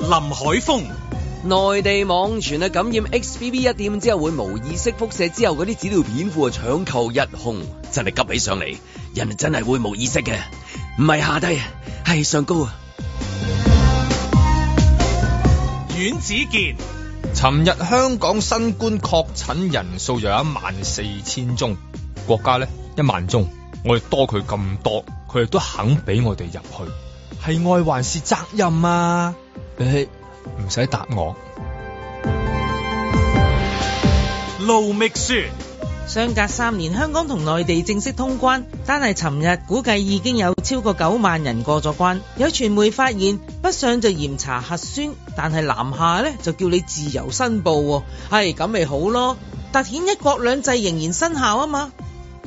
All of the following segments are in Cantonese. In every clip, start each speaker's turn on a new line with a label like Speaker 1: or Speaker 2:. Speaker 1: 林海峰。
Speaker 2: 內地網傳啊感染 XBB 一點之後會無意識輻射之後嗰啲紙尿片褲啊搶購一空，真係急起上嚟，人真係會冇意識嘅，唔係下低，係上高啊！
Speaker 1: 阮子健，
Speaker 3: 尋日香港新冠確診人數有一萬四千宗，國家呢一萬宗，我哋多佢咁多，佢哋都肯俾我哋入去，係愛還是責任啊？誒，唔使答我。
Speaker 1: 盧覓雪，
Speaker 4: 相隔三年，香港同內地正式通關，單係尋日估計已經有超過九萬人過咗關。有傳媒發現，北上就嚴查核酸，但係南下呢就叫你自由申報喎，係咁咪好咯，凸顯一國兩制仍然生效啊嘛。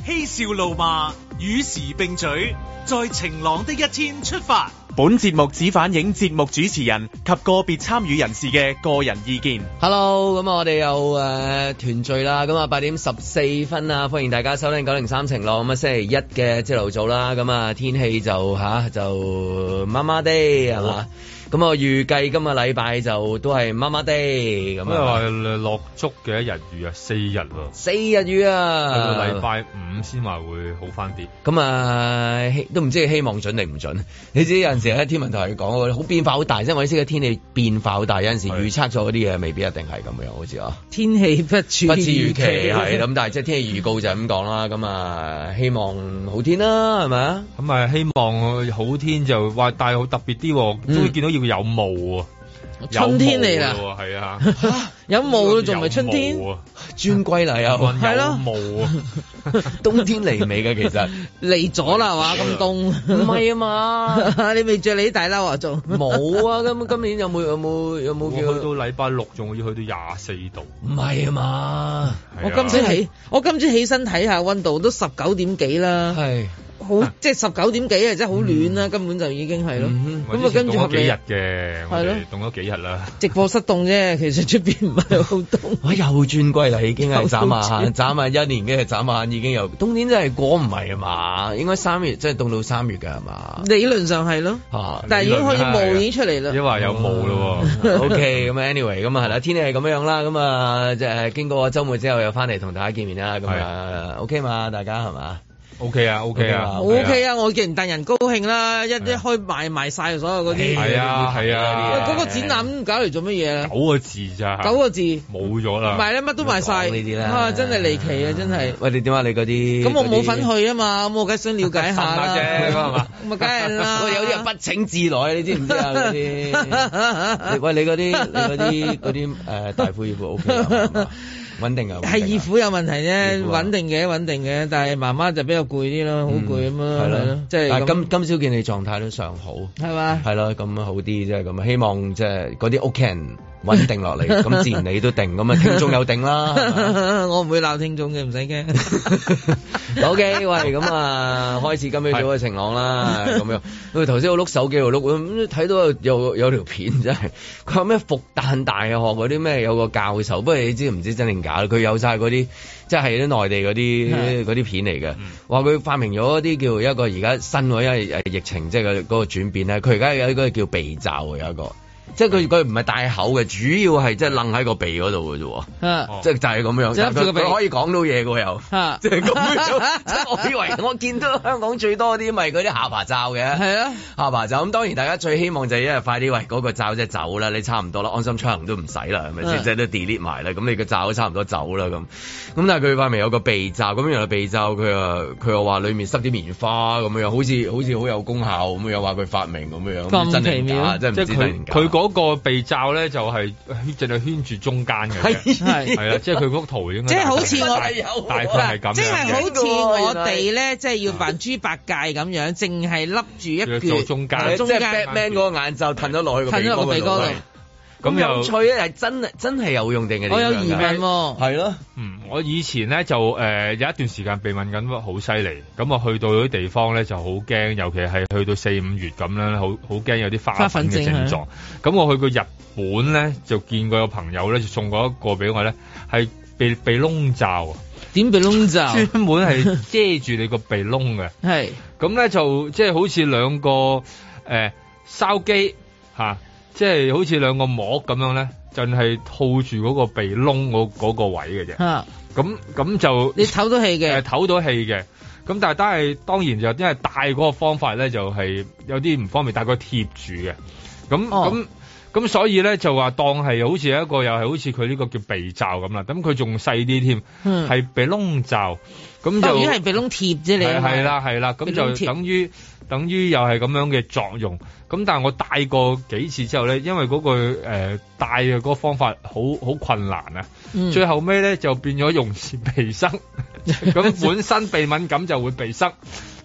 Speaker 1: 嬉笑怒罵，與時並舉，在晴朗的一天出發。
Speaker 5: 本節目只反映節目主持人及個別參與人士嘅個人意見。
Speaker 2: Hello，咁啊我哋又誒、呃團聚啦，咁啊八點十四分啊，歡迎大家收聽九零三晴朗，咁啊星期一嘅朝頭早啦，咁啊天氣就吓、就麻麻地係嘛，咁我預計今個禮拜就都係麻麻地咁
Speaker 3: 咁又話
Speaker 2: 啊，
Speaker 3: 落足嘅一日雨啊，四日喎，
Speaker 2: 四日雨
Speaker 3: 去
Speaker 2: 啊，
Speaker 3: 到禮拜五先話會好翻啲。
Speaker 2: 咁啊，希都唔知佢希望準定唔準。你知有陣時喺天文台嚟講，好變化好大，即係我意思嘅天氣變化好大，有陣時預測咗嗰啲嘢未必一定係咁樣，好似 啊，
Speaker 4: 天氣不似
Speaker 2: 不似預期係咁，但係即係天氣預告就係咁講啦。咁啊，希望好天啦，係咪啊？
Speaker 3: 咁啊，希望好天就話，但係好特別啲喎，
Speaker 2: 嗯
Speaker 3: 終於見到要有霧喎，有
Speaker 4: 春天嚟
Speaker 3: 霧
Speaker 4: 啦，
Speaker 3: 喎，係啊，
Speaker 4: 有霧仲唔係春天
Speaker 3: 有？霧啊
Speaker 2: 專歸嚟又，
Speaker 4: 係咯
Speaker 3: 有霧啊
Speaker 2: 冬天嚟尾嘅其實，
Speaker 4: 嚟咗啦，係嘛咁 凍，
Speaker 2: 唔係啊 嘛。
Speaker 4: 你未着你啲大褸啊？仲
Speaker 2: 冇啊！咁今年有冇有冇有
Speaker 3: 我
Speaker 2: 冇
Speaker 3: 去
Speaker 2: 叫？
Speaker 3: 到禮拜六仲要去到廿四度，
Speaker 4: 哦
Speaker 2: 唔係啊嘛，
Speaker 3: 係
Speaker 4: 我
Speaker 3: 啊
Speaker 4: 今朝起，我今朝起身睇下温度都十九點幾啦，
Speaker 2: 係
Speaker 4: 好即係十九點幾啊，真係好暖啦，根本就已經係咯。
Speaker 2: 嗯
Speaker 3: 我
Speaker 4: 咁啊
Speaker 3: 之
Speaker 4: 跟
Speaker 3: 前凍
Speaker 4: 住合
Speaker 3: 咗幾
Speaker 4: 理
Speaker 3: 日嘅，我
Speaker 4: 係咯
Speaker 3: 哋凍咗幾日啦。
Speaker 4: 直播室凍啫，其實出邊唔係好 凍。
Speaker 2: 我又轉季啦，已經係
Speaker 4: 又
Speaker 2: 眨下
Speaker 4: 轉
Speaker 2: 眼，眨下一年嘅眨下眼已經有冬天真係過唔係啊嘛，應該三月真係凍到三月㗎係嘛？
Speaker 4: 理論上係咯，
Speaker 2: 嚇
Speaker 4: 但係已經開始
Speaker 3: 理論
Speaker 4: 霧
Speaker 3: 啦
Speaker 4: 已經出嚟啦。
Speaker 3: 因為有霧嗯咯 喎，
Speaker 2: O K，咁啊，anyway，咁啊係啦，天氣係咁樣啦，咁啊，即係經過個週末之後又翻嚟同大家見面啦，咁啊，O K 嘛，大家係嘛？
Speaker 3: OK 啊，OK 啊
Speaker 4: O K 啊，我既然戥人高興啦，一一開賣賣晒所有嗰啲。
Speaker 3: 係啊係啊
Speaker 4: 喂，
Speaker 3: 喂
Speaker 4: 嗰個展覽搞嚟做乜嘢啊？
Speaker 3: 九個啊字咋，
Speaker 4: 九個字，
Speaker 3: 冇咗啦。
Speaker 4: 賣咧乜都賣晒，
Speaker 2: 講呢啲啦
Speaker 4: 啊真係離奇啊，真係。
Speaker 2: 喂，你點啊？你嗰啲
Speaker 4: 咁我冇份，去啊嘛，咁我梗係想了解下啦。
Speaker 3: 呻下啫係嘛
Speaker 4: 咁啊，梗係啦。
Speaker 2: 喂，有啲人不請自來，你知唔知啊？嗰 啲。你喂，你嗰啲你嗰啲嗰啲誒大夫二夫 O K 啊，穩定啊，穩定啊
Speaker 4: 係二虎有問題啫，
Speaker 2: 二虎啊
Speaker 4: 穩定嘅穩定嘅，但係媽媽就比較攰啲咯，好
Speaker 2: Ừ,
Speaker 4: 攰咁啊，
Speaker 2: 嗯係
Speaker 4: 係
Speaker 2: 咯
Speaker 4: 咯，，即係
Speaker 2: 但係
Speaker 4: 咁
Speaker 2: 今今朝見你狀態都尚好，
Speaker 4: 係嘛？
Speaker 2: 係咯，咁好啲即係咁，啊希望即係嗰啲屋企人穩定落嚟，咁自然你都定，咁啊聽眾有定啦。係咪
Speaker 4: 我唔會鬧聽眾嘅，唔使驚。
Speaker 2: O K，喂，咁啊，開始今朝早嘅晴 朗啦，咁樣。喂，頭先我碌手機度碌，咁睇到有有有條片真係，佢話咩復旦大學嗰啲咩有個教授，不過你知唔知真定假佢有晒嗰啲即係啲內地嗰 啲嗰啲片嚟
Speaker 4: 嗯
Speaker 2: 嘅，話佢發明咗一啲叫一個而家新嗰，因為誒疫情即係嗰個轉變咧，佢而家有一個叫鼻罩嘅有一個。即
Speaker 4: 嗯
Speaker 2: 係佢佢唔係戴口嘅，主要係即係楞喺個鼻嗰度嘅啫喎，
Speaker 4: 啊
Speaker 2: 即係就係咁樣。
Speaker 4: 即係笠住個
Speaker 2: 但佢
Speaker 4: 鼻
Speaker 2: 佢可以講到嘢嘅喎又。
Speaker 4: 啊
Speaker 2: 即係咁 樣，即係我以為我見到香港最多啲咪嗰啲下巴罩嘅，
Speaker 4: 係啊，
Speaker 2: 下巴罩咁當然大家最希望就係一日快啲喂嗰個罩即係走啦，你差唔多啦，安心出行都唔使啦，係咪先？
Speaker 4: 嗯
Speaker 2: 即係都 delete 埋啦，咁你個罩都差唔多走啦咁。咁但係佢塊面有個鼻罩，咁原來鼻罩佢啊佢又話裡面塞啲棉花咁樣，好似好似好有功效咁樣，話佢發明咁樣，
Speaker 4: 咁
Speaker 2: 真定
Speaker 4: 奇妙
Speaker 2: 假？真
Speaker 3: 即
Speaker 2: 係唔
Speaker 3: 係
Speaker 2: 知真定
Speaker 3: 佢
Speaker 2: 假。
Speaker 3: 佢嗰個鼻罩咧，就係淨係圈住中間嘅啫，
Speaker 4: 係
Speaker 3: 係啦，即係佢嗰個圖應該
Speaker 4: 即係好似我
Speaker 3: 大大概係咁樣嘅，
Speaker 4: 即係好似我哋咧，即係要扮豬八戒咁樣，淨係笠住一
Speaker 3: 要
Speaker 4: 橛，
Speaker 3: 做中間
Speaker 4: 啊
Speaker 2: 即
Speaker 4: 中
Speaker 2: 係
Speaker 4: 間
Speaker 2: Batman 嗰個眼罩褪咗落去個
Speaker 4: 褪咗落個
Speaker 2: 鼻
Speaker 4: 鼻
Speaker 2: 哥
Speaker 4: 哥
Speaker 2: 嗰
Speaker 4: 度
Speaker 2: 度。。
Speaker 3: 咁
Speaker 2: 有
Speaker 3: 又
Speaker 2: 趣咧，係真真係有用定嘅。
Speaker 4: 我有疑問喎，
Speaker 2: 係咯，
Speaker 3: 嗯，我以前咧就誒、呃有一段時間鼻敏感好犀利，咁啊去到嗰啲地方咧就好驚，尤其係去到四五月咁樣，好好驚有啲花
Speaker 4: 花
Speaker 3: 粉
Speaker 4: 粉
Speaker 3: 嘅症
Speaker 4: 症
Speaker 3: 狀。咁我去過日本咧，就見過有朋友咧就送過一個俾我咧，係鼻鼻窿罩啊，
Speaker 4: 點鼻窿罩
Speaker 3: 專門係遮住你個鼻窿嘅。
Speaker 4: 係
Speaker 3: 咁咧就即係好似兩個誒、呃、筲箕嚇即係好似兩個膜咁樣咧，就係套住嗰個鼻窿嗰嗰個位嘅啫。
Speaker 4: 嚇，
Speaker 3: 咁咁就
Speaker 4: 你唞到氣
Speaker 3: 誒
Speaker 4: 嘅，
Speaker 3: 唞到氣嘅。咁但係但係當然就因為戴嗰個方法咧，就係、有啲唔方便，但係佢貼住嘅。咁
Speaker 4: 哦
Speaker 3: 咁咁所以咧就話當係好似一個又係好似佢呢個叫鼻罩咁啦。咁佢仲細啲添，
Speaker 4: 嗯，
Speaker 3: 係鼻窿罩。咁
Speaker 4: 當
Speaker 3: 就
Speaker 4: 然係鼻窿貼啫，你
Speaker 3: 係係，啦係啦，咁
Speaker 4: 鼻窿貼
Speaker 3: 就等於等於又係咁樣嘅作用。咁但係我戴過幾次之後咧，因為嗰、個呃戴嘅嗰個方法好好困難啊，
Speaker 4: 嗯
Speaker 3: 最後尾咧就變咗用鼻塞。咁本身鼻敏感就會鼻塞，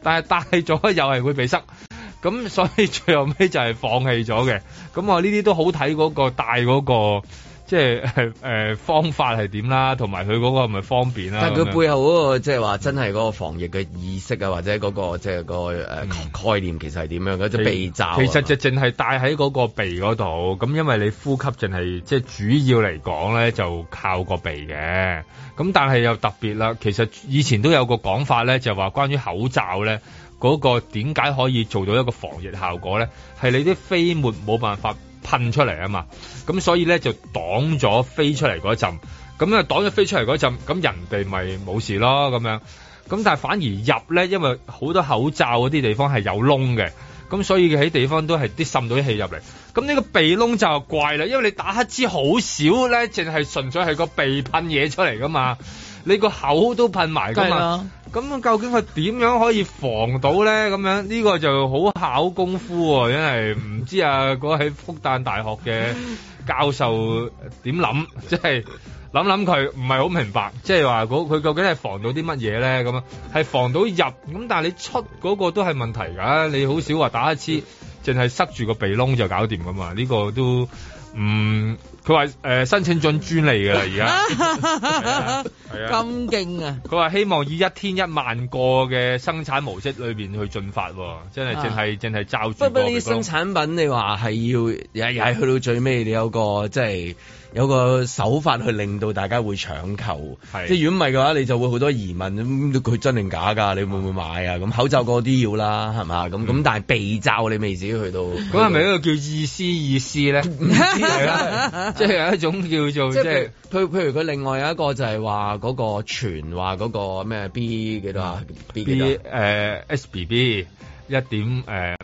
Speaker 3: 但係戴咗又係會鼻塞。咁所以最後尾就係放棄咗嘅。咁我呢啲都好睇嗰個戴嗰、個即係誒、呃方法係點啦，同埋佢嗰個係咪方便啦。
Speaker 2: 但佢
Speaker 3: 咁樣
Speaker 2: 背後嗰個即係話真係嗰個防疫嘅意識啊，或者嗰個即係個誒概念嗯其實係點樣嘅？即係避罩啊。
Speaker 3: 其實就淨係戴喺嗰個鼻嗰度，咁因為你呼吸淨係即係主要嚟講咧，就靠個鼻嘅。咁但係又特別啦，其實以前都有個講法咧，就話關於口罩咧嗰、個點解可以做到一個防疫效果咧，係你啲飛沫冇辦法噴出嚟啊嘛。咁所以咧就擋咗飛出嚟嗰陣，咁啊擋咗飛出嚟嗰陣，咁人哋咪冇事咯咁樣。咁但係反而入咧，因為好多口罩嗰啲地方係有窿嘅，咁所以喺地方都係啲滲到啲氣入嚟。咁呢個鼻窿就怪啦，因為你打乞嗤好少咧，淨係純粹係個鼻噴嘢出嚟噶嘛，你個口都噴埋
Speaker 4: 梗
Speaker 3: 噶
Speaker 4: 係
Speaker 3: 嘛。
Speaker 4: 啦，
Speaker 3: 咁究竟佢點樣可以防到咧？咁樣呢、個就好考功夫喎、真係唔知啊！嗰喺復旦大學嘅教授點諗， 即係諗諗佢唔係好明白，即係話嗰佢究竟係防到啲乜嘢咧？咁啊，係防到入咁，但係你出嗰個都係問題㗎。你好少話打一次，淨係塞住個鼻窿就搞掂㗎嘛？呢、個都唔，嗯佢話誒申請進專利㗎啦，而 家。啊係啊
Speaker 4: 啊咁勁啊！
Speaker 3: 佢話希望以一天一萬個嘅生產模式裏邊去進發喎，真係
Speaker 4: 啊
Speaker 3: 淨係淨係罩住
Speaker 2: 不
Speaker 3: 個
Speaker 2: 不，呢
Speaker 3: 鼻
Speaker 2: 啲
Speaker 3: 哥
Speaker 2: 新產品你話係要又係去到最尾，你有個即係有個手法去令到大家會搶購。
Speaker 3: 係
Speaker 2: 即係如果唔係嘅話，你就會好多疑問。咁佢真定假㗎？你會唔會買啊？咁口罩嗰啲要啦，係嘛？咁咁
Speaker 3: 嗯
Speaker 2: 但係鼻罩你未至於去到。咁
Speaker 3: 咁係咪一個叫意思意 思咧？唔知係啦，即係有一種叫
Speaker 2: 即
Speaker 3: 做即
Speaker 2: 係
Speaker 3: 係
Speaker 2: 譬如譬如佢另外有一個就係話嗰個傳話嗰個咩 B 幾多啊？B 幾多啊
Speaker 3: B 誒 SBB 一點誒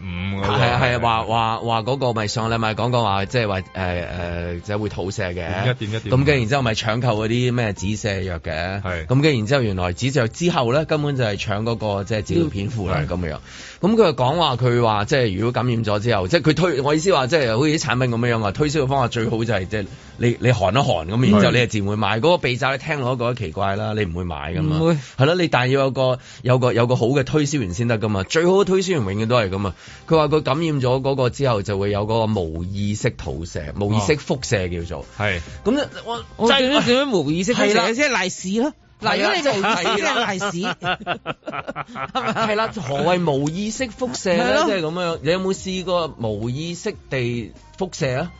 Speaker 3: 五嗰個
Speaker 2: 係啊係啊，話話話嗰個咪上禮咪講過話，即係話誒誒，即係會吐瀉嘅。
Speaker 3: 一點一點
Speaker 2: 咁跟然之後咪搶購嗰啲咩止瀉藥嘅。
Speaker 3: 係
Speaker 2: 咁跟然之後，原來止瀉藥之後咧，根本就係搶嗰個即係治療片庫啦咁樣。咁佢又講話佢話即係如果感染咗之後，即係佢推我意思話即係好似啲產品咁樣樣啊，推銷嘅方法最好就係即係你你寒一寒咁，然之後你就自然會買。嗰個鼻罩你聽落都覺得奇怪啦，你唔會買㗎嘛。
Speaker 4: 唔會
Speaker 2: 係咯，你但係要有個有個有個好嘅推銷員先得噶嘛，最好嘅推銷員永遠都係咁啊！佢話佢感染咗嗰個之後，就會有嗰個無意識吐瀉、無意識輻射叫做。
Speaker 3: 係
Speaker 2: 咁咧我
Speaker 4: 我
Speaker 2: 真
Speaker 4: 最
Speaker 2: 係
Speaker 4: 都最無意識
Speaker 2: 係啦
Speaker 4: 嘅，即係賴屎咯。
Speaker 3: 啊
Speaker 4: 嗱，如果你無意識，即係賴屎，
Speaker 2: 係啦，何謂無意識輻射
Speaker 4: 係
Speaker 2: 咧？
Speaker 4: 咯
Speaker 2: 即係咁樣，你有冇試過無意識地輻射啊？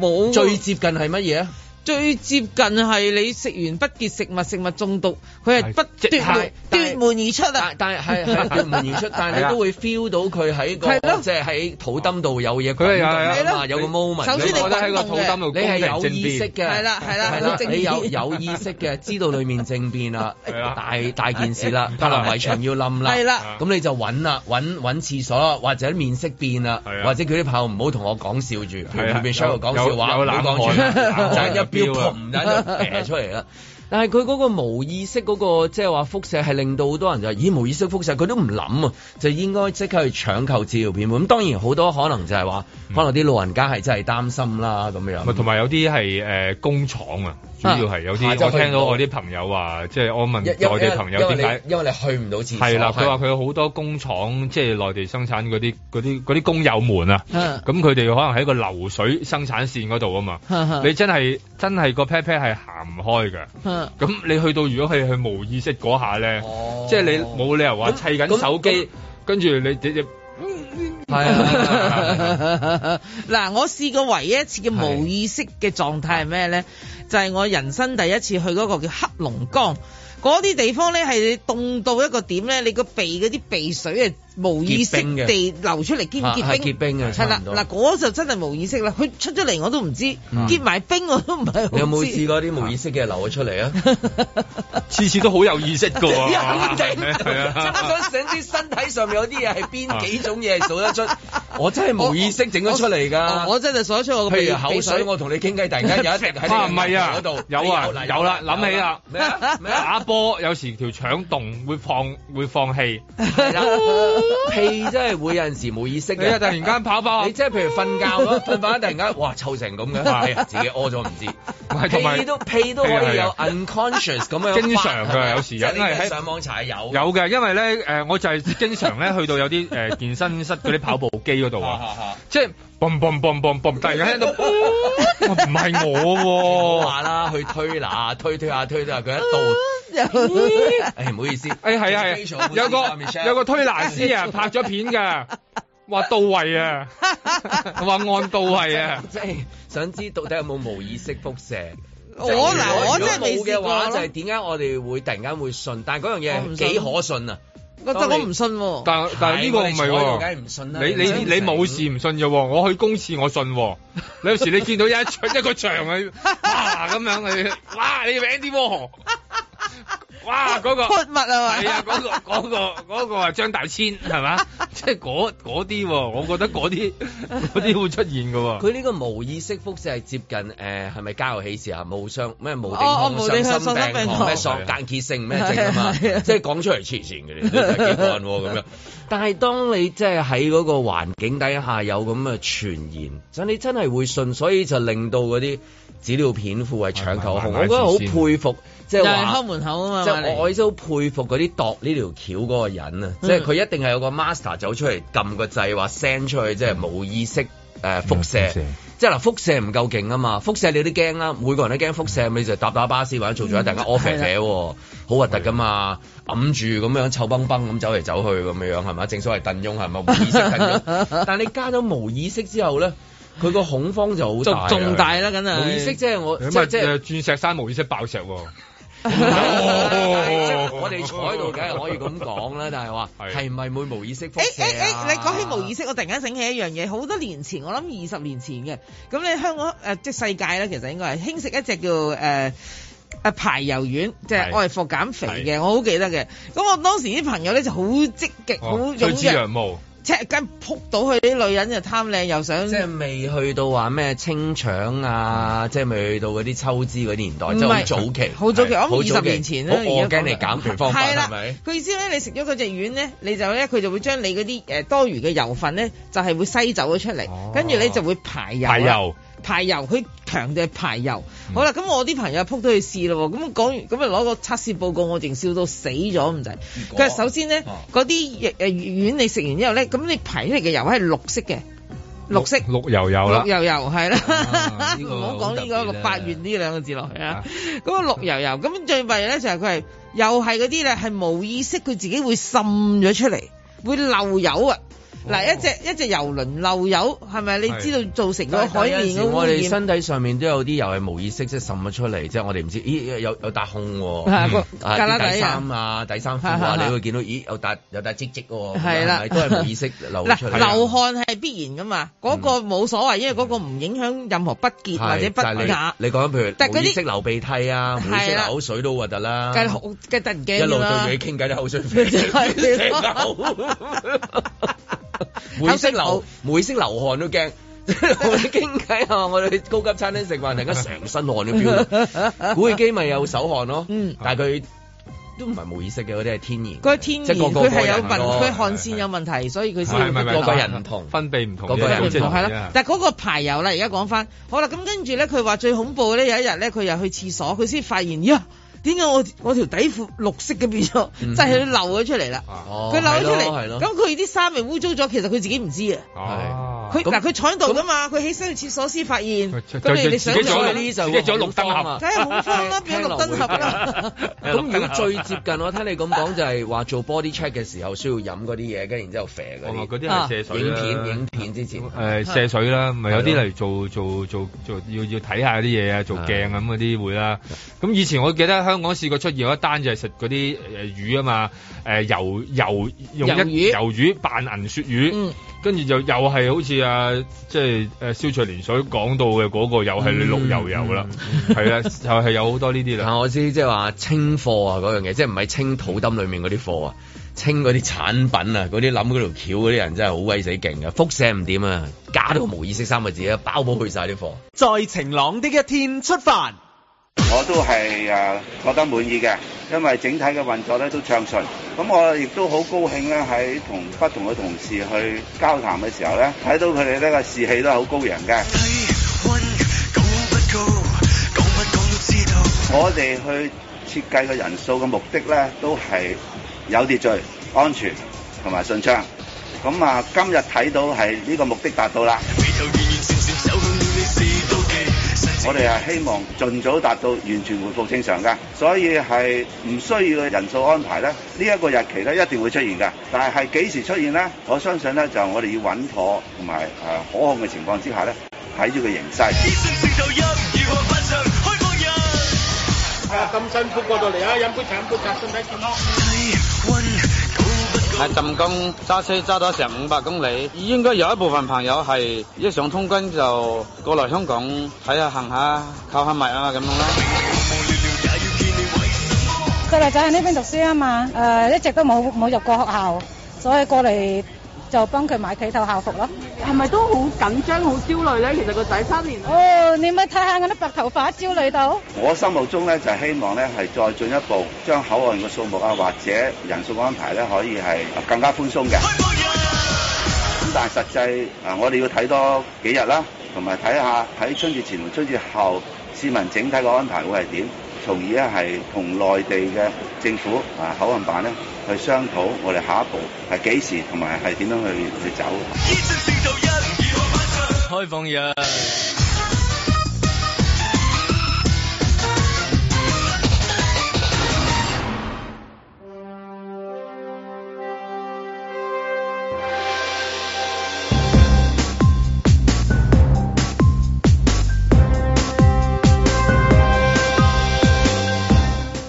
Speaker 4: 冇
Speaker 2: 最接近係乜嘢啊？
Speaker 4: 最接近係你食完不潔食物，食物中毒，佢係
Speaker 3: 係
Speaker 4: 不
Speaker 3: 即
Speaker 4: 奪
Speaker 2: 係
Speaker 4: 門
Speaker 2: 但
Speaker 4: 奪
Speaker 2: 係
Speaker 4: 門而出啊！
Speaker 2: 但但 係係係門而出，但係你都會 feel 到佢喺個
Speaker 4: 係咯
Speaker 2: 即係喺肚墩度有嘢
Speaker 3: 佢
Speaker 2: 滾動
Speaker 3: 係係
Speaker 2: 啊
Speaker 4: 係
Speaker 2: 嘛，
Speaker 4: 咯
Speaker 2: 有個 moment。
Speaker 4: 首
Speaker 3: 你
Speaker 4: 先你
Speaker 3: 覺得喺個
Speaker 4: 滾
Speaker 3: 肚
Speaker 4: 動嘅
Speaker 3: 墩度
Speaker 2: 你係有意識
Speaker 3: 識
Speaker 2: 嘅，
Speaker 4: 係啦係啦
Speaker 2: 係
Speaker 4: 好正
Speaker 2: 你有
Speaker 4: 面
Speaker 2: 有意識嘅，知道裡面政變 啦，
Speaker 3: 係啦
Speaker 2: 大大件事 啦，柏
Speaker 3: 得
Speaker 2: 林
Speaker 3: 啦
Speaker 2: 圍牆要冧啦，
Speaker 4: 係啦，
Speaker 2: 咁你就揾啦，揾揾廁所啦，或者面色變啦
Speaker 3: 係，啊
Speaker 2: 或者叫啲朋友唔好同我講笑住，
Speaker 3: 係啊
Speaker 2: 邊 s h e
Speaker 3: 有
Speaker 2: 講笑話，
Speaker 3: 有有
Speaker 2: 唔好講住，
Speaker 3: 冷 汗啊
Speaker 2: 就係一飆
Speaker 3: 有飆啊
Speaker 2: 嘭就喺度 射出嚟啦。但係佢嗰個無意識嗰、個即係話輻射係令到好多人就係咦無意識輻射佢都唔諗啊，就應該即刻去搶購治療片咁當然好多可能就係話，可能啲老人家係真係擔心啦咁樣。
Speaker 3: 嗯咪啊同埋有啲係誒工廠啊，主要係有
Speaker 2: 啊
Speaker 3: 啲
Speaker 2: 就
Speaker 3: 我
Speaker 2: 去唔
Speaker 3: 聽到
Speaker 2: 到
Speaker 3: 我啲朋友話，即係我問
Speaker 2: 因因
Speaker 3: 內地朋友
Speaker 2: 因為
Speaker 3: 點
Speaker 2: 你
Speaker 3: 解。
Speaker 2: 因為你去唔到廁所。
Speaker 3: 係啦，佢話
Speaker 2: 係
Speaker 3: 佢好多工廠，即係內地生產嗰啲嗰啲嗰啲工友們啊，
Speaker 4: 嗯
Speaker 3: 咁佢哋可能喺個流水生產線嗰度啊嘛，
Speaker 4: 嗯
Speaker 3: 你真係真係個 pat pat 係行唔開嘅，
Speaker 4: 嗯
Speaker 3: 咁你去到如果係去無意識嗰下咧，
Speaker 2: 哦
Speaker 3: 即係你冇理由話
Speaker 2: 咁
Speaker 3: 砌緊手
Speaker 2: 咁
Speaker 3: 機，跟住你你你
Speaker 2: 係係係
Speaker 4: 嗱，我試過唯一一次嘅無意識嘅狀態係咩咧？就係我人生第一次去嗰個叫黑龍江。嗰啲地方咧係凍到一個點咧，你個鼻嗰啲鼻水啊無意識
Speaker 2: 結冰嘅
Speaker 4: 地流出嚟，結唔
Speaker 2: 啊係
Speaker 4: 結冰？
Speaker 2: 結冰嘅
Speaker 4: 係
Speaker 2: 差
Speaker 4: 啦
Speaker 2: 唔，多嗯
Speaker 4: 嗱嗰就真係無意識啦。佢出咗嚟我都唔知，結埋冰我都唔係好知。
Speaker 2: 你有 冇試過啲無意識嘅人流咗出嚟啊？
Speaker 3: 次次都 好有意識噶喎，
Speaker 2: 肯定，
Speaker 3: 係啊
Speaker 2: 差想整知身體上面有啲嘢 係邊幾種嘢係數得出？ 我真係無意識整咗出嚟
Speaker 4: 我
Speaker 2: 㗎。
Speaker 4: 我真係數得出我個
Speaker 2: 啊譬
Speaker 4: 鼻
Speaker 2: 如口水，我同你傾偈，突然間 有一滴喺
Speaker 3: 啊，
Speaker 2: 你
Speaker 3: 唔係啊
Speaker 2: 嗰度，，
Speaker 3: 有啊，
Speaker 2: 嚟
Speaker 3: 有啦，諗起啦，
Speaker 2: 咩啊咩啊？
Speaker 3: 打波有時條腸動會放會放氣，
Speaker 2: 係 啦，屁真係會有陣時冇意識
Speaker 3: 你啊
Speaker 2: 嘅
Speaker 3: 突。然間跑跑
Speaker 2: 你
Speaker 3: 下，
Speaker 2: 即係譬如瞓覺咁，瞓瞓突然間，哇臭成 咁嘅，係啊，自己屙咗唔
Speaker 3: 係啊同
Speaker 2: 知，
Speaker 3: 埋
Speaker 2: 屁都屁都可以
Speaker 3: 係
Speaker 2: 有
Speaker 3: 啊
Speaker 2: unconscious 咁樣發，
Speaker 3: 經常㗎有時
Speaker 2: 即係你
Speaker 3: 因為喺
Speaker 2: 上網查有
Speaker 3: 有嘅，因為咧誒，我就係經常 咧去到有啲誒健身室嗰啲跑步機嗰度啊，即係嘣嘣嘣嘣嘣，突然間聽到，哇唔係
Speaker 2: 我
Speaker 3: 我喎。
Speaker 2: 話啦，去推拿，推推下推推下，佢一
Speaker 3: 哦
Speaker 2: 到，誒唔好意思，
Speaker 3: 誒係啊係啊，有個有個推拿師 啊拍咗片㗎，話到位啊，話按到位啊，
Speaker 2: 即係想知到底有冇無意識輻射？
Speaker 4: 我嗱我真係未
Speaker 2: 如果冇
Speaker 4: 試
Speaker 2: 嘅
Speaker 4: 過
Speaker 2: 話，就
Speaker 4: 咯
Speaker 2: 係點解我哋會突然間會信？但係嗰樣
Speaker 4: 我唔信
Speaker 2: 嘢幾可信啊！
Speaker 4: 我就我唔信喎。
Speaker 3: 但但係呢個唔係
Speaker 2: 我哋坐喺度
Speaker 3: 喎
Speaker 2: 梗。係唔信啦。
Speaker 3: 你你你冇事唔信嘅喎，我去公廁我信喎。你有時你見到一出 一個場嘅，哇咁樣你，哇你名啲喎，哇嗰、個
Speaker 4: 潑物啊
Speaker 3: 係
Speaker 4: 嘛
Speaker 3: 啊，嗰、個嗰、個嗰、個話張大千係嘛， 即係嗰嗰啲喎，我覺得嗰啲嗰啲會出現嘅喎。
Speaker 2: 佢呢個無意識輻射係接近誒係咪家有喜事啊？無相咩無定
Speaker 4: 哦哦
Speaker 2: 向
Speaker 4: 無定向
Speaker 2: 心
Speaker 4: 喪心病
Speaker 2: 狂
Speaker 4: 狂
Speaker 2: 咩喪
Speaker 3: 係啊
Speaker 2: 間歇性咩症啊嘛，
Speaker 4: 係啊係啊
Speaker 2: 即係講出嚟黐線嘅，你真係幾過癮 喎咁樣。但係當你即係喺嗰個環境底下有咁嘅傳言，就你真係會信，所以就令到嗰啲資料片庫係搶購
Speaker 3: 慢
Speaker 2: 紅。
Speaker 3: 慢
Speaker 2: 我覺得好佩服，即
Speaker 4: 又
Speaker 2: 係
Speaker 4: 係
Speaker 2: 話
Speaker 4: 敲。門口啊嘛，
Speaker 2: 即
Speaker 4: 話你
Speaker 2: 係我意思好佩服嗰啲度呢條橋嗰個人啊！
Speaker 4: 嗯
Speaker 2: 即係佢一定係有個 master 走出嚟撳個掣，話 send 出去，即係冇意識誒、呃、輻
Speaker 3: 嗯
Speaker 2: 射。即係嗱，輻射唔夠勁啊嘛！輻射你都驚啦，每個人都驚輻射，咪就搭打巴士或者
Speaker 4: 嗯
Speaker 2: 做咗一突然間屙啡啡喎，好核突噶嘛！揞住咁樣臭崩崩咁走嚟走去咁樣係咪？正所謂鄧翁係咪無意識鄧 翁？但係你加咗無意識之後咧，佢個恐慌就好大，啊
Speaker 4: 仲仲大啊啦梗係
Speaker 2: 無意識即係我
Speaker 3: 咁
Speaker 2: 即
Speaker 3: 啊
Speaker 2: 係即係
Speaker 3: 誒鑽石山無意識爆石喎，
Speaker 2: 我哋坐喺度梗係可以咁講啦，但係話係咪會無意識輻
Speaker 4: 誒
Speaker 2: 射啊
Speaker 4: 誒誒，你講起無意
Speaker 2: 識，
Speaker 4: 識，我突然間醒起一樣嘢，好多年前，我諗二十年前嘅，咁你香港誒、呃即係世界咧，其實應該係興食一隻叫誒。啊排油丸，即係
Speaker 3: 係
Speaker 4: 愛服減肥嘅，我好記得嘅。咁我當時啲朋友咧就好積極，好啊
Speaker 3: 哦
Speaker 4: 踴
Speaker 3: 追之
Speaker 4: 躍，
Speaker 3: 羊毛，
Speaker 4: 即係梗撲到佢啲女人就貪靚，又想
Speaker 2: 即係未去到話咩清腸啊，即係未去到嗰啲抽脂嗰啲年代，
Speaker 4: 唔
Speaker 2: 即係好
Speaker 4: 係
Speaker 2: 早期，
Speaker 4: 好早期，
Speaker 2: 係
Speaker 4: 我
Speaker 2: 好
Speaker 4: 諗二
Speaker 2: 早
Speaker 4: 十
Speaker 2: 期
Speaker 4: 年前
Speaker 2: 好
Speaker 4: 啦。
Speaker 2: 我
Speaker 4: 而家
Speaker 2: 驚你減肥方法
Speaker 4: 係啦
Speaker 2: 係咪？
Speaker 4: 佢意思咧，你食咗嗰隻丸咧，你就咧佢就會將你嗰啲誒多餘嘅油分咧，就係會篩走咗出嚟
Speaker 3: 哦，
Speaker 4: 跟住你就會排
Speaker 2: 啊
Speaker 4: 油啦。
Speaker 3: 排油。
Speaker 4: 排油，佢強調係排油。
Speaker 2: 嗯
Speaker 4: 好啦，咁我啲朋友撲到去試咯喎，咁講完，咁咪攞個測試報告，我淨笑到死咗咁滯。
Speaker 2: 果
Speaker 4: 佢話首先咧
Speaker 2: 哦，
Speaker 4: 嗰啲誒誒丸你食完之後咧，咁你排出嚟嘅油係綠色嘅，綠色。
Speaker 3: 綠油油啦
Speaker 4: 綠，油油係啦
Speaker 2: 啊，呢
Speaker 4: 唔
Speaker 2: 個
Speaker 4: 好講呢
Speaker 2: 好
Speaker 4: 個六
Speaker 2: 特別咧
Speaker 4: 百元呢兩個字落去啊
Speaker 3: 啊。
Speaker 4: 咁啊綠油油，咁最弊咧就係佢係又係嗰啲咧係冇意識，佢自己會滲咗出嚟，會漏油啊！嗱，一隻一隻油輪漏油係咪？你
Speaker 3: 係
Speaker 4: 知道造成咗海
Speaker 2: 有
Speaker 4: 面
Speaker 2: 陣時
Speaker 4: 嘅污
Speaker 2: 我哋
Speaker 4: 染
Speaker 2: 身體上面都有啲油係無意識即係滲咗出嚟，即係我哋唔知，咦有有笪空喎。
Speaker 4: 係個
Speaker 2: 啊！
Speaker 4: 格拉
Speaker 2: 啲
Speaker 4: 底啊！
Speaker 2: 底衫啊，底衫褲
Speaker 4: 係係
Speaker 2: 啊，
Speaker 4: 係
Speaker 2: 你會見到，咦，有笪有笪積積喎，
Speaker 4: 係啦
Speaker 2: 係咪都係無意識流出嚟。
Speaker 4: 嗱，流汗係必然噶嘛，嗰、個冇所謂，因為嗰個唔影響任何不潔或者不
Speaker 2: 係但係
Speaker 4: 雅，
Speaker 2: 你你講緊譬
Speaker 4: 但
Speaker 2: 如
Speaker 4: 係嗰啲
Speaker 2: 無意識流鼻涕啊，無意識
Speaker 4: 係啦
Speaker 2: 流口水都核突啦。
Speaker 4: 梗係好梗係突然
Speaker 2: 一
Speaker 4: 驚
Speaker 2: 路
Speaker 4: 㗎
Speaker 2: 對
Speaker 4: 啦。
Speaker 2: 住你傾偈啲口水飛，
Speaker 4: 就 係咯
Speaker 2: 無 意識流，無意識流汗都驚。 我哋傾偈啊！我哋去高級餐廳食飯，突然間成身汗都 飆。古巨基咪有手汗咯，
Speaker 4: 嗯
Speaker 2: 但係佢都唔係無意識嘅，嗰啲係天然。
Speaker 4: 個天然
Speaker 2: 即係個個
Speaker 4: 佢係有
Speaker 2: 個
Speaker 4: 問，
Speaker 2: 人咯
Speaker 4: 佢汗腺有問題，所以佢先
Speaker 3: 係
Speaker 4: 會
Speaker 3: 唔係唔係
Speaker 2: 個個人唔同
Speaker 3: 分泌唔同
Speaker 2: 個
Speaker 3: 嘅，
Speaker 2: 個人唔同
Speaker 3: 即係
Speaker 4: 係
Speaker 2: 啊
Speaker 4: 啦，但係嗰個排油啦，而家講翻，好啦，咁跟住咧，佢話最恐怖咧，有一日咧，佢又去廁所，佢先發現，呀，點解我我條底褲綠色嘅變咗，
Speaker 2: 嗯
Speaker 4: 即係佢漏咗出嚟啦，
Speaker 3: 啊
Speaker 2: 哦
Speaker 4: 佢漏咗出
Speaker 2: 係
Speaker 4: 嚟，
Speaker 2: 咯係
Speaker 4: 咁
Speaker 2: 咯
Speaker 4: 佢啲衫咪污糟咗，其實佢自己唔知啊。
Speaker 3: 哦哇
Speaker 4: 佢
Speaker 2: 咁
Speaker 4: 嗱佢坐喺度噶嘛，佢起身去廁所先發現。
Speaker 3: 佢就
Speaker 4: 咁你
Speaker 3: 就
Speaker 4: 你
Speaker 3: 自
Speaker 4: 想
Speaker 3: 己
Speaker 4: 象
Speaker 3: 做
Speaker 4: 下
Speaker 3: 咗
Speaker 4: 呢
Speaker 2: 呢
Speaker 4: 就
Speaker 2: 就啊
Speaker 3: 自己做咗綠燈盒
Speaker 4: 梗係紅方啦，變咗綠燈盒啦。
Speaker 2: 咁如果最接近，我聽你咁講就係話做 body check 嘅時候需要飲嗰啲嘢，跟住然之後啡
Speaker 3: 哦
Speaker 2: 嗰
Speaker 3: 嗰啲
Speaker 4: 啊
Speaker 3: 係射
Speaker 2: 啲
Speaker 3: 水
Speaker 2: 影
Speaker 3: 啦
Speaker 2: 片影片之前，
Speaker 3: 誒射水啦，咪有
Speaker 2: 係
Speaker 3: 啲
Speaker 2: 咯
Speaker 3: 例如做做做做要要睇下啲嘢啊，做鏡啊咁嗰啲會啦。咁以前我記得香港試過出現有一單就係食嗰啲誒魚啊嘛，誒油油用一
Speaker 4: 魷魚
Speaker 3: 油魚扮銀鱈魚
Speaker 4: 嗯，
Speaker 3: 跟住就又係好似啊，即係誒蕭翠蓮所講到嘅嗰個又係你綠油油啦，
Speaker 2: 嗯
Speaker 3: 係啊，就係有好多呢啲啦。
Speaker 2: 啊但我知即係話清貨啊嗰樣嘢，即係唔係清肚墩裡面嗰啲貨啊，清嗰啲產品啊，嗰啲諗嗰條橋嗰啲人真係好鬼死勁嘅，輻射唔掂啊，加到無意識三個字啊，包保去晒啲貨。
Speaker 5: 在晴朗的一天出發。
Speaker 6: 我都係誒覺得滿意嘅，因為整體嘅運作咧都暢順。咁我亦都好高興咧，喺同不同嘅同事去交談嘅時候咧，睇到佢哋呢個士氣都係好高揚嘅。我哋去設計嘅人數嘅目的咧，都係有秩序、安全同埋順暢。咁啊，今日睇到係呢個目的達到啦。我哋係希望盡早達到完全回復正常嘅，所以係唔需要嘅人數安排咧，呢、一個日期咧一定會出現嘅。但係係幾時出現咧？我相信咧就我哋要穩妥同埋誒可控嘅情況之下咧，睇住個形勢。
Speaker 7: 係浸金揸車揸咗成五百公里，應該有一部分朋友係一上通關就過嚟香港睇下行下購下物啊咁樣啦。
Speaker 8: 細路仔喺呢邊讀書啊嘛，誒、一直都冇冇入過學校，所以過嚟就幫佢買幾套校服咯。
Speaker 9: 係咪都好緊張、好焦慮咧？其實個仔三年
Speaker 8: 哦，你咪睇下我啲白頭髮焦慮到。
Speaker 6: 我心目中咧就希望咧係再進一步將口岸嘅數目啊或者人數安排咧可以係更加寬鬆嘅。咁但係實際啊，我哋要睇多幾日啦，同埋睇下喺春節前同春節後市民整體嘅安排會係點，從而咧係同內地嘅政府啊口岸辦咧去商討我哋下一步係幾時同埋係點樣去去走。
Speaker 3: 開放日。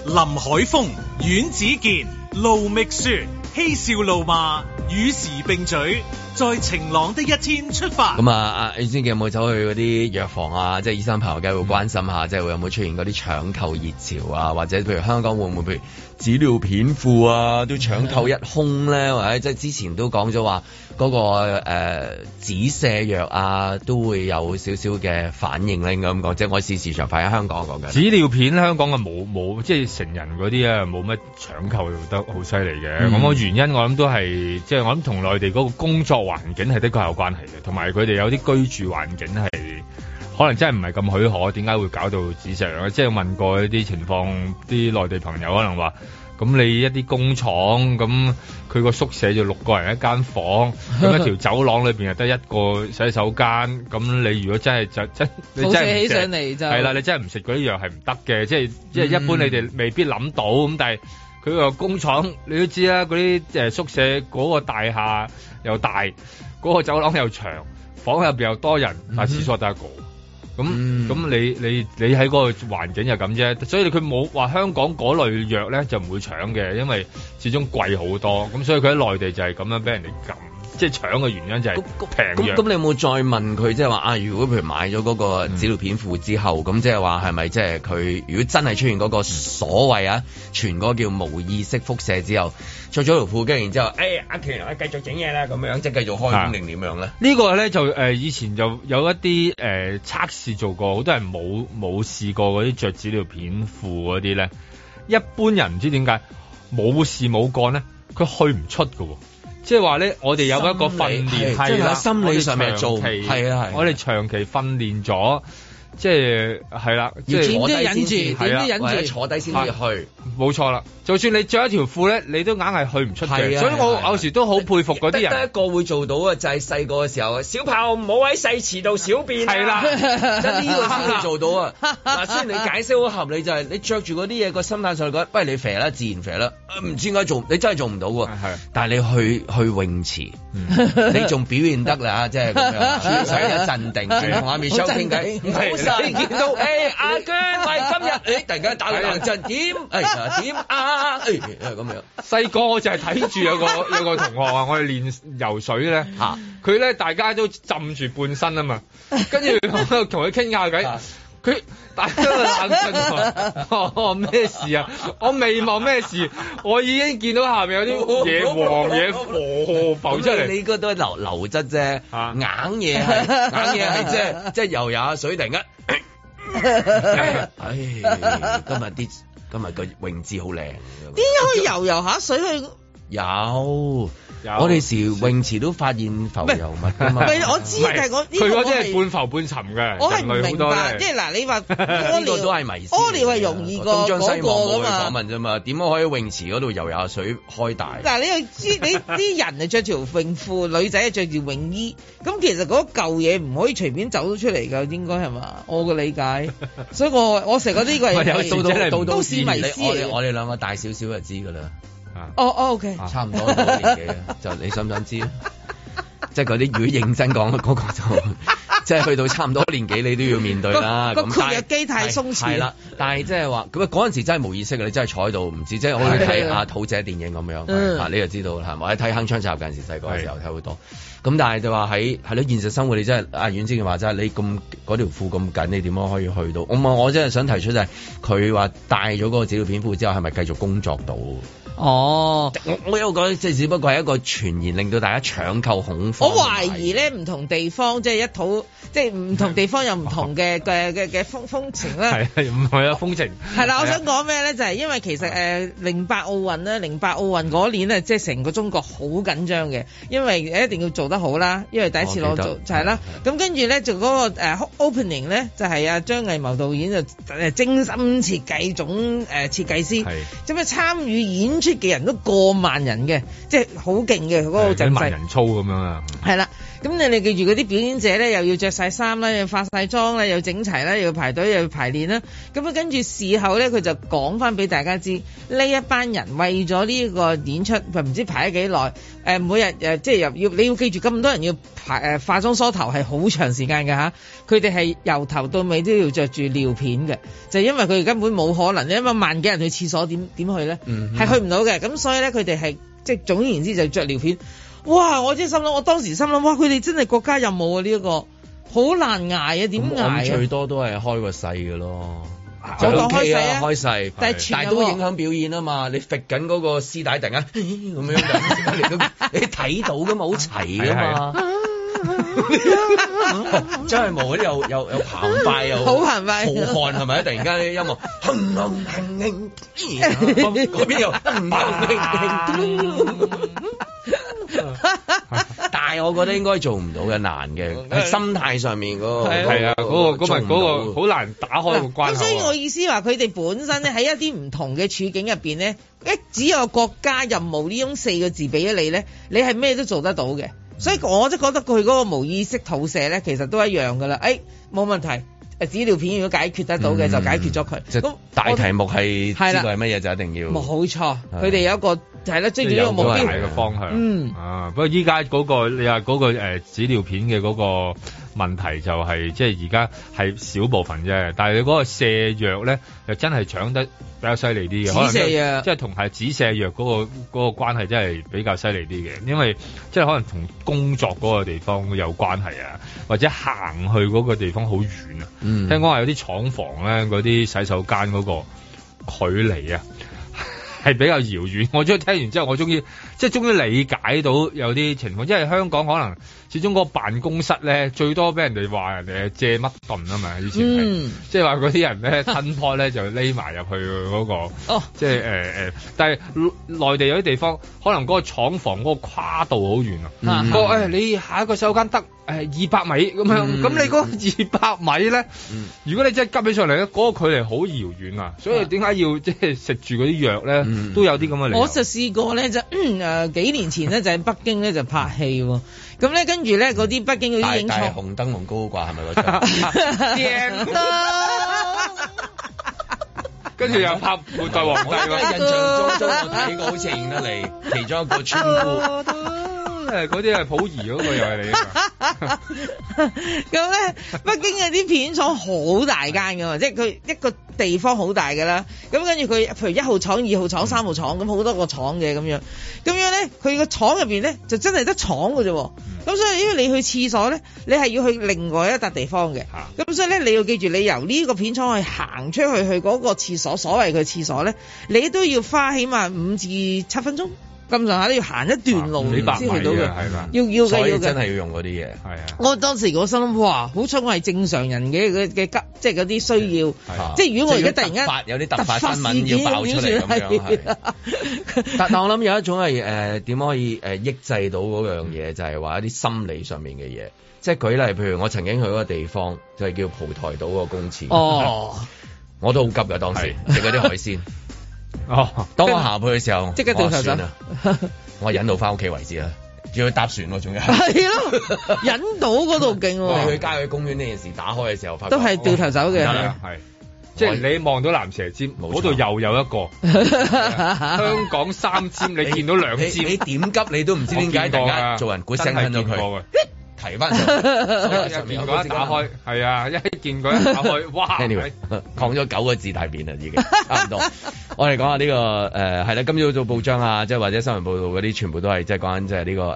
Speaker 1: 林海峰、阮子健、盧覓雪，嬉笑怒罵，與時並舉，在晴朗的一天出發。
Speaker 2: 咁啊，阿你知有冇走去嗰啲藥房啊？即係醫生朋友梗係會關心下，即係會有冇出現嗰啲搶購熱潮啊？或者譬如香港會唔會譬如紙尿片褲啊都搶購一空咧？或者即係之前都講咗話嗰個誒止瀉藥啊，都會有少少嘅反應咧。應該咁講，即係我市市場反映香港講緊。
Speaker 3: 紙尿片香港嘅冇冇，即係成人嗰啲啊，冇乜搶購得好犀利嘅。咁、
Speaker 2: 嗯
Speaker 3: 我原因我諗都係，即係我諗同內地嗰個工作環境係的確有關係嘅，同埋佢哋有啲居住環境係可能真係唔係咁許可，點解會搞到紙上咧？即係問過一啲情況，啲內地朋友可能話。咁你一啲工廠，咁佢個宿舍就六個人一 間房，咁一條走廊裏邊就得一個洗手間。咁你如果真係就真，你真
Speaker 4: 好
Speaker 3: 係
Speaker 4: 射
Speaker 3: 唔
Speaker 4: 起
Speaker 3: 食
Speaker 4: 上嚟就
Speaker 3: 係啦，你真係唔食嗰啲藥係唔得嘅，即係即係
Speaker 2: 嗯
Speaker 3: 一般你哋未必諗到咁，但係佢個工廠你都知啦，嗰啲誒宿舍嗰個大廈又大，嗰、個走廊又長，房入邊又多人，但係廁所得一個。咁咁、
Speaker 2: 嗯
Speaker 3: 你你你喺嗰個環境就咁啫，所以佢冇話香港嗰類藥咧就唔會搶嘅，因為始終貴好多，咁所以佢喺內地就係咁樣俾人哋撳，即係搶嘅原因就係
Speaker 2: 咁
Speaker 3: 平
Speaker 2: 咁
Speaker 3: 藥嗯
Speaker 2: 咁，。你有冇再問佢即係話啊？如果譬如買咗嗰個紙尿片褲之後，咁即係話係咪即係佢如果真係出現嗰個所謂啊，全嗰個叫無意識輻射之後，着咗條褲，跟住然之後，哎阿權啊，繼續整嘢啦，咁樣即係繼續開
Speaker 3: 啊
Speaker 2: 工定點樣咧？
Speaker 3: 呢個咧就誒、呃以前就有一啲誒、呃、測試做過，好多人冇冇試過嗰啲着紙尿片褲嗰啲咧，一般人唔知點解冇事冇幹咧，佢去唔出㗎喎。即係話咧，我哋有一個訓
Speaker 2: 心理
Speaker 3: 練
Speaker 2: 係即係
Speaker 3: 啦，
Speaker 2: 喺心理上面
Speaker 3: 我哋
Speaker 2: 做
Speaker 3: 長期
Speaker 2: 係啊係啊
Speaker 3: 我哋長期訓練咗，即係係啦，即
Speaker 2: 要
Speaker 3: 係
Speaker 4: 點
Speaker 2: 坐
Speaker 4: 都
Speaker 2: 低
Speaker 4: 忍住，點
Speaker 2: 先至
Speaker 4: 都
Speaker 3: 係啊
Speaker 4: 忍
Speaker 2: 或者
Speaker 4: 住。
Speaker 2: 坐低先至去。
Speaker 3: 冇錯啦，就算你着一條褲咧，你都硬係去唔出
Speaker 2: 係
Speaker 3: 嘅。
Speaker 2: 啊
Speaker 3: 所以
Speaker 2: 係
Speaker 3: 我
Speaker 2: 啊
Speaker 3: 有時都好佩服嗰
Speaker 2: 得
Speaker 3: 啲
Speaker 2: 得一
Speaker 3: 人。
Speaker 2: 個會做到嘅就係細個嘅時候，小朋友唔好喺細池度小便啊。
Speaker 3: 係啦
Speaker 2: 即係呢個先會做到啊！嗱，雖然你解 釋好合理，就係你着住嗰啲嘢個心態上嚟講，不如你肥啦，自然肥啦。啊唔知點解做，你真係做唔到喎。
Speaker 3: 係
Speaker 2: 但係你去去 泳池，你仲表現得啦，即係咁樣，主要使一鎮 定，仲同阿 Michelle 傾偈。唔係你見 到，誒
Speaker 4: 哎
Speaker 2: 阿娟，喂，今日誒哎突然間打個冷震，點誒點啊？誒咁樣
Speaker 3: 哎細個我就係睇住 有個有個同學啊，我哋練游水咧
Speaker 4: 嗯
Speaker 2: 嚇，
Speaker 3: 佢咧大家都浸住半身啊嘛，跟住我 同佢傾下偈
Speaker 4: 啊
Speaker 2: 嚇。
Speaker 3: 佢大家都冷震喎， 我咩事啊？我未望咩事，我已經見到下面有啲嘢黃嘢浮浮
Speaker 2: 咁
Speaker 3: 出
Speaker 2: 你
Speaker 3: 嚟。
Speaker 2: 你嗰都係流流質啫，
Speaker 3: 啊
Speaker 2: 硬嘢係硬嘢係即係即係游下水突然 間，唉，今日啲今日個泳姿好 靚。
Speaker 4: 點解可以游游下水去？唔
Speaker 2: 有，
Speaker 3: 有
Speaker 2: 我哋時泳池都發現浮油物㗎嘛。
Speaker 4: 係我知，
Speaker 3: 啊唔係
Speaker 4: 但係我呢
Speaker 3: 佢
Speaker 4: 個
Speaker 3: 嗰
Speaker 4: 我
Speaker 3: 啲係
Speaker 4: 係
Speaker 3: 半浮半沉嘅，
Speaker 4: 我係唔
Speaker 3: 人類好
Speaker 4: 明
Speaker 3: 多
Speaker 4: 白，
Speaker 3: 咧
Speaker 4: 即係嗱，你 話
Speaker 2: 呢
Speaker 4: 屙
Speaker 2: 個都
Speaker 4: 尿
Speaker 2: 係迷思嚟嘅。
Speaker 4: 屙尿係容易過
Speaker 2: 東張西
Speaker 4: 嗰個
Speaker 2: 望
Speaker 4: 㗎
Speaker 2: 冇去訪
Speaker 4: 嘛。
Speaker 2: 問啫嘛，點可以喺泳池嗰度游下水開大？
Speaker 4: 嗱，你又知你 啲人係着條泳褲，女仔係着住泳衣，咁其實嗰嚿嘢唔可以隨便走咗出嚟㗎，應該係嘛？我嘅理 解，所以我我成日覺得呢個
Speaker 3: 喂有
Speaker 4: 係
Speaker 3: 時真係唔
Speaker 4: 都市迷思
Speaker 2: 你我
Speaker 4: 嚟
Speaker 2: 哋
Speaker 4: 嘅。
Speaker 2: 我哋兩個大少少就知㗎啦。
Speaker 3: 啊
Speaker 4: 哦哦，OK，
Speaker 2: 差唔多嗰個年紀啊，就你想唔想知啊？ 即係嗰啲，如果認真講 嗰個就，即係去到差唔多年紀，你都要面對 啦。
Speaker 4: 個
Speaker 2: 咁
Speaker 4: 個
Speaker 2: 但係
Speaker 4: 括約肌太鬆弛
Speaker 2: 係啦，但係即係話，咁啊嗰陣時真係冇意識嘅，你真係坐喺度唔知，即係好似睇啊土仔電影咁樣，
Speaker 4: 嗯
Speaker 2: 啊你就知道啦，係咪？睇《鏗鏘集》嗰陣時細個嘅時候
Speaker 3: 係
Speaker 2: 睇好多。咁但係就話喺係咯，現實生活你真係啊阿遠之前話齋，你咁嗰條褲咁緊，你點樣可以去到？我問我真係想提出就係佢話戴咗嗰個紙尿片褲之後，係咪繼續工作到？
Speaker 4: 哦。
Speaker 2: 我我有講，即係只不過係一個傳言，令到大家搶購恐慌。
Speaker 4: 我懷疑咧，唔同地方即係一套，即係唔同地方有唔同 嘅嘅嘅嘅風風情啦。
Speaker 3: 係係唔係啊？風情
Speaker 4: 係啦，我
Speaker 3: 係啊
Speaker 4: 想講咩咧？就係、因為其實誒零八奧運咧，零八奧運嗰年咧，即係成個中國好緊張嘅，因為一定要做得好啦，因為第一次攞
Speaker 2: 我記得
Speaker 4: 做就係啦。咁跟住咧就嗰、個、呃、opening 咧，就係、啊張藝謀導演就誒精心設計總誒、呃、設計師，
Speaker 3: 係
Speaker 4: 咁啊參與演出嘅人都過萬人嘅，即係好勁嘅嗰個陣
Speaker 3: 啲
Speaker 4: 勢
Speaker 3: 萬。人操咁樣啊，
Speaker 4: 係啦，咁你哋記住嗰啲表演者咧，又要着晒衫啦，又化晒妝啦，又整齊啦，又要排隊，又要排練啦。咁啊，跟住事後咧，佢就講翻俾大家知，呢一班人為咗呢個演出，佢唔知排咗幾耐。誒，每日誒，即係又要你要記住，咁多人要排誒呃化妝梳頭係好長時間㗎吓。佢哋係由頭到尾都要着住尿片嘅，就因為佢哋根本冇可能，因為萬幾人去廁所點點去咧，係、
Speaker 2: 嗯
Speaker 4: 去唔到嘅。咁所以咧，佢哋係即係總言之就着尿片。哇！我真係心諗，我當時心諗，哇！佢哋真係國家任務啊！呢、一個好難捱啊，點
Speaker 2: 咁我諗
Speaker 4: 捱
Speaker 2: 最
Speaker 4: 啊？
Speaker 2: 多都係開個細嘅咯。
Speaker 4: 我當開
Speaker 2: OK
Speaker 4: 細啊
Speaker 2: 開細，
Speaker 4: 但係全
Speaker 2: 但
Speaker 4: 日
Speaker 2: 係都
Speaker 4: 喎
Speaker 2: 會影響表演啊嘛！你揈緊嗰個絲帶，突然間咁樣咁，你都你睇到 噶嘛，好齊噶
Speaker 4: 啊
Speaker 2: 嘛。
Speaker 3: 啊
Speaker 2: 張藝謀嗰啲又又又澎湃又
Speaker 4: 好澎湃
Speaker 2: 浩瀚係咪？突然間啲音樂，哼哼哼哼，嗰邊又哼哼哼哼。
Speaker 4: 嗯
Speaker 2: 但係我覺得應該做唔到嘅，難
Speaker 4: 嗯
Speaker 2: 嘅，喺心態上面嗰個
Speaker 3: 係啊，嗰個
Speaker 2: 做唔
Speaker 3: 嗰咪
Speaker 2: 到
Speaker 3: 嗰個好難打開個關
Speaker 4: 咁所以
Speaker 3: 口
Speaker 4: 我
Speaker 3: 啊。
Speaker 4: 意思話，佢哋本身咧喺一啲唔同嘅處境入邊咧，一只有國家任務呢種四個字俾咗你咧，你係咩都做得到嘅。所以我都覺得佢嗰個無意識吐瀉咧，其實都一樣噶啦。誒、冇問題，誒紙尿片如果解決得到嘅就解決咗佢。
Speaker 2: 嗯即係
Speaker 4: 咁
Speaker 2: 大
Speaker 4: 我
Speaker 2: 題目係
Speaker 4: 係
Speaker 2: 知
Speaker 4: 啦
Speaker 2: 道係乜嘢就一定要。
Speaker 4: 冇錯，佢哋有一個係啦，追住呢個目
Speaker 2: 有個
Speaker 3: 大
Speaker 4: 標。
Speaker 3: 嘅方向，
Speaker 4: 嗯
Speaker 3: 啊，不過依家嗰個你話嗰個誒紙尿片嘅嗰個問題就係，即係而家係少部分啫，但係你嗰個瀉藥咧，就真係搶得比較犀利啲嘅，可能
Speaker 4: 止瀉藥
Speaker 3: 即係同係止瀉藥嗰個嗰個關係真係比較犀利啲嘅，因為即係可能同工作嗰個地方有關係啊，或者行去嗰個地方好遠啊。
Speaker 2: 嗯
Speaker 3: 聽講話有啲廠房咧，嗰啲洗手間嗰個距離啊， 係比較遙遠。我終於聽完之後，我終於即係終於理解到有啲情況，因為香港可能始終個辦公室咧，最多俾人哋話人哋係借乜頓啊嘛，以前係。
Speaker 4: 嗯，
Speaker 3: 即係話嗰啲人咧吞坡咧就匿埋入去嗰、個，
Speaker 4: 哦
Speaker 3: 即係誒誒，但係內地有啲地方可能嗰個廠房嗰個跨度好遠啊，
Speaker 2: 嗯
Speaker 3: 個誒、你下一個洗手間得誒二百米咁樣，
Speaker 2: 嗯
Speaker 3: 咁你嗰二百米咧
Speaker 2: 嗯，
Speaker 3: 如果你真係急起上嚟咧，嗰個距離好遙遠啊，所以點解要即係食住嗰啲藥咧
Speaker 2: 嗯，
Speaker 3: 都有啲咁嘅理由。
Speaker 4: 我就試過咧就誒、呃、幾年前咧就喺北京咧就拍戲喎，咁咧跟住咧嗰啲北京嗰啲
Speaker 2: 但
Speaker 4: 影
Speaker 2: 但係
Speaker 4: 廠
Speaker 2: 紅燈籠高掛係咪嗰 張？
Speaker 3: 正 跟住又拍末代皇帝
Speaker 2: 我
Speaker 3: 喎
Speaker 2: 印象中都我睇過，好似認得你其中一個村 姑。
Speaker 3: 誒嗰啲係溥儀嗰個又係你啊嘛。
Speaker 4: 咁咧，北京有啲片廠好大間噶嘛，即係佢一個地方好大噶啦。咁跟住佢，譬如一號廠、二號廠、三號廠，咁好多個廠嘅咁樣。咁樣咧，佢個廠入邊咧就真係得廠嘅啫喎。
Speaker 2: 嗯
Speaker 4: 咁所以因為你去廁所咧，你係要去另外一笪地方嘅。咁所以咧，你要記住，你由呢個片廠去行出去去嗰個廁所，所謂嘅廁所咧，你都要花起碼五至七分鐘咁上下，都要行一段路
Speaker 3: 幾百
Speaker 4: 先去到
Speaker 3: 米
Speaker 4: 嘅
Speaker 3: 啊，。係啦，
Speaker 4: 要要
Speaker 2: 所
Speaker 4: 嘅要
Speaker 2: 以
Speaker 4: 嘅
Speaker 2: 真。係要用嗰啲嘢。
Speaker 3: 係啊，
Speaker 4: 我當時我心諗，哇！好彩我係正常人嘅嘅嘅急，即係嗰啲需要。
Speaker 3: 係啊
Speaker 4: 即係如果我而家突然間
Speaker 2: 即係如果突發有啲突發新聞要爆出嚟咁樣係 但但我諗有一種係誒點可以誒抑制到嗰樣嘢，就係話一啲心理上面嘅嘢。即係舉例，譬如我曾經去嗰個地方，就係叫蒲台島個公廁。
Speaker 4: 哦，
Speaker 2: 我都好急㗎當時
Speaker 3: 係
Speaker 2: 食嗰啲海鮮。
Speaker 3: 哦，
Speaker 2: 當我下去嘅時候，
Speaker 4: 即刻掉頭
Speaker 2: 我話
Speaker 4: 走
Speaker 2: 算啦，我引導翻屋企為止啦。仲要搭船喎， 仲要係
Speaker 4: 係咯，引到嗰度勁
Speaker 2: 我哋
Speaker 4: 喎，
Speaker 2: 去街去公園呢件事打開嘅時候，發覺
Speaker 4: 都係掉頭走
Speaker 3: 係
Speaker 4: 嘅。
Speaker 3: 啊，係。即係你望到藍蛇尖，
Speaker 2: 冇錯
Speaker 3: 嗰度又有一個
Speaker 2: 啊
Speaker 3: 香港三尖，你見到 兩
Speaker 2: 你你
Speaker 3: 尖，
Speaker 2: 點急你都唔知點解突然間做人鼓聲跟咗佢，
Speaker 3: 佢。
Speaker 2: 提翻上
Speaker 3: 一
Speaker 2: 上面
Speaker 3: 見
Speaker 2: 有
Speaker 3: 過一打開，係啊，一見過一打開，哇！
Speaker 2: Anyway，講咗九個字大便啦，已經 差唔多。我哋講下呢、個誒係啦，今朝做報章啊，即係或者新聞報道嗰啲，全部都係即係講緊即係呢個誒、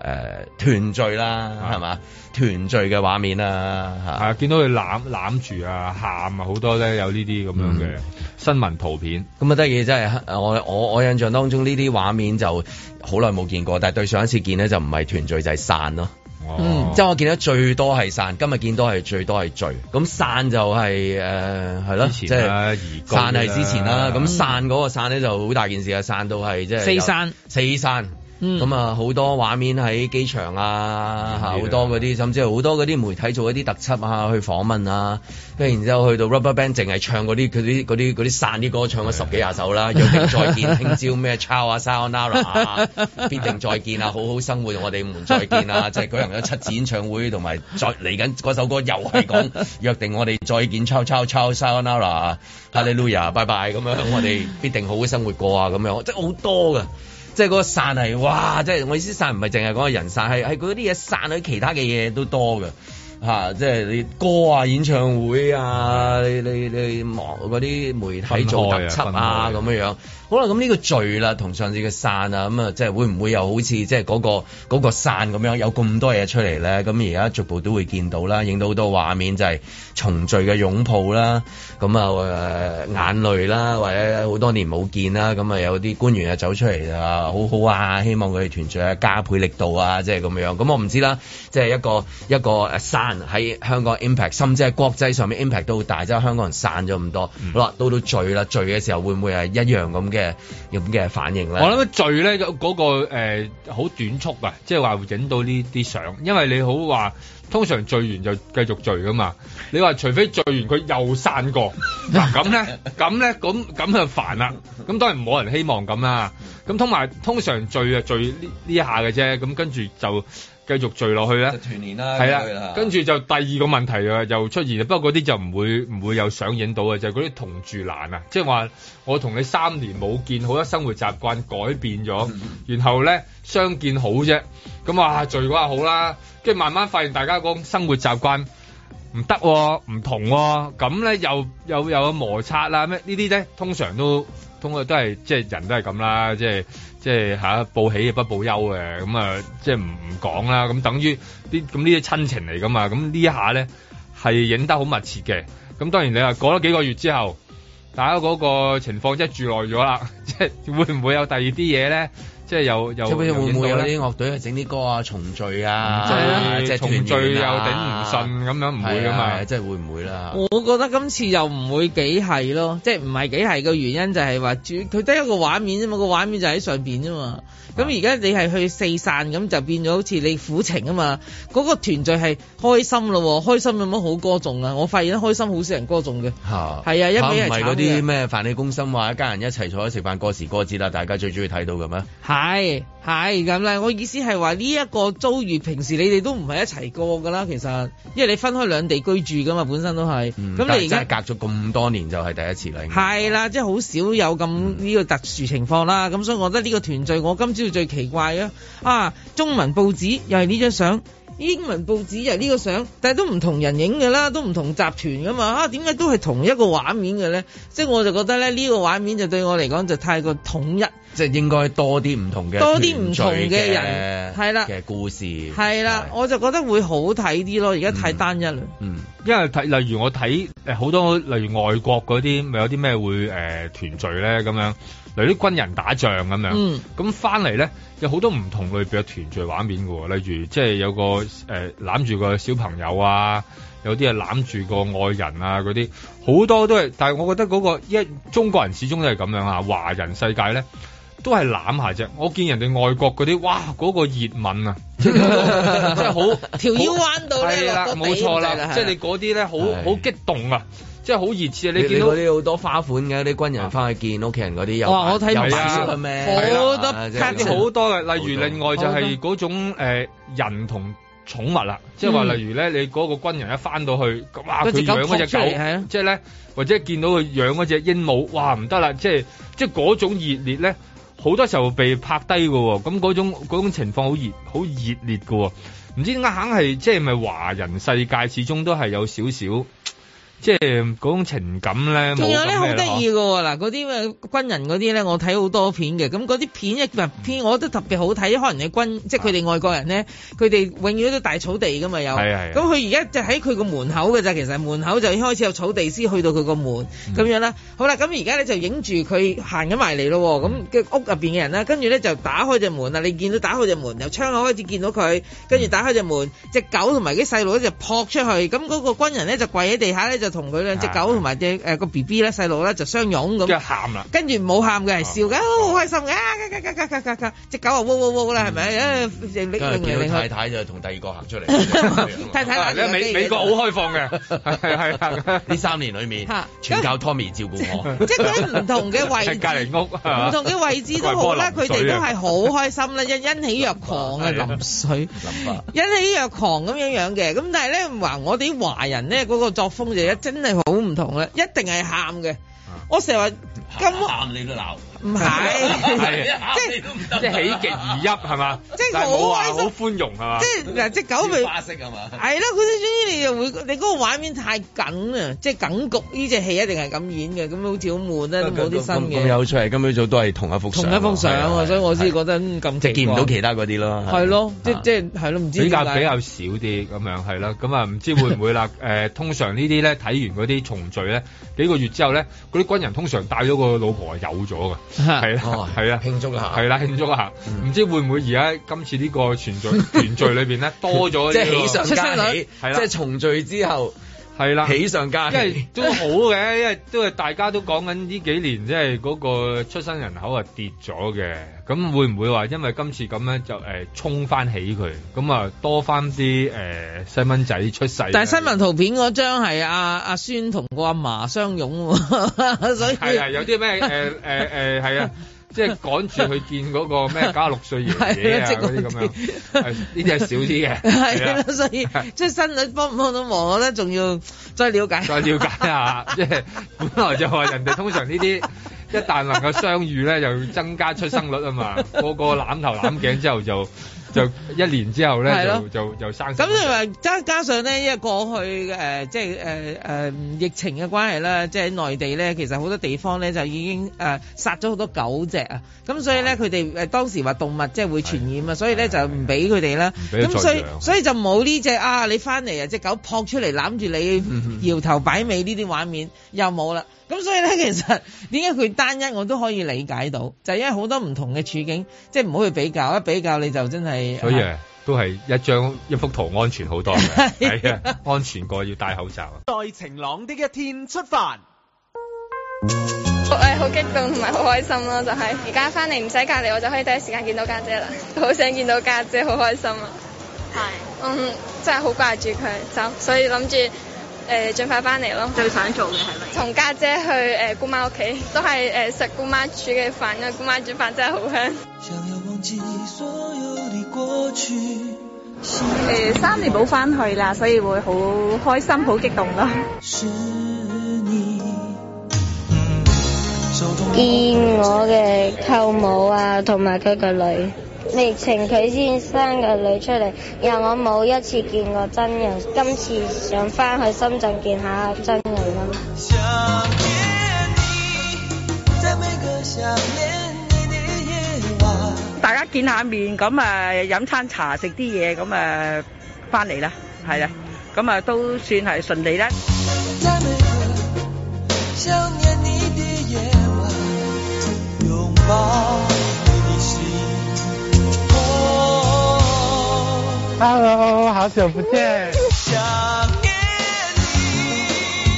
Speaker 2: 團聚啦，
Speaker 3: 啊
Speaker 2: 係嘛？團聚嘅畫面啦，
Speaker 3: 係
Speaker 2: 嚇
Speaker 3: 啊，見到佢攬攬住啊，喊啊，好多咧有呢啲咁樣嘅新聞圖片，
Speaker 2: 咁啊得意真係，我我我印象當中呢啲畫面就好耐冇見過，但係對上一次見咧就唔係團聚就係散咯。
Speaker 3: 哦
Speaker 4: 嗯
Speaker 2: 即係我見得最多係散，今日見到係最多係聚。咁散就係誒係咯，
Speaker 3: 之
Speaker 2: 即
Speaker 3: 前啦
Speaker 2: 係
Speaker 3: 移居啦
Speaker 2: 散係之前啦。咁散嗰個散咧就好大件事啊，散到係即係
Speaker 4: 四
Speaker 2: 有
Speaker 4: 散
Speaker 2: 四散。
Speaker 4: 嗯
Speaker 2: 咁啊，好多畫面喺機場啊，
Speaker 3: 嗯
Speaker 2: 好多嗰啲，甚至係好多嗰啲媒體做一啲特輯啊，去訪問啊，跟住然之後去到 Rubberband，淨係唱嗰啲嗰啲嗰啲嗰啲散啲歌，唱咗十幾廿首啦，約定再見，聽朝咩 Ciao 啊，Sayonara 啊， 必定再見啊，好好生活，我哋們再見啊，就係舉行咗七次演唱會，同埋再嚟緊嗰首歌又係講約定我哋再見 Ciao Ciao Ciao Sayonara Hallelujah，拜拜咁樣，我哋必定好好生活過啊，咁樣，即係好多㗎。即係嗰個散係哇！即係我意思散唔係淨係講個人散，係係嗰啲嘢散喺其他嘅嘢都多嘅。嚇、即係你歌啊、演唱會啊，你你你忙嗰啲媒體做特
Speaker 3: 分
Speaker 2: 輯
Speaker 3: 開啊
Speaker 2: 啊咁
Speaker 3: 分
Speaker 2: 樣樣。好啦，咁呢個聚啦，同上次嘅散啊，咁啊，即係會唔會又好似即係嗰個嗰、個散咁樣，有咁多嘢出嚟咧？咁而家逐步都會見到啦，影到好多畫面就係、重聚嘅擁抱啦，咁啊誒、眼淚啦，或者好多年冇見啦，咁啊有啲官員啊走出嚟啊，好好啊，希望佢哋團聚啊，加倍力度啊，即係咁樣。咁我唔知啦，即係一個一個誒散喺香港 impact，甚至係國際上面 impact 都好大，即係香港人散咗咁多，
Speaker 3: 嗯
Speaker 2: 好啦，到到聚啦，聚嘅時候會唔會係一樣咁嘅咁嘅反應咧？
Speaker 3: 我諗聚咧嗰嗰個誒好短促啊，即係話會影到呢啲相，因為你好話通常聚完就繼續聚噶嘛。你話除非聚完佢又散過，嗱咁咧，咁咧，咁咁就煩啦。咁當然冇人希望咁啦。咁同埋通常聚啊聚呢呢一下嘅啫，咁跟住就繼續聚落去啦。
Speaker 2: 團年啦
Speaker 3: 係啦，跟住就第二個問題啊，又出現啦。不過嗰啲就唔會唔會有上映到嘅，就係嗰啲同住難啊，即係話我同你三年冇見，好多生活習慣改變咗，
Speaker 2: 嗯
Speaker 3: 然後咧相見好啫，咁啊聚嗰下好啦，跟住慢慢發現大家講生活習慣。唔得喎，唔同喎，咁咧又又又有摩擦啦咩？呢啲咧通常都通常都係即係人都係咁啦，即係即係嚇報喜不報憂嘅，咁啊即係唔唔講啦，咁等於啲咁呢啲親情嚟噶嘛，咁呢一下咧係影得好密切嘅，咁當然你話過咗幾個月之 後，大家嗰個情況即係住耐咗啦，即係會唔會有第二啲嘢咧？即係又又
Speaker 2: 即係會
Speaker 3: 又見
Speaker 2: 唔會有
Speaker 3: 到呢
Speaker 2: 啲樂隊係整啲歌啊重聚啊，
Speaker 3: 唔
Speaker 2: 即
Speaker 3: 聚
Speaker 2: 係團
Speaker 3: 重聚
Speaker 2: 圓
Speaker 3: 又頂唔
Speaker 2: 啊
Speaker 3: 順咁樣，唔會噶
Speaker 2: 係
Speaker 3: 嘛
Speaker 2: 啊。即係會唔會啦？
Speaker 4: 我覺得今次又唔會幾係咯，即係唔係幾係嘅原因就係話主佢得一個畫面啫嘛，個畫面就喺上邊啫嘛。
Speaker 2: 啊
Speaker 4: 咁而家你係去四散咁就變咗好似你苦情啊嘛，嗰、個團聚係開心咯喎，開心有乜好歌頌啊？我發現開心好少人歌頌嘅，
Speaker 2: 嚇
Speaker 4: 係啊一味係
Speaker 2: 唔係
Speaker 4: 慘
Speaker 2: 嗰
Speaker 4: 嘅
Speaker 2: 啲咩飯氣攻心話，一家人一齊坐喺食飯過時過節啦，大家最中意睇到嘅咩？
Speaker 4: 係係咁啦。我意思係話呢一個遭遇，平時你哋都唔係一齊過噶啦，其實，因為你分開兩地居住噶嘛，本身都係。咁、
Speaker 2: 嗯但
Speaker 4: 你而
Speaker 2: 係真
Speaker 4: 家
Speaker 2: 係。隔咗咁多年就係第一次啦。應該
Speaker 4: 係啦，即係好少有
Speaker 3: 嗯
Speaker 4: 咁呢個特殊情況啦。咁所以我覺得呢個團聚，我今朝最奇怪啊！啊，中文報紙又係呢張相，英文報紙又係呢個相，但係都唔同人影嘅啦，都唔同集團噶嘛。啊，點解都係同一個畫面嘅咧？即係我就覺得咧，呢、個畫面就對我嚟講就太過統一。
Speaker 2: 即係應該多啲唔同嘅
Speaker 4: 多啲唔同
Speaker 2: 團聚
Speaker 4: 嘅人係啦
Speaker 2: 嘅故事
Speaker 4: 係啦，
Speaker 2: 係
Speaker 4: 我就覺得會好睇啲咯。而家太單一啦。
Speaker 2: 嗯
Speaker 3: 因為睇例如我睇誒好多例如外國嗰啲咪有啲咩會誒、呃、團聚咧咁樣，例如啲軍人打仗咁樣
Speaker 4: 嗯，
Speaker 3: 咁翻嚟咧有好多唔同類別嘅團聚畫面嘅喎，例如即係有個誒攬住個小朋友啊，有啲係攬住個愛人啊嗰啲，好多都係，但係我覺得嗰、個一中國人始終都係咁樣啊，華人世界咧。都係攬下啫，我見人哋外國嗰啲，哇，嗰、個熱吻啊，即係好
Speaker 4: 條腰彎到
Speaker 3: 係
Speaker 4: 咧
Speaker 3: 啦，
Speaker 4: 落個
Speaker 3: 冇
Speaker 4: 地
Speaker 3: 錯
Speaker 4: 咁滯
Speaker 3: 啦，
Speaker 4: 啦
Speaker 3: 即係你嗰啲咧，好
Speaker 2: 係
Speaker 3: 好激動啊，即係好熱切啊！
Speaker 2: 你
Speaker 3: 你見
Speaker 2: 你
Speaker 3: 到
Speaker 2: 嗰啲好多花款嘅啲軍人翻去見屋企人嗰啲又
Speaker 4: 哇我睇唔
Speaker 2: 又
Speaker 3: 明
Speaker 2: 少嘅咩？
Speaker 3: 係啦
Speaker 4: 好多
Speaker 2: 啊即係
Speaker 4: 卡
Speaker 3: 啲
Speaker 4: 通
Speaker 3: 好多嘅，例如
Speaker 2: 好多
Speaker 3: 另外就係嗰種誒人同寵物啦，即係話例如咧，你嗰個軍人一翻到去，哇！
Speaker 4: 嗰
Speaker 3: 佢
Speaker 4: 隻狗
Speaker 3: 養嗰
Speaker 4: 撲出嚟係
Speaker 3: 隻
Speaker 4: 啊
Speaker 3: 狗，即係咧，或者見到佢養嗰隻鸚鵡，哇！唔得啦，即係即係嗰種熱烈咧，好多時候被拍低嘅喎，咁嗰種嗰種情況好熱好熱烈嘅喎，唔知點解硬係即係咪華人世界始終都係有少少。即係嗰種情感咧，
Speaker 4: 仲有
Speaker 3: 冇咁
Speaker 4: 咧好
Speaker 3: 咩
Speaker 4: 得
Speaker 3: 啦
Speaker 4: 意嘅喎，嗱嗰啲咩軍人嗰啲咧，我睇好多片嘅，咁嗰啲片一入片我覺得特別好睇，可能你軍
Speaker 3: 啊
Speaker 4: 即係佢哋外國人咧，佢哋永遠都大草地噶嘛有，
Speaker 3: 係啊係係
Speaker 4: 咁佢而家就喺佢個門口嘅咋，其實門口就已經開始有草地先去到佢個門
Speaker 3: 嗯
Speaker 4: 咁樣啦。好啦，咁而家咧就影住佢行緊埋嚟咯喎，咁嘅屋入邊嘅人啦，跟住咧就打開隻門啦，你見到打開隻門，由窗口開始見到佢，跟住打開隻門，只狗同埋啲細路咧就撲出去，咁嗰個軍人咧就跪喺地下咧就同佢兩隻狗同埋只誒個 B B 咧細路咧就相擁
Speaker 3: 即係
Speaker 4: 咁。
Speaker 3: 喊啦，
Speaker 4: 跟住冇喊嘅，係笑嘅，哦好開心嘅，啊嘎嘎嘎嘎嘎嘎，只狗啊，喔喔喔啦，係咪？誒，拎拎
Speaker 2: 跟住
Speaker 4: 嚟
Speaker 2: 見
Speaker 4: 拎
Speaker 2: 到太
Speaker 4: 去，
Speaker 2: 太就同第二個行 出嚟，
Speaker 4: 太太
Speaker 3: 啊
Speaker 4: 拿
Speaker 3: 因為
Speaker 4: 住
Speaker 3: 美美國好開放嘅，係係啊
Speaker 2: 呢三年裏面
Speaker 4: 嚇
Speaker 2: 全靠 Tommy 照顧我。
Speaker 4: 即係嗰啲唔同嘅位
Speaker 3: 係隔離
Speaker 4: 置。
Speaker 3: 屋，啊
Speaker 4: 唔
Speaker 3: 唔
Speaker 4: 同嘅位置都好啦，佢哋都係好開心啦，欣欣喜若狂啊，
Speaker 3: 係啊
Speaker 4: 淋水，
Speaker 2: 諗法
Speaker 4: 欣喜若狂咁樣樣嘅。咁但係咧，話我哋啲華人咧嗰個作風就一真係好唔同啦，一定係喊嘅。我成日話咁
Speaker 2: 喊你都鬧，
Speaker 4: 唔
Speaker 2: 哎
Speaker 4: 係， 即
Speaker 2: 即
Speaker 4: 係
Speaker 2: 係
Speaker 3: 即係喜極而泣係嘛？
Speaker 4: 即係
Speaker 3: 但係冇話
Speaker 4: 好開心
Speaker 3: 好寬容係嘛？
Speaker 4: 即係嗱只狗咪。
Speaker 2: 花式係啊嘛？
Speaker 4: 係啦，佢總之你就會你嗰個畫面太緊啊，即係緊局呢隻戲一定係咁演嘅，咁好似好悶啊，都冇啲新
Speaker 2: 咁
Speaker 4: 嘅，
Speaker 2: 有趣，今朝早都係同一幅相
Speaker 4: 同一幅相
Speaker 2: 係
Speaker 4: 啊，
Speaker 2: 係
Speaker 4: 所以我先
Speaker 2: 係
Speaker 4: 覺得嗯咁
Speaker 2: 即
Speaker 4: 奇
Speaker 2: 係見唔
Speaker 4: 怪
Speaker 2: 到其他嗰啲咯。
Speaker 4: 係咯，即
Speaker 2: 啊
Speaker 4: 即係係咯，唔知
Speaker 3: 比較
Speaker 4: 點解
Speaker 3: 比較少啲咁樣係啦，咁啊唔知會唔會啦？誒、通常呢啲咧睇完嗰啲重聚咧，幾個月之後咧，嗰啲軍人通常帶咗個老婆係有 咗㗎，係啦
Speaker 2: 哦，
Speaker 3: 係啊，
Speaker 2: 慶祝一下
Speaker 3: 係啦，慶祝一下。唔、知會唔會而家今次呢個團聚團聚裏邊咧多咗呢個、
Speaker 2: 即係喜上
Speaker 4: 出
Speaker 2: 加
Speaker 4: 生率
Speaker 2: 喜，
Speaker 3: 係啦
Speaker 2: 即係重聚之後
Speaker 3: 係啦，
Speaker 2: 喜上加
Speaker 3: 因為
Speaker 2: 喜。
Speaker 3: 都好嘅，因為都係大家都講緊呢幾年，即係嗰個出生人口啊跌咗嘅，咁會唔會話因為今次咁樣就誒、呃、衝翻起佢，咁啊多翻啲誒細蚊仔出世？
Speaker 4: 但係新聞圖片嗰張係阿阿孫同個阿嫲相擁喎， 所以
Speaker 3: 係啊，有啲咩誒誒誒係啊。即係趕住去見嗰個咩加六歲爺爺啊
Speaker 4: 係啊
Speaker 3: 嗰啲咁樣，係呢啲係少啲 嘅，
Speaker 4: 係
Speaker 3: 係
Speaker 4: 啦
Speaker 3: 啊，
Speaker 4: 所以即係新率幫唔幫到忙，我覺得仲要再了解
Speaker 3: 再了解下，即係本來就話人哋通常呢啲一旦能夠相遇咧，就增加出生率啊嘛，個個攬頭攬頸之後就就一年之後咧
Speaker 4: 係
Speaker 3: 就
Speaker 4: 咯
Speaker 3: 就就生
Speaker 4: 咁你話加加上咧，因為過去誒、呃即係誒誒疫情嘅關係啦，即係喺內地咧，其實好多地方咧就已經誒、呃、殺咗好多狗隻啊，咁所以咧佢哋誒當時話動物即係會傳染啊，所以咧就唔俾佢哋啦
Speaker 3: 唔。俾佢
Speaker 4: 咁
Speaker 3: 再
Speaker 4: 所以
Speaker 3: 養
Speaker 4: 所以就冇呢只
Speaker 3: 嗯
Speaker 4: 啊，你翻嚟啊，只狗撲出嚟攬住你，搖頭擺尾呢啲畫面又冇啦。咁所以咧，其實 點解佢單一我都可以理解到，就係因為好多唔同嘅處境，即係唔好去比較，一比較你就真係
Speaker 3: 所以啊都係一張一幅圖安全好多嘅，係啊，安全過要戴口罩啊。
Speaker 5: 在晴朗的一天出發。
Speaker 10: 我係好激動同埋好開心咯，就係而家翻嚟唔使隔離，我就可以第一時間見到家姐啦。 好想見到家姐，好開心啊！係，嗯，真係好掛住佢，就所以諗住誒盡快翻嚟咯。最想做嘅係咪？同家姐去誒、呃姑媽屋企，都係誒、呃食姑媽煮嘅飯，因為姑媽煮飯真係好香。
Speaker 11: 誒三年冇翻去啦，所以會好開心、好激動
Speaker 12: 啊
Speaker 11: 咯。
Speaker 12: 見我嘅舅母啊，同埋佢個女。疫情佢先生個女出嚟，然後我冇一次見過真人，今次想翻去深圳見下真人咯。
Speaker 13: 大家見下面咁啊，飲餐茶食啲嘢咁啊，翻嚟啦，係
Speaker 10: 嗯
Speaker 13: 啊，咁啊都算係順利啦。
Speaker 14: Hello，好久不見。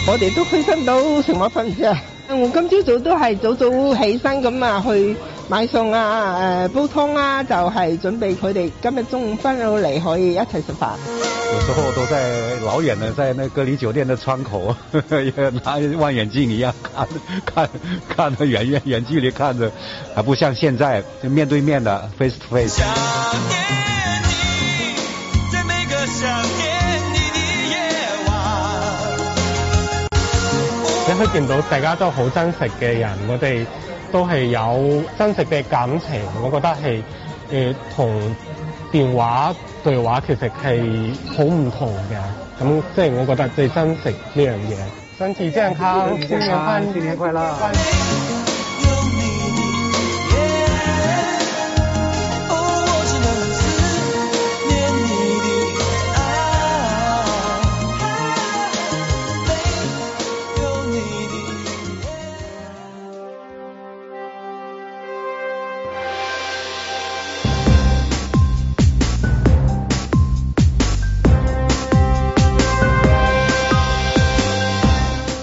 Speaker 14: 我哋都開心到什麼份啫？嗯我今朝早都係早早起身咁啊，去買餸啊，誒、煲湯啊，就係、準備佢哋今日中午翻到嚟可以一齊食飯。
Speaker 15: 有时候都在老远的，在那隔离酒店的窗口， 也拿望远镜一样看看看着远远远距离看着，还不像现在就面对面的 face to face。
Speaker 16: 你可以見到大家都好真實嘅人，我哋都係有真實嘅感情，我覺得係誒同電話對話其實係好唔同嘅，咁即係我覺得最真實呢樣嘢。身體健康，新年快樂！
Speaker 14: 新年快樂！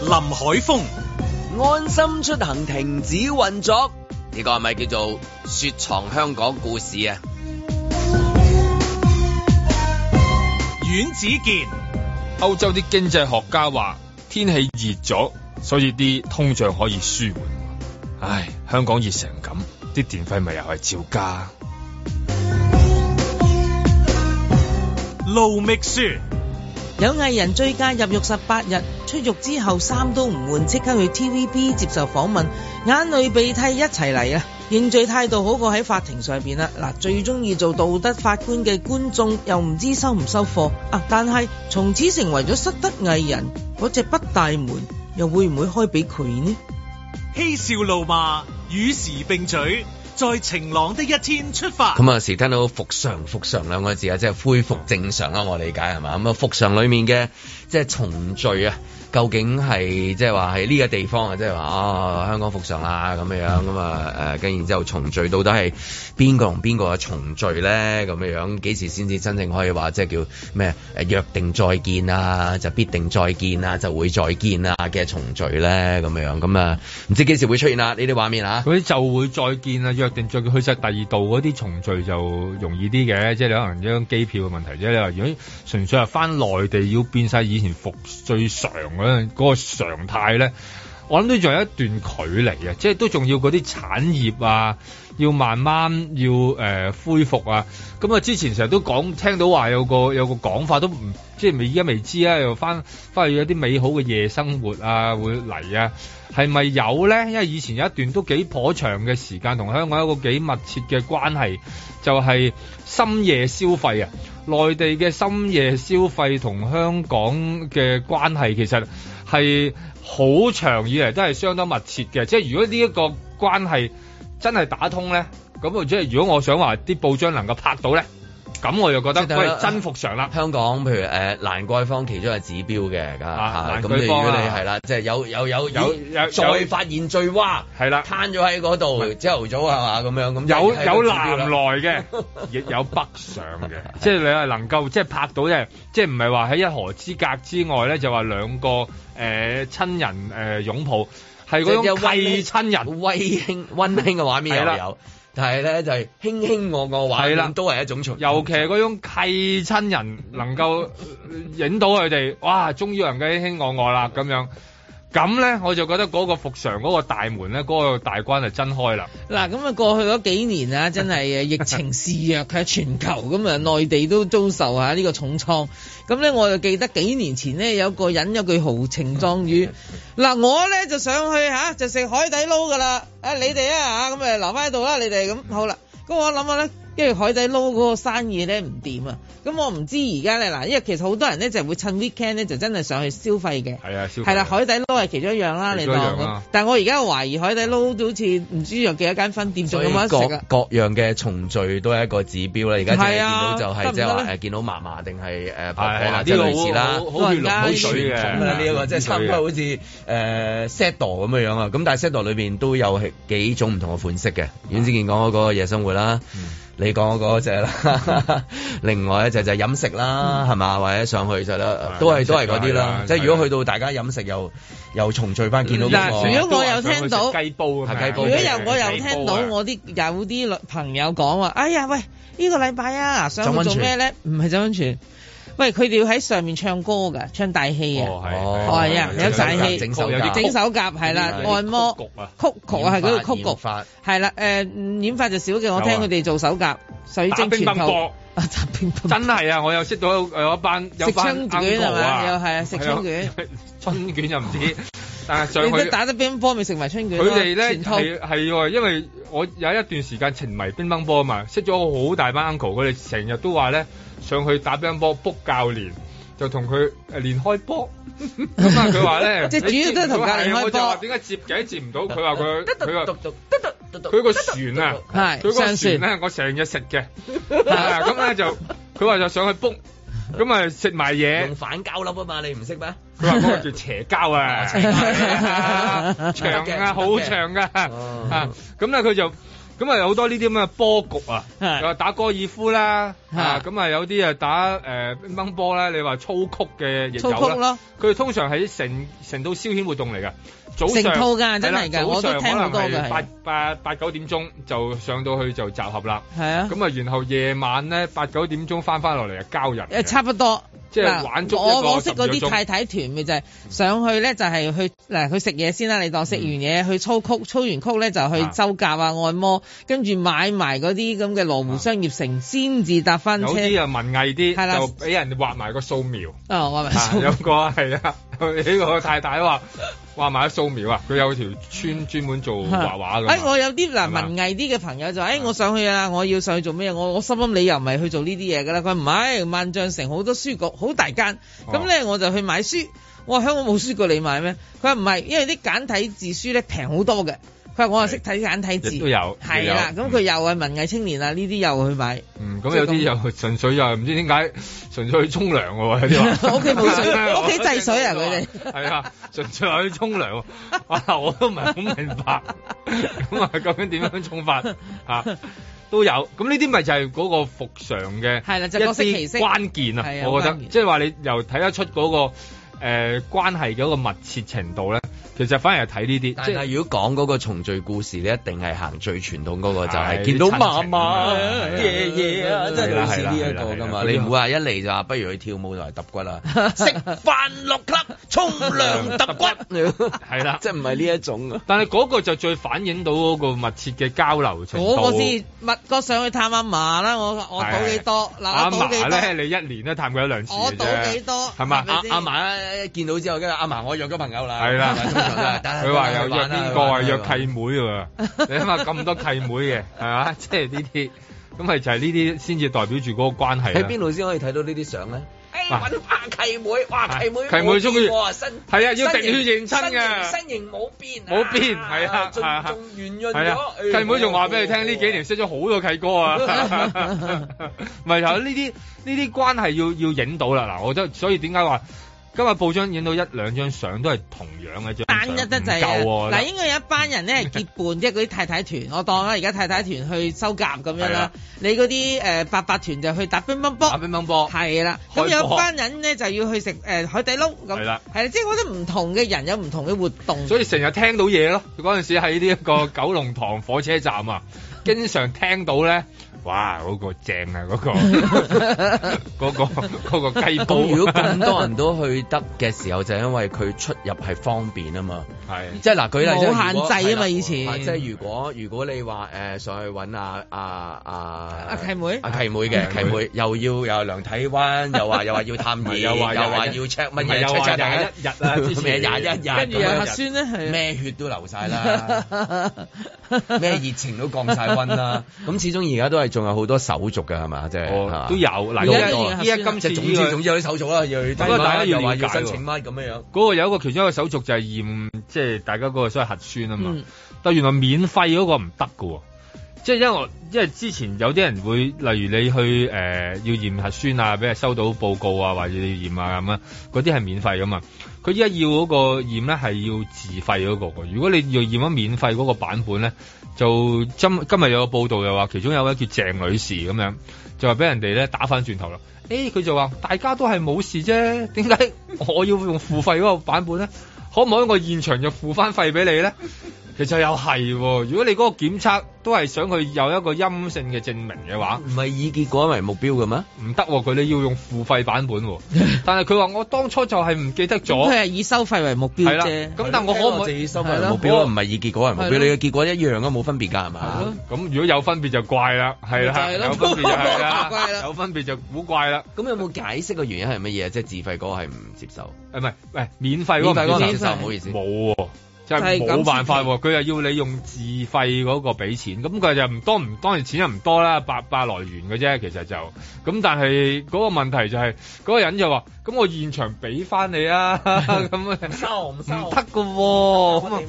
Speaker 1: 林海峰、
Speaker 2: 安心出行停止運作，呢個係咪叫做雪藏香港故事啊？
Speaker 1: 阮子健、
Speaker 3: 歐洲啲經濟學家話天氣熱咗，所以啲通脹可以舒緩。唉，香港熱成咁，啲電費咪又係照加。
Speaker 1: 路觅雪。
Speaker 4: 有藝人醉駕入獄十八日，出獄之後衫都唔換，即刻去 TVB 接受訪問，眼淚鼻涕一齊嚟啊！認罪態度好過喺法庭上邊啦。嗱，最中意做道德法官嘅觀眾又唔知收唔收貨啊！但係從此成為咗失德藝人，嗰隻北大門又會唔會開俾佢呢？
Speaker 1: 嬉笑怒罵，與時並舉，在晴朗的一天出發。
Speaker 2: 咁啊，有時聽到復常復常兩個字啊，即係恢復正常啦，我理解係嘛？咁啊，復常裡面嘅即係重聚啊，究竟係即係話係呢個地方啊，即係話哦香港復常啦咁樣樣咁啊誒，跟然之後重聚，到底係邊個同邊個嘅重聚咧？咁樣樣幾時先至真正可以話即係叫咩誒約定再見啊，就必定再見啊，就會再見啊嘅重聚咧？咁樣咁啊，唔知幾時會出現啦？呢啲畫面啊！
Speaker 3: 嗰啲就會再見啊，約定再見去晒第二度嗰啲重聚就容易啲嘅，即係你可能張機票嘅問題啫。你話如果純粹係翻內地要變晒以前復最常嗰陣嗰個常態咧，我諗都仲有一段距離啊，即係都仲要嗰啲產業啊，要慢慢要誒、呃恢復啊。咁啊，之前成日都講聽到話有個有個講法都唔即係未而家未知啊，又翻翻去有啲美好嘅夜生活啊會嚟啊。係咪有咧？因為以前有一段都幾頗長嘅時間，同香港有一個幾密切嘅關係，就係、深夜消費啊。內地嘅深夜消費同香港嘅關係其實係好長以嚟都係相當密切嘅。即係如果呢一個關係真係打通咧，咁啊即係如果我想話啲報章能夠拍到咧，咁我又覺得
Speaker 2: 即係大家
Speaker 3: 喂真服常啦。
Speaker 2: 香港譬如誒蘭桂坊其中係指標嘅，梗係
Speaker 3: 啊
Speaker 2: 嚇咁
Speaker 3: 蘭
Speaker 2: 你
Speaker 3: 桂
Speaker 2: 如
Speaker 3: 坊啊
Speaker 2: 果你係啦，即係有有有
Speaker 3: 有
Speaker 2: 咦
Speaker 3: 有
Speaker 2: 再
Speaker 3: 有
Speaker 2: 發現醉蛙，
Speaker 3: 係啦，
Speaker 2: 攤咗喺嗰度，朝頭早係嘛咁樣咁就
Speaker 3: 有
Speaker 2: 係一個
Speaker 3: 有
Speaker 2: 指標啦
Speaker 3: 南來 嘅，亦有北上嘅，即係你係能夠即係拍到嘅，即係唔係話喺一河之隔之外咧，就話兩個誒、呃、親人誒、呃、擁抱，係嗰
Speaker 2: 即係
Speaker 3: 種
Speaker 2: 有溫馨
Speaker 3: 契親人
Speaker 2: 温 馨温馨嘅畫面
Speaker 3: 係啦
Speaker 2: 又有，但係咧就係卿卿我我畫
Speaker 3: 係啦
Speaker 2: 面都係一種重
Speaker 3: 尤其係嗰種契親人能夠呃影到佢哋，哇！終於有人嘅卿我我啦咁樣，咁咧我就覺得嗰個復常嗰個大門咧，嗰、個大關就真開啦。
Speaker 4: 嗱，咁啊過去嗰幾年啊，真係誒疫情肆虐喺全球，咁啊內地都遭受下呢個重創。咁咧我就記得幾年前咧有個人有句豪情壯語，嗱我咧就上去吓、啊就食海底撈噶啦，啊你哋啊嚇，咁誒留翻喺度啦，你哋咁好啦。咁我諗下咧，因為海底撈嗰個生意咧唔掂啊，咁我唔知而家咧嗱，因為其實好多人咧就會趁 weekend 咧就真係上去消費嘅。
Speaker 3: 係啊，消
Speaker 4: 係啦，海底撈係其中一樣啦，
Speaker 2: 其
Speaker 4: 你
Speaker 2: 中
Speaker 4: 當
Speaker 2: 一樣
Speaker 4: 咁
Speaker 2: 啦。
Speaker 4: 但係我而家懷疑海底撈都好似唔知有幾多間分店，仲
Speaker 2: 所以
Speaker 4: 有冇
Speaker 2: 各
Speaker 4: 得食啊？
Speaker 2: 各樣嘅重聚都係一個指標啦，而家淨係
Speaker 4: 係
Speaker 2: 見
Speaker 4: 啊
Speaker 2: 到就係
Speaker 4: 得唔
Speaker 2: 即係
Speaker 4: 得
Speaker 2: 話
Speaker 4: 咧
Speaker 2: 誒見到嫲嫲定係誒婆婆
Speaker 3: 係
Speaker 2: 啊，
Speaker 3: 啦
Speaker 2: 即係
Speaker 3: 呢個
Speaker 2: 類似啦，
Speaker 3: 好好好血濃好水嘅
Speaker 2: 好傳統啦哎啊呢一個，即係差唔多好似誒 set 咁樣樣啊。咁但係 set 裏邊都有幾種唔同嘅款式嘅。阮之健講嗰個夜生活啦。你講嗰隻啦， 另外一隻就係飲食啦，係嘛？或者上去就啦，都係都係嗰啲啦。即係如果去到大家飲食又又重聚
Speaker 3: 嗯
Speaker 2: 翻，見到嗰個
Speaker 4: 嗱，如果我有聽到
Speaker 3: 雞煲咁
Speaker 2: 係雞
Speaker 4: 如
Speaker 2: 煲
Speaker 4: 果有我有聽
Speaker 3: 啊
Speaker 4: 到我啲有啲朋友講話，哎呀喂，呢個禮拜啊，想去做咩咧？唔係浸温泉，喂，佢哋要喺上面唱歌㗎，唱大戲
Speaker 3: 哦
Speaker 4: 啊，係啊，有大戲，
Speaker 2: 整手
Speaker 4: 甲
Speaker 2: 甲，
Speaker 4: 整手甲係啦，按摩曲曲啊，係嗰個曲局，係啦，誒嗯染髮就少嘅，我聽佢哋做手甲、水
Speaker 3: 打
Speaker 4: 晶
Speaker 3: 乒
Speaker 4: 拳
Speaker 3: 乓
Speaker 4: 套
Speaker 3: 波。。真係啊！我又識到有有一班有
Speaker 4: 食
Speaker 3: 班
Speaker 4: 春卷係
Speaker 3: uncle 啊
Speaker 4: 咪？又係啊，食春卷，，
Speaker 3: 春卷又唔止，但係
Speaker 4: 你
Speaker 3: 上
Speaker 4: 都
Speaker 3: 去
Speaker 4: 打得乒乓波咪食埋春卷咯啊
Speaker 3: 佢哋咧
Speaker 4: 全套
Speaker 3: 係啊係喎，因為我有一段時間沉迷乒乓波啊嘛，識咗好大班 uncle，佢哋成日都話咧上去打乒乓波 book 教練，就同佢誒練開波。咁啊，佢話咧，
Speaker 4: 即係主要都係同教練
Speaker 3: 你知
Speaker 4: 開波
Speaker 3: 我就話點解接嘅接唔到？佢 話佢佢話佢
Speaker 2: 佢
Speaker 3: 個船啊，
Speaker 4: 係
Speaker 3: 佢個
Speaker 4: 上
Speaker 3: 船
Speaker 4: 船
Speaker 3: 咧，我成日食嘅。係啊咁咧就佢話就上去 book，咁啊食埋嘢
Speaker 2: 用。反膠粒啊嘛，你唔識咩？
Speaker 3: 佢話嗰個叫邪膠啊，長啊，好長噶
Speaker 4: 哦
Speaker 3: 啊！咁咧佢就咁啊，有好多呢啲咁嘅波局啊，
Speaker 4: 係
Speaker 3: 又話打高爾夫啦，啊
Speaker 4: 係
Speaker 3: 咁啊有啲啊打誒乒乓波啦，你話操曲嘅亦
Speaker 4: 操曲
Speaker 3: 有啦
Speaker 4: 咯。
Speaker 3: 佢哋通常係成成到消遣活動嚟㗎，早上
Speaker 4: 成套㗎真係㗎
Speaker 3: 係啦
Speaker 4: 我都
Speaker 3: 早上
Speaker 4: 聽好多
Speaker 3: 可能
Speaker 4: 㗎
Speaker 3: 係
Speaker 4: 係
Speaker 3: 八八八九點鐘就上到去就集合啦。
Speaker 4: 係啊。
Speaker 3: 咁啊，然後夜晚咧八九點鐘翻翻落嚟啊，交人
Speaker 4: 誒差不多。
Speaker 3: 即係
Speaker 4: 嗱
Speaker 3: 玩足一個
Speaker 4: 我我識嗰
Speaker 3: 12
Speaker 4: 啲
Speaker 3: 鐘
Speaker 4: 太太團咪就係上去咧，就係去嗱去食嘢先啦。你當食完嘢去操
Speaker 3: 嗯
Speaker 4: 曲，操完曲咧就去修甲啊、按摩，跟住買埋嗰啲咁嘅羅湖商業城先至搭翻
Speaker 3: 啊有
Speaker 4: 車。
Speaker 3: 啲啊文藝
Speaker 4: 係啦
Speaker 3: 啲，就俾人畫埋個 素描。
Speaker 4: 啊，我咪
Speaker 3: 啊有個係啊， 佢呢個太太話畫埋素描啊，佢有條村專門做畫畫
Speaker 4: 哎，
Speaker 3: 㗎嘛。
Speaker 4: 我有啲嗱
Speaker 3: 嘛
Speaker 4: 文藝啲嘅朋友就誒、哎，我上去啦，我要上去做咩？我我心諗你又唔係去做呢啲嘢㗎啦。佢話唔係萬象城好多書局，好大間。
Speaker 3: 哦
Speaker 4: 咁咧、我就去買書。我話香港冇書局你買咩？佢話唔係，因為啲簡體字書咧平好多嘅。佢話我係識睇簡體字，
Speaker 3: 亦都有
Speaker 4: 係啦。
Speaker 3: 亦有
Speaker 4: 咁佢又係文藝青年啊，呢啲又去買。
Speaker 3: 嗯，咁有啲又純粹又唔知點解，純粹去沖涼喎，有啲 話
Speaker 4: 屋企冇 水，屋企制水啊！佢哋
Speaker 3: 係啊，純粹係去沖涼喎。 啊，我都唔係好明 白，咁啊究竟點樣沖法啊？都有，咁呢啲咪就係嗰個復常嘅
Speaker 4: 係啦就
Speaker 3: 一
Speaker 4: 各色其
Speaker 3: 啲
Speaker 4: 色
Speaker 3: 關鍵
Speaker 4: 係
Speaker 3: 啊！
Speaker 4: 啊
Speaker 3: 我覺得
Speaker 4: 關，鍵
Speaker 3: 即係話你由睇得出嗰個誒關係嘅一個密切程度咧，其實反而係睇呢啲，
Speaker 2: 但
Speaker 3: 即係
Speaker 2: 係如果講嗰個重聚故事，你一定係行最傳統嗰個，就係
Speaker 3: 係
Speaker 2: 見到
Speaker 3: 啲親
Speaker 2: 媽
Speaker 3: 情
Speaker 2: 媽
Speaker 3: 啊
Speaker 2: 爺爺啊，即係類似呢一
Speaker 3: 係啦係啦係
Speaker 2: 個
Speaker 3: 啦
Speaker 2: 㗎
Speaker 3: 係
Speaker 2: 嘛。
Speaker 3: 啦
Speaker 2: 你唔會話一嚟就話不如去跳舞同埋揼骨 啦，食飯落 club 沖涼揼骨，
Speaker 3: 係啦，
Speaker 2: 即係唔係呢一種啊？
Speaker 3: 但係嗰個就最反映到嗰個密切嘅交流程度。
Speaker 4: 我個先密個上去探阿嫲啦。我我
Speaker 3: 係
Speaker 4: 賭幾多？嗱，
Speaker 3: 阿
Speaker 4: 我賭幾
Speaker 3: 嫲
Speaker 4: 多？
Speaker 3: 咧，你一年都探佢一兩次
Speaker 4: 我
Speaker 3: 嘅
Speaker 4: 賭幾
Speaker 3: 啫。
Speaker 4: 多？
Speaker 3: 係嘛
Speaker 4: 係咪
Speaker 2: 阿
Speaker 4: 先
Speaker 2: 阿嫲一見到之後，跟住阿嫲我約咗朋友啦，
Speaker 3: 係啦，
Speaker 2: 通常都 係得
Speaker 3: 佢話又約邊個啊？
Speaker 2: 得
Speaker 3: 約
Speaker 2: 得
Speaker 3: 契妹 喎，你諗下咁多契妹嘅係嘛？ 即係呢啲，咁咪就係呢啲先至代表住嗰個關係
Speaker 2: 喺
Speaker 3: 啦
Speaker 2: 邊。度先可以睇到呢啲相咧？
Speaker 4: 誒
Speaker 2: 揾啊契妹，哇契妹
Speaker 3: 契妹
Speaker 2: 中
Speaker 3: 終於
Speaker 2: 身
Speaker 3: 係啊要
Speaker 2: 身形
Speaker 3: 滴血認親㗎
Speaker 2: 身形身形冇變啊，
Speaker 3: 冇變係啊
Speaker 2: 仲
Speaker 3: 係啊
Speaker 2: 仲圓潤
Speaker 3: 係
Speaker 2: 咗
Speaker 3: 啊，，
Speaker 2: 哎
Speaker 3: 契妹仲話俾你聽，呢幾年識咗好多契 哥啊， 咪係呢啲呢啲關係要要影到啦。嗱，我覺得所以點解話今日報章影到一兩張相都係同樣嘅張相，
Speaker 4: 單一得滯啊！
Speaker 3: 唔夠
Speaker 4: 嗱，
Speaker 3: 喎
Speaker 4: 應該有一班人咧係結 伴，即係嗰啲太太團，我當啦，而家太太團去收甲咁樣
Speaker 2: 係
Speaker 4: 啦
Speaker 3: 啊
Speaker 2: 啦。
Speaker 4: 你嗰啲誒八八團就去打乒乓波，打乒
Speaker 2: 乓波
Speaker 4: 係啦。
Speaker 2: 開
Speaker 4: 咁
Speaker 2: 波
Speaker 4: 有一班人咧就要去食誒海底撈咁，係
Speaker 3: 係
Speaker 4: 啦
Speaker 3: 啦，
Speaker 4: 即係我覺得唔同嘅人有唔同嘅活
Speaker 2: 嗯
Speaker 4: 動。
Speaker 3: 所以成日聽到嘢咯。嗰陣時喺呢一個九龍塘火車站 啊，經常聽到咧，哇嗰、個正啊，嗰、 個嗰、個嗰、個雞煲。啊
Speaker 2: 咁如果咁多人都去得嘅時候，就係因為佢出入係方便啊嘛。
Speaker 3: 係
Speaker 2: 即係嗱，舉例即
Speaker 4: 冇
Speaker 2: 係如果
Speaker 4: 限制啊嘛
Speaker 2: 係啦
Speaker 4: 以前
Speaker 2: 係即係如果如果你話誒上去揾阿阿阿阿
Speaker 4: 啊契妹
Speaker 2: 啊阿契妹嘅契妹，又要又量體温，又話又 話要探熱， 又
Speaker 3: 又話
Speaker 2: 話
Speaker 3: 廿一
Speaker 2: 要 check 乜
Speaker 3: 唔係
Speaker 2: 嘢
Speaker 3: 又
Speaker 2: check
Speaker 3: 話
Speaker 2: check
Speaker 3: 廿一日啊之前
Speaker 2: 咩廿一日，
Speaker 4: 跟住又核酸咧係啊
Speaker 2: 咩血都流晒啦。
Speaker 3: 啊
Speaker 2: 咩熱情都降晒温啦。咁始終而家都係仲有好多手續㗎係嘛？即係係嘛
Speaker 3: 哦都有嗱，
Speaker 2: 都
Speaker 3: 依
Speaker 2: 好多
Speaker 3: 家依家今次
Speaker 2: 啊即係總
Speaker 3: 呢
Speaker 2: 之
Speaker 3: 個
Speaker 2: 總之有啲手續啦，又要
Speaker 3: 不過大家要
Speaker 2: 又話
Speaker 3: 了
Speaker 2: 要
Speaker 3: 解
Speaker 2: 申請
Speaker 3: 喎
Speaker 2: 乜咁樣樣。
Speaker 3: 嗰個有一個其中一個手續就係驗，即係大家嗰個所謂核酸啊
Speaker 4: 嗯
Speaker 3: 嘛。
Speaker 2: 嗯
Speaker 3: 但原來免費嗰個唔得㗎喎，即係因為我因為之前有啲人會，例如你去誒、呃要驗核酸啊，俾人收到報告啊，或者要驗啊咁啊，嗰啲係免費噶嘛。佢依家要嗰個驗咧係要自費嗰、個喎如果你要驗咗免費嗰個版本咧，就今今日有個報道又話，其中有位叫鄭女士咁樣，就話俾人哋咧打翻轉頭啦。誒佢就話大家都係冇事啫，點解 我要用付費嗰個版本咧？可唔可以我現場就付翻費俾你咧？其實又係喎，如果你嗰個檢測都係想佢有一個陰性嘅證明嘅話，
Speaker 2: 唔係以結果為目標嘅咩？
Speaker 3: 唔得喎，佢哋要用付費版本喎。但係佢話我當初就係唔記得
Speaker 4: 咁佢
Speaker 3: 咗，
Speaker 4: 係以收費為目標
Speaker 3: 係啦。
Speaker 4: 啫。
Speaker 3: 咁但我可唔可以
Speaker 2: 收目標啊，唔係以結果為目
Speaker 4: 係咯
Speaker 2: 標，你嘅結果一樣啊，冇分別㗎係嘛？
Speaker 3: 咁如果有分別就怪啦，係啦，
Speaker 2: 嗯咪就係咯
Speaker 3: 有分別就係
Speaker 2: 怪
Speaker 3: 啦
Speaker 2: 啦，
Speaker 3: 有分別就古怪啦。
Speaker 2: 咁有冇解釋嘅原因係乜嘢？即係自費嗰個係唔接受，
Speaker 3: 誒唔係，喂，免費嗰
Speaker 2: 免費嗰
Speaker 3: 個
Speaker 2: 個
Speaker 3: 唔
Speaker 2: 唔接受唔好意思
Speaker 3: 冇喎。就係
Speaker 2: 就係咁
Speaker 3: 冇辦法喎，佢又要你用自費嗰個俾錢，咁佢就唔多唔當然錢又唔多啦，百百來元嘅啫，其實就咁，但係嗰個問題就係、嗰、個人就話，咁我現場俾翻你啊， 咁啊
Speaker 2: 收唔
Speaker 3: 收唔得噶喎，咁啊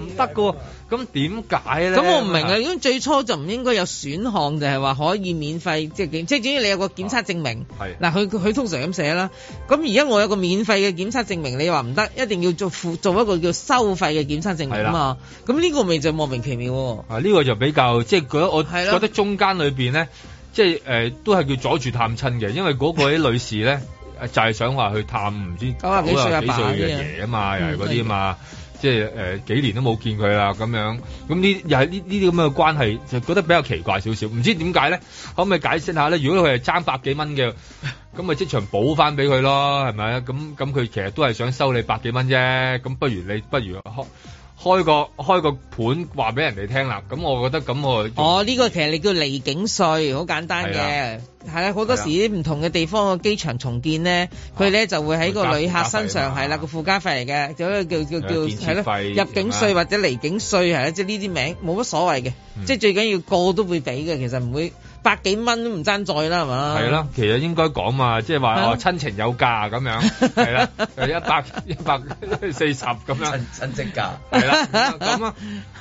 Speaker 3: 唔得噶喎，咁點解咧？
Speaker 4: 咁我唔明啊，因為最初就唔應該有選項，就係話可以免費即係檢，即係總之你有個檢測證明。
Speaker 3: 係
Speaker 4: 嗱，佢佢通常咁寫啦。咁而家我有個免費嘅檢測證明，你話唔得，一定要做付做一個叫收費嘅檢測證明啊嘛。咁呢個咪就莫名其妙喎。
Speaker 3: 啊，呢、個就比較即係覺得我
Speaker 4: 係咯
Speaker 3: 覺得中間裏邊咧，即係誒、呃都係叫阻住探親嘅，因為嗰個啲女士咧呃 就係、想話去探唔知
Speaker 4: 九啊幾歲阿
Speaker 3: 九啊
Speaker 4: 爸
Speaker 3: 幾歲
Speaker 4: 嗰啲啊
Speaker 3: 嘅爺啊嘛，又係嗰啲啊
Speaker 4: 嗯
Speaker 3: 嘛。即係誒、呃、幾年都冇見佢啦，咁樣咁呢又係呢呢啲咁嘅關係，就覺得比較奇怪少少，唔知點解咧？可唔可以解釋下咧？如果佢係爭百幾蚊嘅，咁咪即場補翻俾佢咯，係咪啊？咁咁佢其實都係想收你百幾蚊啫，咁不如你不如開開個開個盤話俾人哋聽啦。咁我覺得咁我
Speaker 4: 哦，呢個其實你叫離境稅，好簡單嘅
Speaker 3: 係啦。
Speaker 4: 係啦，好多時啲唔同嘅地方嘅機場重建咧，佢咧就會喺個旅客身上
Speaker 2: 附加費嘛
Speaker 4: 係啦個附加費嚟嘅，就一個叫叫叫
Speaker 2: 有建設
Speaker 4: 係咯
Speaker 2: 費
Speaker 4: 入境
Speaker 2: 係
Speaker 4: 税
Speaker 2: 嘛
Speaker 4: 或者離境税係啦，即係呢啲名冇乜所謂嘅，
Speaker 3: 嗯
Speaker 4: 即係最緊要個都會俾嘅，其實唔會百幾蚊都唔爭在啦，係嘛？
Speaker 3: 係啦，其實應該講嘛，即係話
Speaker 4: 係啊
Speaker 3: 哦親情有價咁樣，係 啦，一百一百四十咁樣
Speaker 2: 親戚價
Speaker 3: 係啦，咁啊，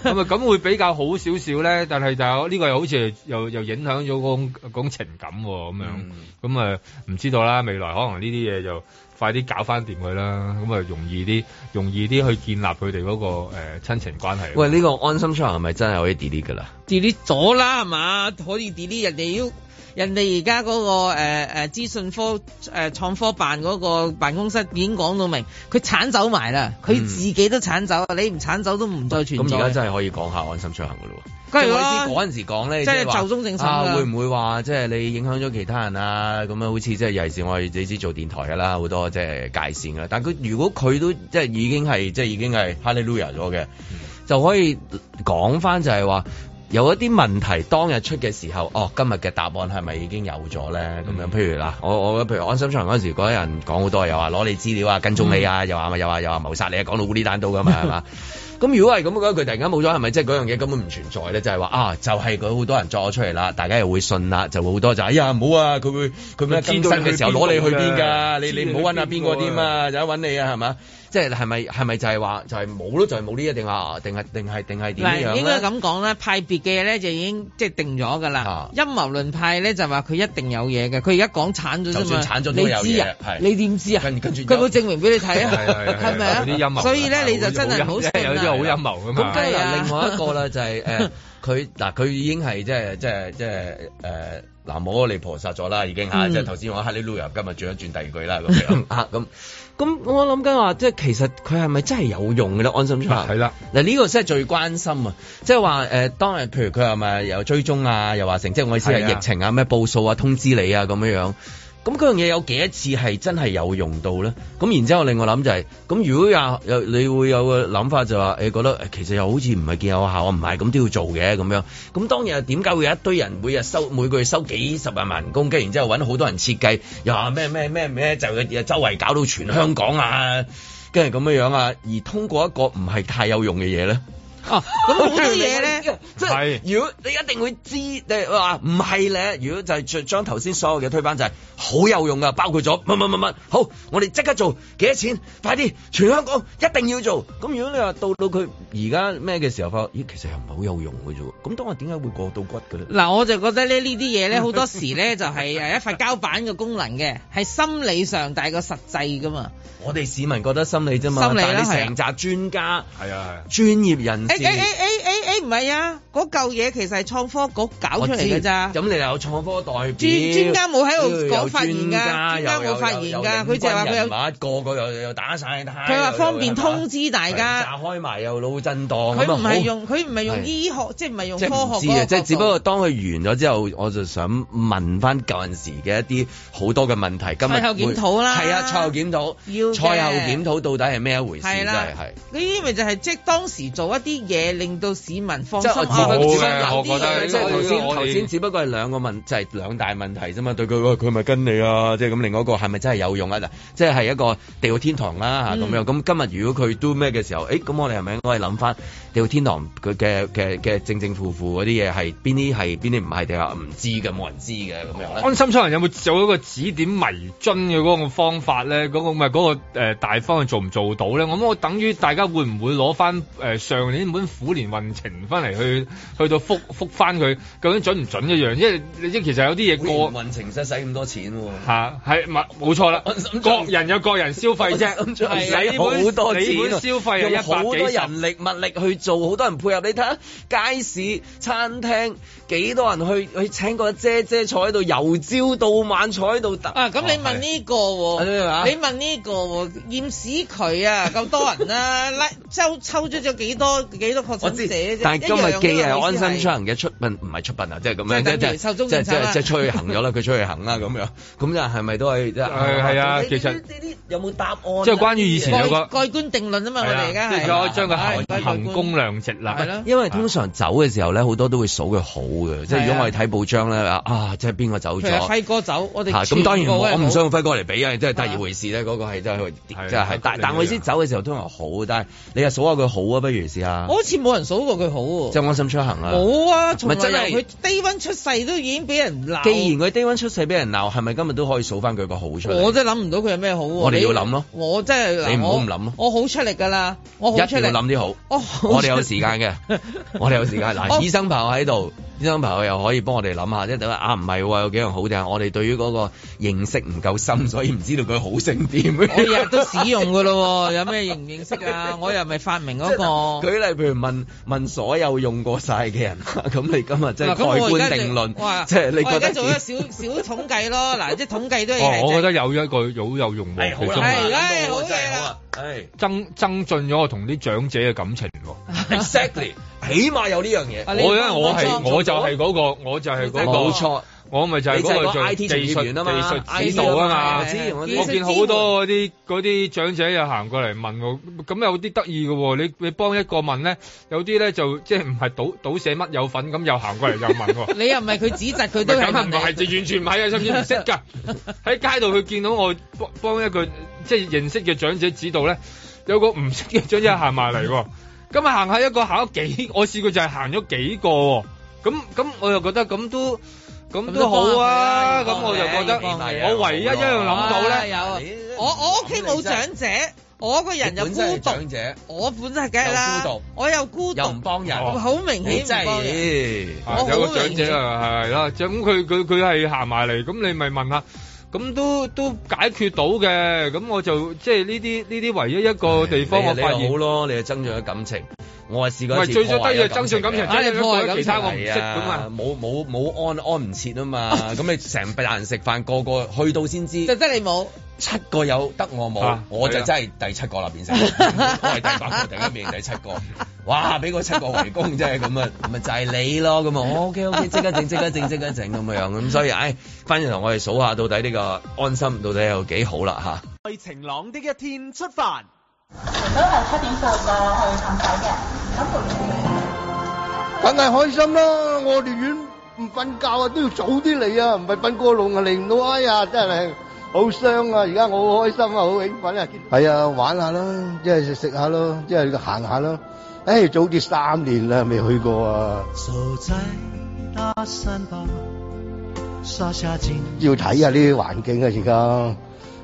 Speaker 3: 咁啊，咁會比較好少少咧。但係就呢個又好似又又影響咗嗰種嗰種情感喎，咁樣
Speaker 4: 嗯
Speaker 3: 咁啊，唔知道啦。未來可能呢啲嘢就快啲搞翻掂佢啦，咁啊容易啲，容易啲去建立佢哋嗰個誒親情關係。
Speaker 2: 喂，呢個安心出行係咪真係可以 delete 㗎啦？
Speaker 4: delete 咗啦，係嘛？可以 delete 人哋要人哋而家嗰個誒誒、呃、資訊科誒、呃、創科辦嗰個辦公室已經講到明，佢剷走埋啦，佢
Speaker 2: 嗯
Speaker 4: 自己都剷走，你唔剷走都唔再存
Speaker 2: 咁
Speaker 4: 在。
Speaker 2: 而家真係可以講下安心出行㗎咯喎。
Speaker 4: 梗係
Speaker 2: 即
Speaker 4: 啦
Speaker 2: 我意思嗰陣時講咧，
Speaker 4: 即係
Speaker 2: 話
Speaker 4: 就中正審啦
Speaker 2: 啊，會唔會話即係你影響咗其他人啊？咁樣好似即係尤其是我哋你知做電台㗎啦，好多即係界線㗎啦。但佢如果佢都即係已經係即係已經係 Hallelujah 咗嘅，就可以講翻就係話。有一啲問題當日出嘅時候，哦，今日嘅答案係咪已經有咗咧？咁
Speaker 4: 嗯
Speaker 2: 樣，譬如嗱，我我譬如安心場嗰陣時，嗰啲
Speaker 4: 嗯
Speaker 2: 人講好多，又話攞你資料啊，跟蹤你啊，又話又話又話謀殺你啊，講到烏哩單刀㗎嘛，係嘛？咁如果係咁嘅話，佢突然間冇咗，係咪即係嗰樣嘢根本唔存在咧？就係話啊，就係佢好多人作咗出嚟啦，大家又會信啦，就會好多就哎呀唔好啊，佢會佢咩更新嘅時候攞你去邊㗎？你你唔好揾下邊個添啊，就揾你啊，係嘛？即係係咪係咪就係話就係冇咯？就係冇呢一定啊？定係定係定係點樣
Speaker 4: 嗱，
Speaker 2: 呢
Speaker 4: 應該咁講啦，派別嘅咧就已經即係定咗㗎
Speaker 2: 啊
Speaker 4: 啦。陰謀論派咧就話佢一定有嘢嘅，佢而家講鏟咗
Speaker 2: 就
Speaker 4: 啫嘛
Speaker 2: 算，產咗都
Speaker 4: 你
Speaker 2: 有嘢
Speaker 4: 知啊？
Speaker 2: 係
Speaker 4: 你點知啊？
Speaker 2: 跟跟住
Speaker 4: 佢冇證明俾你睇啊
Speaker 2: 係係係，
Speaker 4: 係咪啊？
Speaker 2: 有啲陰謀
Speaker 4: 所以咧你就真係唔好信啊
Speaker 3: 有啲好陰謀㗎嘛
Speaker 2: 咁跟住
Speaker 4: 係啊
Speaker 2: 另外一個啦，就 係誒佢嗱，佢已經係即係即係即係誒。南無阿利菩薩咗啦，已經嚇，
Speaker 4: 嗯
Speaker 2: 即係頭先我哈利路亞，今日轉一轉第二句啦，咁樣 啊，咁咁我諗緊話，即係其實佢係咪真係有用嘅咧？安心出行係啦，嗱呢個真係最關心啊！即係話誒，當日譬如佢係咪有追蹤啊，又話成，即係我意思
Speaker 3: 係啊
Speaker 2: 係疫情啊，咩報數啊，通知你啊咁樣樣。咁嗰樣嘢有幾多次係真係有用到咧？咁然之後，另外諗就係、咁如果有有你會有個諗法就話、誒覺得誒其實又好似唔係見有效，唔係咁都要做嘅咁樣。咁當然係點解會有一堆人每日收每個月收幾十萬萬人工，跟住然之後揾好多人設計，又話咩咩咩咩就周圍搞到全香港啊，跟住咁樣樣啊，而通過一個唔係太有用嘅嘢咧。啊
Speaker 4: 哦， 咁好多嘢咧，
Speaker 2: 即係如果你一定會知，你話唔係咧。如果就係將將頭先所有嘅推翻就係好有用啊噶，包括咗乜乜乜乜。好，我哋即刻做幾多錢？快啲，全香港一定要做。咁如果你話到到佢而家咩嘅時候，發覺咦，其實又唔係好有用嘅啫喎。咁當我點解會過到骨嘅咧？
Speaker 4: 嗱，我就覺得咧呢啲嘢 咧好多時咧就係呃誒一塊膠板嘅功能嘅，係心理上大過實際㗎嘛。
Speaker 2: 我哋市民覺得心理啫嘛，
Speaker 4: 心理啦
Speaker 2: 但係
Speaker 4: 係
Speaker 2: 你
Speaker 4: 啊
Speaker 2: 成扎專家
Speaker 3: 係啊
Speaker 2: 專業人
Speaker 4: 誒誒誒誒
Speaker 2: 士。
Speaker 4: 誒唔係啊，嗰嚿嘢其實係創科局搞
Speaker 2: 我
Speaker 4: 出嚟
Speaker 2: 知
Speaker 4: 㗎咋。
Speaker 2: 咁你又有創科代表，
Speaker 4: 專專家冇喺度
Speaker 2: 有
Speaker 4: 講發言㗎
Speaker 2: 專家
Speaker 4: 專家冇發言㗎佢就係話佢有
Speaker 2: 一個個又又打晒呔
Speaker 4: 佢話方便
Speaker 2: 又
Speaker 4: 通知大
Speaker 2: 係
Speaker 4: 家，
Speaker 2: 炸開埋又腦震盪，
Speaker 4: 佢
Speaker 2: 咁啊
Speaker 4: 唔
Speaker 2: 好
Speaker 4: 係用佢唔係
Speaker 2: 係
Speaker 4: 用醫學，即係唔係用
Speaker 2: 即
Speaker 4: 科
Speaker 2: 係唔
Speaker 4: 學
Speaker 2: 知啊！
Speaker 4: 嗰
Speaker 2: 即
Speaker 4: 個
Speaker 2: 係只
Speaker 4: 角
Speaker 2: 不
Speaker 4: 度。
Speaker 2: 過當佢完咗之後，我就想問翻舊陣時嘅一啲好多嘅問題。今日
Speaker 4: 賽後檢討啦
Speaker 2: 會係啊，賽後檢討，
Speaker 4: 要嘅
Speaker 2: 賽後檢討到底係咩一回事？
Speaker 4: 係
Speaker 2: 真
Speaker 4: 啦
Speaker 2: 係
Speaker 4: 呢
Speaker 2: 係。
Speaker 4: 啲咪就係即係當時做一啲嘢，令到市民放
Speaker 2: 即
Speaker 4: 心
Speaker 2: 係我
Speaker 4: 啊！
Speaker 2: 只不過
Speaker 4: 有啲
Speaker 2: 只不過
Speaker 4: 嘢
Speaker 2: 即係頭先
Speaker 3: 我哋
Speaker 2: 頭先，只不過係兩個問，就係兩大問題啫嘛。對佢，喂佢咪跟你啊？即係咁，另外一個係咪真係有用啊？嗱，即係係一個地獄天堂啦嚇咁樣。
Speaker 3: 嗯
Speaker 2: 咁今日如果佢 do 咩嘅時候，誒咁我哋係咪應該諗翻地獄天堂佢嘅嘅嘅正正負負嗰啲嘢係邊啲係邊啲唔係定係唔知嘅冇人知嘅咁樣咧？
Speaker 3: 安心出行有冇做一個指點迷津嘅嗰個方法咧？嗰、個咪嗰、個、呃、大方向做唔做到咧？我諗我等於大家會唔會攞翻誒上年本虎年運程翻嚟去去到覆覆翻佢究竟準唔準一樣？因為你即其實有啲嘢過
Speaker 2: 運程真係使咁多錢喎。
Speaker 3: 嚇係咪冇錯啦？各人有各人消費 啫，
Speaker 2: 使
Speaker 3: 你啊本
Speaker 2: 好多
Speaker 3: 你
Speaker 2: 錢
Speaker 3: 本
Speaker 2: 啊，
Speaker 3: 消費
Speaker 2: 用
Speaker 3: 係
Speaker 2: 好
Speaker 3: 一百
Speaker 2: 多
Speaker 3: 幾十。
Speaker 2: 人啊力物力去做，好多人配合。你睇下街市、餐廳幾多人去去請個姐姐坐喺度，由朝到晚坐喺度等。
Speaker 4: 啊，咁你問呢個
Speaker 2: 啊你話
Speaker 4: 喎？你問呢個喎？驗屎佢啊， 夠多人啦，拉抽抽咗咗幾多幾多確
Speaker 2: 我
Speaker 4: 診
Speaker 2: 知
Speaker 4: 者啫？，
Speaker 2: 但係今
Speaker 4: 一樣
Speaker 2: 日
Speaker 4: 嘅
Speaker 2: 既係
Speaker 4: 喎
Speaker 2: 安
Speaker 4: 意思
Speaker 2: 心
Speaker 4: 係
Speaker 2: 出行嘅出品，唔係出品啊，即係咁樣，
Speaker 4: 即
Speaker 2: 即
Speaker 4: 係等於
Speaker 2: 係
Speaker 4: 壽
Speaker 2: 即
Speaker 4: 終
Speaker 2: 係即
Speaker 4: 正
Speaker 2: 係即
Speaker 4: 寢啦
Speaker 3: 啊
Speaker 2: 係即係出去行咗啦，佢 出去行啦咁樣，咁就係咪都係即係
Speaker 3: 係係啊
Speaker 2: 你
Speaker 3: 其實
Speaker 2: 呢啲呢啲有冇答案啊？
Speaker 3: 即係關於以前有個
Speaker 4: 蓋蓋棺定論啊嘛，我
Speaker 3: 係啦
Speaker 4: 哋而家
Speaker 3: 即
Speaker 4: 係
Speaker 3: 係可以將佢
Speaker 4: 係
Speaker 3: 衡
Speaker 4: 蓋
Speaker 3: 衡
Speaker 4: 棺
Speaker 3: 工量值啦。
Speaker 2: 因為通常走嘅時候咧，好多都會數佢好嘅，即係如果我哋睇報章咧，啊，即係邊個走
Speaker 4: 佢係
Speaker 2: 咗。
Speaker 4: 輝哥走，我哋
Speaker 2: 嚇啊咁
Speaker 4: 全
Speaker 2: 當然
Speaker 4: 部
Speaker 2: 我
Speaker 4: 都係
Speaker 2: 我唔
Speaker 4: 好
Speaker 2: 想用輝哥嚟比啊，即係第二回事咧。嗰個係真係真係，但但我意
Speaker 4: 啊
Speaker 2: 思走嘅時候通常好，但係你又數下佢好啊，不如試下
Speaker 4: 我，好似冇人數過佢好喎。
Speaker 2: 即係安心出行啊。
Speaker 4: 冇啊，從
Speaker 2: 咪真
Speaker 4: 來由佢
Speaker 2: 係，
Speaker 4: 低温出世都已經俾人鬧。
Speaker 2: 既然佢低温出世俾人鬧，係咪今日都可以數翻佢個好出
Speaker 4: 我
Speaker 2: 嚟？
Speaker 4: 真係諗唔到佢有咩好喎。
Speaker 2: 我哋
Speaker 4: 你
Speaker 2: 要諗咯
Speaker 4: 我真係嗱
Speaker 2: 你唔好
Speaker 4: 我
Speaker 2: 唔諗咯
Speaker 4: 我好出力㗎啦，我好
Speaker 2: 一
Speaker 4: 出
Speaker 2: 定
Speaker 4: 力。
Speaker 2: 要諗啲好。
Speaker 4: 我好
Speaker 2: 我哋有
Speaker 4: 出
Speaker 2: 時間 嘅，我哋有時間。嗱，
Speaker 4: 我
Speaker 2: 醫生朋友喺度，醫生朋友又可以幫我哋諗下，即係等下啊，唔係喎，有幾樣好定係我哋對於嗰個認識唔夠深，所以唔知道佢好成點。
Speaker 4: 我日日都使用㗎咯喎，有咩認唔認識 啊？我又唔係發明嗰個。
Speaker 2: 舉例，譬如問問所有用過晒嘅人， 咁你今日即係
Speaker 4: 嗱咁我
Speaker 2: 蓋
Speaker 4: 而家
Speaker 2: 棺
Speaker 4: 就
Speaker 2: 定論，
Speaker 4: 哇
Speaker 2: 即係你
Speaker 4: 我而
Speaker 2: 覺
Speaker 4: 家
Speaker 2: 得
Speaker 4: 做咗少少統計咯，嗱，即係統計都
Speaker 3: 哦，
Speaker 4: 係。
Speaker 3: 我覺得有一個好有用
Speaker 1: 哎
Speaker 3: 喎，其
Speaker 4: 係
Speaker 3: 實
Speaker 4: 而家係好
Speaker 2: 真
Speaker 4: 嘢
Speaker 2: 係好
Speaker 4: 啦。
Speaker 2: 啊！唉
Speaker 3: 增增進咗我同啲長者嘅感情喎。
Speaker 2: 哎，exactly，起
Speaker 1: 哎
Speaker 2: 碼有呢樣嘢。
Speaker 4: 啊
Speaker 3: 我因為我係我就係嗰個，我就係嗰個，
Speaker 2: 冇錯，
Speaker 3: 我咪就係
Speaker 2: 你就係
Speaker 3: 嗰個
Speaker 2: 個
Speaker 3: 做
Speaker 2: IT
Speaker 3: 技
Speaker 2: 從業
Speaker 3: 術
Speaker 2: 員啊嘛
Speaker 3: 技
Speaker 2: IT
Speaker 3: 術指導啊嘛。
Speaker 2: 我知我知
Speaker 3: 我見好多嗰啲嗰啲長者又行過嚟問我，咁有啲得意嘅喎。你你幫一個問咧，有啲咧就即係唔係倒倒寫乜有份咁，又行過嚟又問喎。
Speaker 4: 你又唔係佢指責佢都係
Speaker 3: 咪梗係啊
Speaker 4: 問
Speaker 3: 唔
Speaker 4: 你
Speaker 3: 係，就完全唔係啊，甚至唔識 㗎。喺街度佢見到我幫幫一個即係認識嘅長者指導咧，有個唔識嘅長者行埋嚟喎。咁啊行下一個行咗幾，我試過就係行咗幾個喎。咁咁我又覺得咁都咁都好啊。咁我就覺得
Speaker 2: 啊
Speaker 3: 我唯一一樣諗到
Speaker 4: 啊
Speaker 2: 哎
Speaker 3: 咧，
Speaker 4: 有我我屋企冇長者，我個人又孤獨，
Speaker 2: 者
Speaker 4: 我本身係梗係
Speaker 2: 又孤
Speaker 4: 啦
Speaker 2: 獨，
Speaker 4: 我又孤
Speaker 2: 又唔
Speaker 4: 獨，
Speaker 2: 幫人，
Speaker 4: 好明顯
Speaker 2: 你真
Speaker 4: 唔幫人
Speaker 2: 係
Speaker 3: 啊有個長者啊，係啦，咁佢佢佢係行埋嚟，咁你咪問下。咁都都解決到嘅，咁我就即係呢啲呢啲唯一一個地方我
Speaker 2: 哎你
Speaker 3: 發
Speaker 2: 你
Speaker 3: 現
Speaker 2: 又好咯，你就增長咗感情。我係試過一次
Speaker 3: 唔係最最
Speaker 2: 破壞
Speaker 3: 低就
Speaker 2: 咗
Speaker 3: 增長感情
Speaker 2: 嘅
Speaker 3: 即係
Speaker 2: 啊你破壞
Speaker 3: 一個
Speaker 2: 感
Speaker 3: 其
Speaker 2: 情
Speaker 3: 他我唔識㗎嘛
Speaker 2: 係啊冇冇冇安安唔切啊嘛，咁你成班人食飯個個去到 先知
Speaker 4: 就。得你
Speaker 2: 啊
Speaker 4: 冇。
Speaker 2: 七個有得我冇
Speaker 3: 啊，
Speaker 2: 我就
Speaker 3: 係啊
Speaker 2: 真係第七個啦， 變成我係第八個，突然間變成第七個，哇！俾嗰七個圍攻真係咁啊，咪就係你咯咁啊，OK OK，即刻整即刻整即刻整咁樣咁，所以唉，翻轉頭我哋數下到底呢個安心到底有幾好啦嚇。
Speaker 5: 在晴朗的一天出發。
Speaker 17: 都係七點半過去氹仔嘅，
Speaker 18: 梗係開心啦！我哋院唔瞓覺啊，都要早啲嚟啊，唔係瞓過龍啊，嚟唔到。哎呀，真係好傷啊！而家我好開心啊，好興奮啊！係啊，玩下啦，即係食食下咯，即係行下咯。唉、早啲三年啦，未去過啊，
Speaker 17: 搭訕吧，撒下箭。
Speaker 18: 要睇下呢啲環境啊，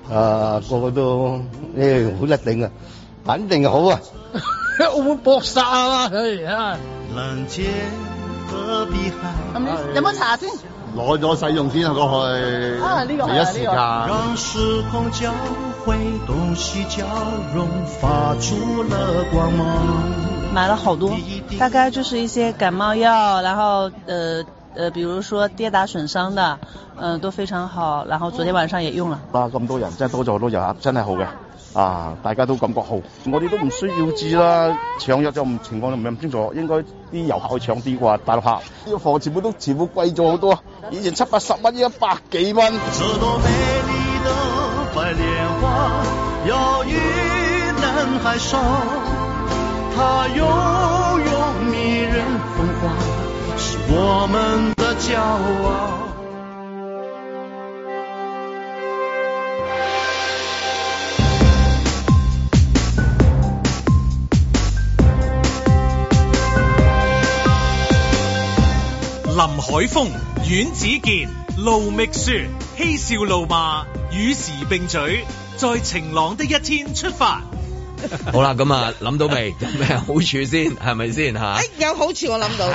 Speaker 18: 而家啊個個都誒好甩頂啊，肯定好啊！澳門搏殺啊嘛，佢而家。
Speaker 19: 啊
Speaker 17: 咁有冇茶先？
Speaker 19: 攞咗使用先啊，過去
Speaker 17: 啊呢個
Speaker 19: 第一時間。
Speaker 17: 讓時空交匯，東西交融，發出了光芒。
Speaker 20: 买了好多，大概就是一些感冒药，然后呃呃，比如说跌打损伤的，嗯、都非常好。然后昨天晚上也用了。
Speaker 19: 啊，咁多人真係多咗好多遊客，真係好嘅。啊，大家都感覺好，我哋都唔需要知啦。搶藥就唔情況就唔係咁清楚，應該啲遊客去搶啲啩，大陸客。呢個房全部都全部貴咗好多，以前七八十蚊，依家百幾蚊。
Speaker 17: 白蓮花搖於南海上，它悠悠迷人風華，是我們的驕傲。
Speaker 1: 林海峰、阮子健、盧覓雪，嬉笑怒罵，與時並舉，在晴朗的一天出發。
Speaker 2: 好啦，咁啊諗 到未？有咩好處先？係咪先嚇？
Speaker 4: 哎有好處我諗到，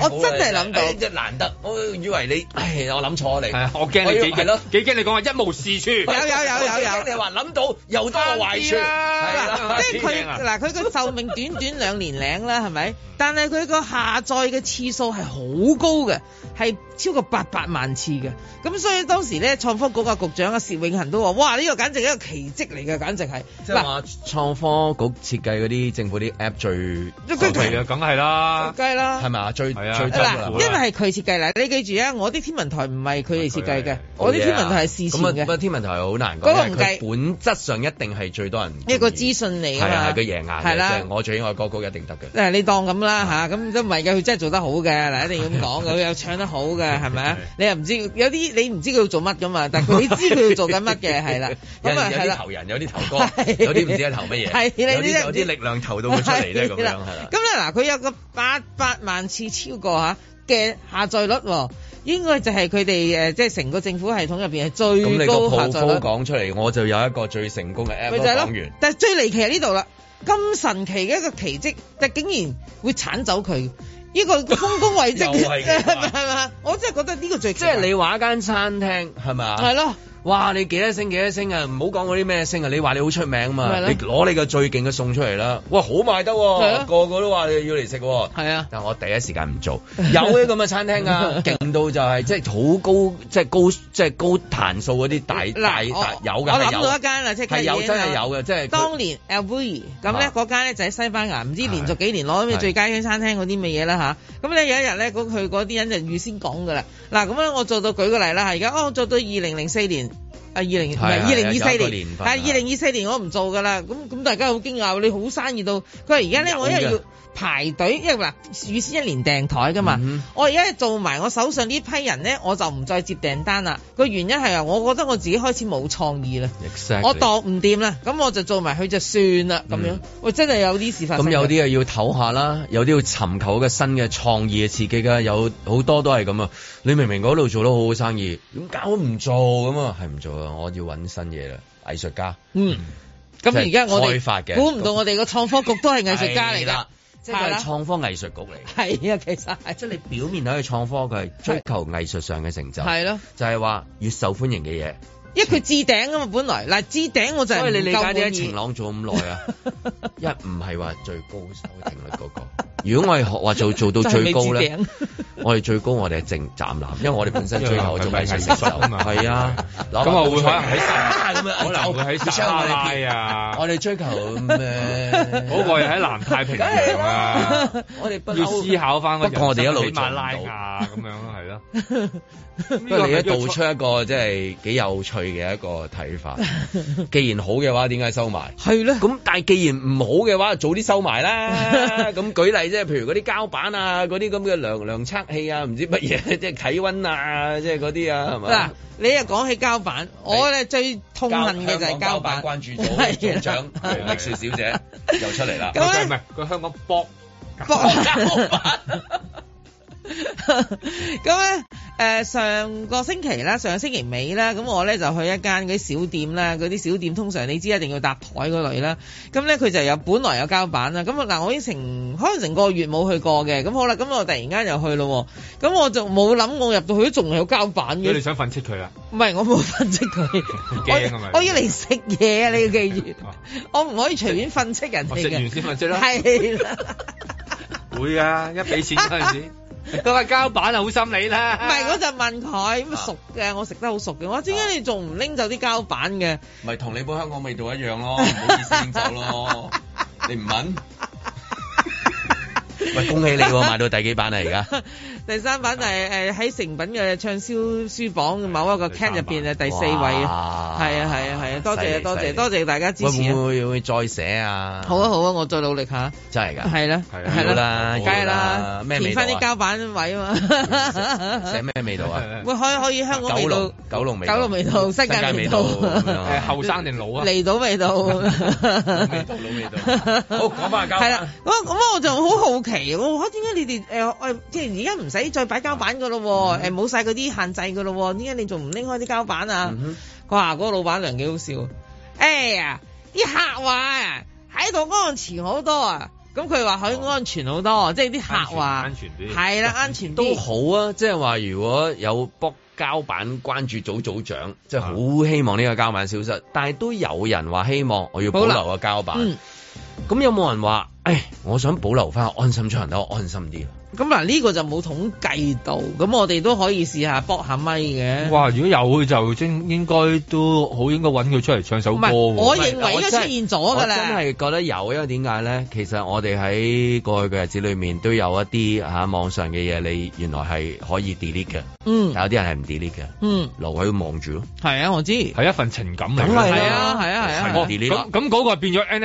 Speaker 4: 我真係諗
Speaker 2: 唉
Speaker 4: 到。
Speaker 2: 啊
Speaker 4: 啊
Speaker 2: 真哎難得，我以為你，唉，我諗錯你，
Speaker 3: 我驚你幾
Speaker 2: 係咯
Speaker 3: 驚，幾驚你講話一無是處。
Speaker 4: 有有有有有，
Speaker 2: 你話諗到又多個壞處，係啦
Speaker 4: 嗱，即係
Speaker 2: 啊
Speaker 4: 佢嗱，佢個壽命短短兩年零啦，係咪？但係佢個下載嘅次數係好高嘅，係超過八百萬次嘅。咁所以當時咧，創科局嘅局長啊，薛永恒都話：，哇！呢、個簡直係一個奇蹟嚟嘅，簡直係。
Speaker 2: 即係話創科局設計嗰啲政府啲 app 最
Speaker 4: 佢
Speaker 3: 係啊，梗係啦，
Speaker 4: 梗係啦
Speaker 2: 係咪啊？最最真㗎啦
Speaker 4: 嗱，因為係佢設計啦，你記住啊，我啲天文台唔係佢哋設計嘅，我啲天文台係事前
Speaker 2: 哦咁啊
Speaker 4: 嘅
Speaker 2: 不，過天文台好難講，
Speaker 4: 嗰個唔
Speaker 2: 因為
Speaker 4: 計
Speaker 2: 佢本質上一定係最多人
Speaker 4: 一個資訊嚟
Speaker 2: 係
Speaker 4: 㗎
Speaker 2: 啊
Speaker 4: 嘛，
Speaker 2: 係佢贏硬
Speaker 4: 係
Speaker 2: 嘅，即
Speaker 4: 啦
Speaker 2: 係我最愛歌曲一定得嘅。
Speaker 4: 嗱，你當咁啦
Speaker 2: 啊
Speaker 4: 吓，咁都唔係嘅，佢真係做得好嘅，嗱，一定要咁講 嘅，佢又唱得好嘅，係咪啊？你又唔知有啲你唔知佢要做乜噶嘛，但 係佢知佢要做緊乜嘅，係啦，
Speaker 2: 有
Speaker 4: 咁啊
Speaker 2: 有
Speaker 4: 係
Speaker 2: 啲
Speaker 4: 啦，
Speaker 2: 投人，有啲 投歌，有啲唔知係投乜
Speaker 4: 係
Speaker 2: 嘢，
Speaker 4: 你
Speaker 2: 有
Speaker 4: 你真係
Speaker 2: 啲有
Speaker 4: 唔知
Speaker 2: 啲力量投到佢出嚟咧，咁樣
Speaker 4: 係啦
Speaker 2: 係啦。
Speaker 4: 咁咧嗱，佢有個八百萬次超過吓嘅下載率喎，應該就係佢哋誒，即係成個政府系統入邊係
Speaker 2: 咁你
Speaker 4: 最
Speaker 2: 個
Speaker 4: 高下載
Speaker 2: proposal
Speaker 4: 率。
Speaker 2: 講出嚟，我就有一個最成功嘅 app
Speaker 4: 咪
Speaker 2: 咯
Speaker 4: 就係
Speaker 2: 講
Speaker 4: 咯
Speaker 2: 完。。
Speaker 4: 但係最離奇係呢度啦，咁神奇嘅一個奇蹟，但係竟然會剷走佢，呢個豐功偉績
Speaker 2: 又係奇怪
Speaker 4: 係嘛？我真係覺得呢個最
Speaker 2: 即係你話一間餐廳係咪啊？
Speaker 4: 係咯。
Speaker 2: 哇！你幾多星幾多星啊？唔好講嗰啲咩星啊！你話你好出名啊嘛，
Speaker 4: 咪咯
Speaker 2: 你攞你個最勁嘅餸出嚟啦！哇，好賣得
Speaker 4: 係
Speaker 2: 喎，
Speaker 4: 啊
Speaker 2: 個個都話你要嚟食喎。
Speaker 4: 係啊，
Speaker 2: 但我第一時間唔做，有啲咁嘅餐 廳啊，勁到就係即係好高，即係高，即係高彈數嗰啲大大
Speaker 4: 嗱，我
Speaker 2: 大有㗎，
Speaker 4: 我
Speaker 2: 係
Speaker 4: 諗
Speaker 2: 有
Speaker 4: 到一間啊啦，即
Speaker 2: 係有真係有嘅，即係佢
Speaker 4: 當年 El b u y 咁咧
Speaker 2: 啊
Speaker 4: 嗰間咧就喺西班牙，唔知連續幾年攞咩
Speaker 2: 係
Speaker 4: 最佳餐廳嗰啲乜嘢啦吓，咁咧有一日咧，嗰佢嗰啲人就預先講噶啦。嗱，咁咧我做到舉個例啦，而家哦，我做到二零零四年。啊！二零唔係
Speaker 2: 係
Speaker 4: 二零二
Speaker 2: 有一個
Speaker 4: 四
Speaker 2: 年
Speaker 4: 年，
Speaker 2: 份
Speaker 4: 啊二零二四年我唔做噶啦，咁咁大家好驚訝，你好生意到佢話而家咧我因為要
Speaker 2: 有嘅
Speaker 4: 排隊，因為嗱預先一年訂台噶嘛，
Speaker 2: 嗯
Speaker 4: 我而家做埋我手上呢批人咧，我就唔再接訂單啦。個原因係啊，我覺得我自己開始冇創意啦
Speaker 2: Exactly
Speaker 4: 我度唔掂啦，咁我就做埋佢就算啦咁樣。
Speaker 2: 嗯
Speaker 4: 喂，真係有啲事發生嘅。
Speaker 2: 咁有啲啊要唞下啦，有啲要尋求嘅新嘅創意嘅刺激㗎，有好多都係咁啊！你明明嗰度做得好好生意，點解我唔做咁啊？係唔做啊？我要揾新嘢啦，藝術家。
Speaker 4: 嗯，咁而家我
Speaker 2: 即係開發
Speaker 4: 哋
Speaker 2: 嘅
Speaker 4: 估唔到我哋個創科局都係藝術家嚟
Speaker 2: 係
Speaker 4: 㗎
Speaker 2: 啦，
Speaker 4: 即
Speaker 2: 即係創科藝術局嚟。
Speaker 4: 係啊，其實係
Speaker 2: 即係你表面睇佢創科，佢係追求藝術上嘅成就。
Speaker 4: 係咯，
Speaker 2: 就係話越受歡迎嘅嘢。
Speaker 4: 因為佢置頂啊嘛，本來嗱置頂我就係
Speaker 2: 所以你
Speaker 4: 唔
Speaker 2: 理
Speaker 4: 夠
Speaker 2: 解點
Speaker 4: 滿意
Speaker 2: 解晴朗做咁耐 啊？ 一唔係話最高收聽率嗰個。如果我係學話做做到最高
Speaker 4: 就係未
Speaker 2: 咧
Speaker 4: 置頂，
Speaker 2: 我哋最高我哋係正站立，因為我哋本 身追求一種藝術成就
Speaker 3: 因為我哋係藝術
Speaker 2: 係啊。
Speaker 3: 咁我會可能 喺
Speaker 2: 沙 咁啊樣，
Speaker 3: 可能會喺撒哈拉啊，
Speaker 2: 我哋追求嗯 咩？
Speaker 3: 嗰個係喺南太平洋啊，
Speaker 2: 我哋不嬲
Speaker 3: 要思考翻
Speaker 2: 不過我哋一路
Speaker 3: 喜馬拉
Speaker 2: 做唔到
Speaker 3: 雅咁樣咯，係 咯。
Speaker 2: 不過你都道出一個即係幾有趣嘅一個睇 法。既然好嘅話，點解收埋？
Speaker 4: 係咧。
Speaker 2: 咁但係既然唔好嘅話，早啲收埋 啦。咁舉例即係譬如嗰啲膠板啊，嗰啲咁嘅量量測器啊，唔知乜嘢， 即係體温啊，即係嗰啲啊，係
Speaker 4: 嗱
Speaker 2: 嘛？，
Speaker 4: 你又講起膠板，我咧最痛恨嘅就 係膠板。
Speaker 2: 關注組組長黃碧雪小姐又出嚟啦。
Speaker 4: 咁咧
Speaker 3: 唔係佢香港 搏
Speaker 4: 咁咧，誒、上個星期啦，上星期尾啦，咁我咧就去一間嗰啲小店啦，嗰啲小店通常你知一定要搭台嗰類啦，咁咧佢就有本來有膠板啦，咁啊嗱，我已經成可能成個月冇去過嘅，咁好啦，咁我突然間又去咯喎，咁我就冇諗我入到去都仲係有膠板
Speaker 3: 如果你
Speaker 4: 嘅，
Speaker 3: 想訓斥佢啦，
Speaker 4: 唔係我冇分析佢，
Speaker 3: 驚啊嘛
Speaker 4: 我我要嚟食嘢啊，你要記住，
Speaker 2: 哦
Speaker 4: 我唔可以隨便訓斥人
Speaker 3: 我
Speaker 4: 哋
Speaker 3: 食完
Speaker 4: 嘅，
Speaker 3: 先訓斥啦。
Speaker 4: 係 啦。
Speaker 3: 會啊，一俾錢嗰 陣時，嗰個膠板啊好心你啦。
Speaker 4: 唔 係，我就問佢咁熟
Speaker 2: 啊
Speaker 4: 嘅，我食得好熟嘅。我話點解你仲唔拎走啲膠板嘅？
Speaker 2: 咪同你本香港味道一樣咯，唔好意思拎 走咯。你唔問？ 喂，恭喜你 喎，啊買到第幾版啊？而家
Speaker 4: 第三版就係誒喺成品嘅暢銷書榜某一個 can 入邊嘅第四位啊！
Speaker 2: 哇
Speaker 4: 係啊係啊係啊！多
Speaker 2: 犀
Speaker 4: 謝
Speaker 2: 利
Speaker 4: 多
Speaker 2: 犀
Speaker 4: 謝
Speaker 2: 利
Speaker 4: 多謝大家支
Speaker 2: 喂
Speaker 4: 持
Speaker 2: 會
Speaker 4: 啊！
Speaker 2: 唔會會再寫啊？
Speaker 4: 好啊好啊，我再努力下。
Speaker 2: 真係㗎，
Speaker 4: 係啦，
Speaker 2: 係啊啦，
Speaker 4: 梗係啦，
Speaker 2: 咩
Speaker 4: 填
Speaker 2: 味道
Speaker 4: 翻啲
Speaker 2: 啊？
Speaker 4: 膠板位啊嘛。
Speaker 2: 寫咩味 道啊？
Speaker 4: 會可以可以香港味
Speaker 2: 九
Speaker 4: 道
Speaker 2: 龍、九龍味道、
Speaker 4: 九龍味道新界味道
Speaker 2: 誒
Speaker 3: 後生定老啊？
Speaker 4: 嚟到 味道。
Speaker 2: 味道老味 道。好，講翻膠
Speaker 4: 係
Speaker 2: 板
Speaker 4: 啦。，咁啊咁我就好好奇，我話點解你哋誒誒，即係而家唔使再擺膠板噶咯喎，
Speaker 2: 嗯
Speaker 4: 誒冇晒嗰啲限制噶咯喎，點解你仲唔拎開啲膠板
Speaker 2: 嗯
Speaker 4: 啊？佢話嗰個老闆娘幾好笑，哎呀，啲客話啊喺度安全好多啊，咁佢話佢安全好多，即係啲客話
Speaker 2: 嗯安全啲
Speaker 4: 係 啦，安全啲
Speaker 2: 都好啊，即係話如果有卜膠板關注組組長，即係
Speaker 4: 啊
Speaker 2: 好希望呢個膠板消失，但係都有人話希望我要保留個膠板。
Speaker 4: 嗯
Speaker 2: 咁有冇人話，誒，我想保留翻安心出行，等我安心啲。
Speaker 4: 咁嗱呢個就冇統計到，咁我哋都可以試下搏下咪嘅。
Speaker 3: 哇！如果有就應應該都好應該揾佢出嚟唱首歌喎。
Speaker 4: 我認為應該出現咗㗎啦
Speaker 2: 我真係覺得有，因為點解咧？其實我哋喺過去嘅日子裏面都有一啲嚇、啊、網上嘅嘢，你原來係可以 delete 嘅，
Speaker 4: 嗯
Speaker 2: 但有啲人係唔 delete 嘅，
Speaker 4: 嗯，
Speaker 2: 留喺度望住咯。
Speaker 4: 係啊，我知
Speaker 3: 係一份情感嚟㗎。
Speaker 2: 梗係啦
Speaker 4: 係啊係啊係啊
Speaker 3: 哦
Speaker 2: 係
Speaker 3: 咁咁嗰個變咗
Speaker 4: 咁
Speaker 3: NFT，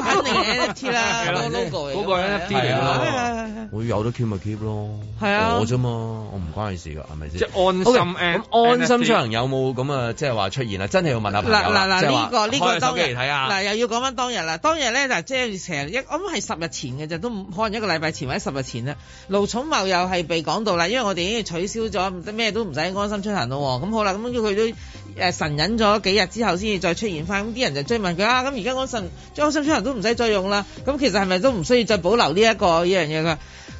Speaker 4: 肯定係 NFT 啦，
Speaker 3: 係啦
Speaker 4: 個 logo 嚟㗎嘛。
Speaker 3: 嗰個
Speaker 2: 係
Speaker 3: NFT 嚟
Speaker 2: 啊
Speaker 3: 㗎。
Speaker 2: 會有得 keep 咪 keep 咯，
Speaker 4: 係啊
Speaker 2: 我啫嘛，我唔關你事㗎，係咪先？
Speaker 3: 即係安心
Speaker 2: OK，咁安心
Speaker 3: NFT
Speaker 2: 出行有冇咁啊？即係話出現啊？真係要啊問下朋友
Speaker 4: 嗱嗱
Speaker 2: 啦。
Speaker 4: 嗱，呢個呢個
Speaker 2: 當
Speaker 4: 當日
Speaker 2: 嚟睇下。
Speaker 4: 嗱又要講翻當日啦。當日咧嗱，即係成日一，我諗係十日前嘅啫，都唔可能一個禮拜前或者十日前啦。盧寵茂又係被講到啦，因為我哋已經取消咗咩都唔使安心出行咯喎。咁好啦，咁佢都誒呃神隱咗幾日之後先至再出現翻，咁啲人就追問佢啊，咁而家安心安心出行都唔使再用啦，咁其實係咪都唔需要再保留呢、一個呢樣嘢㗎？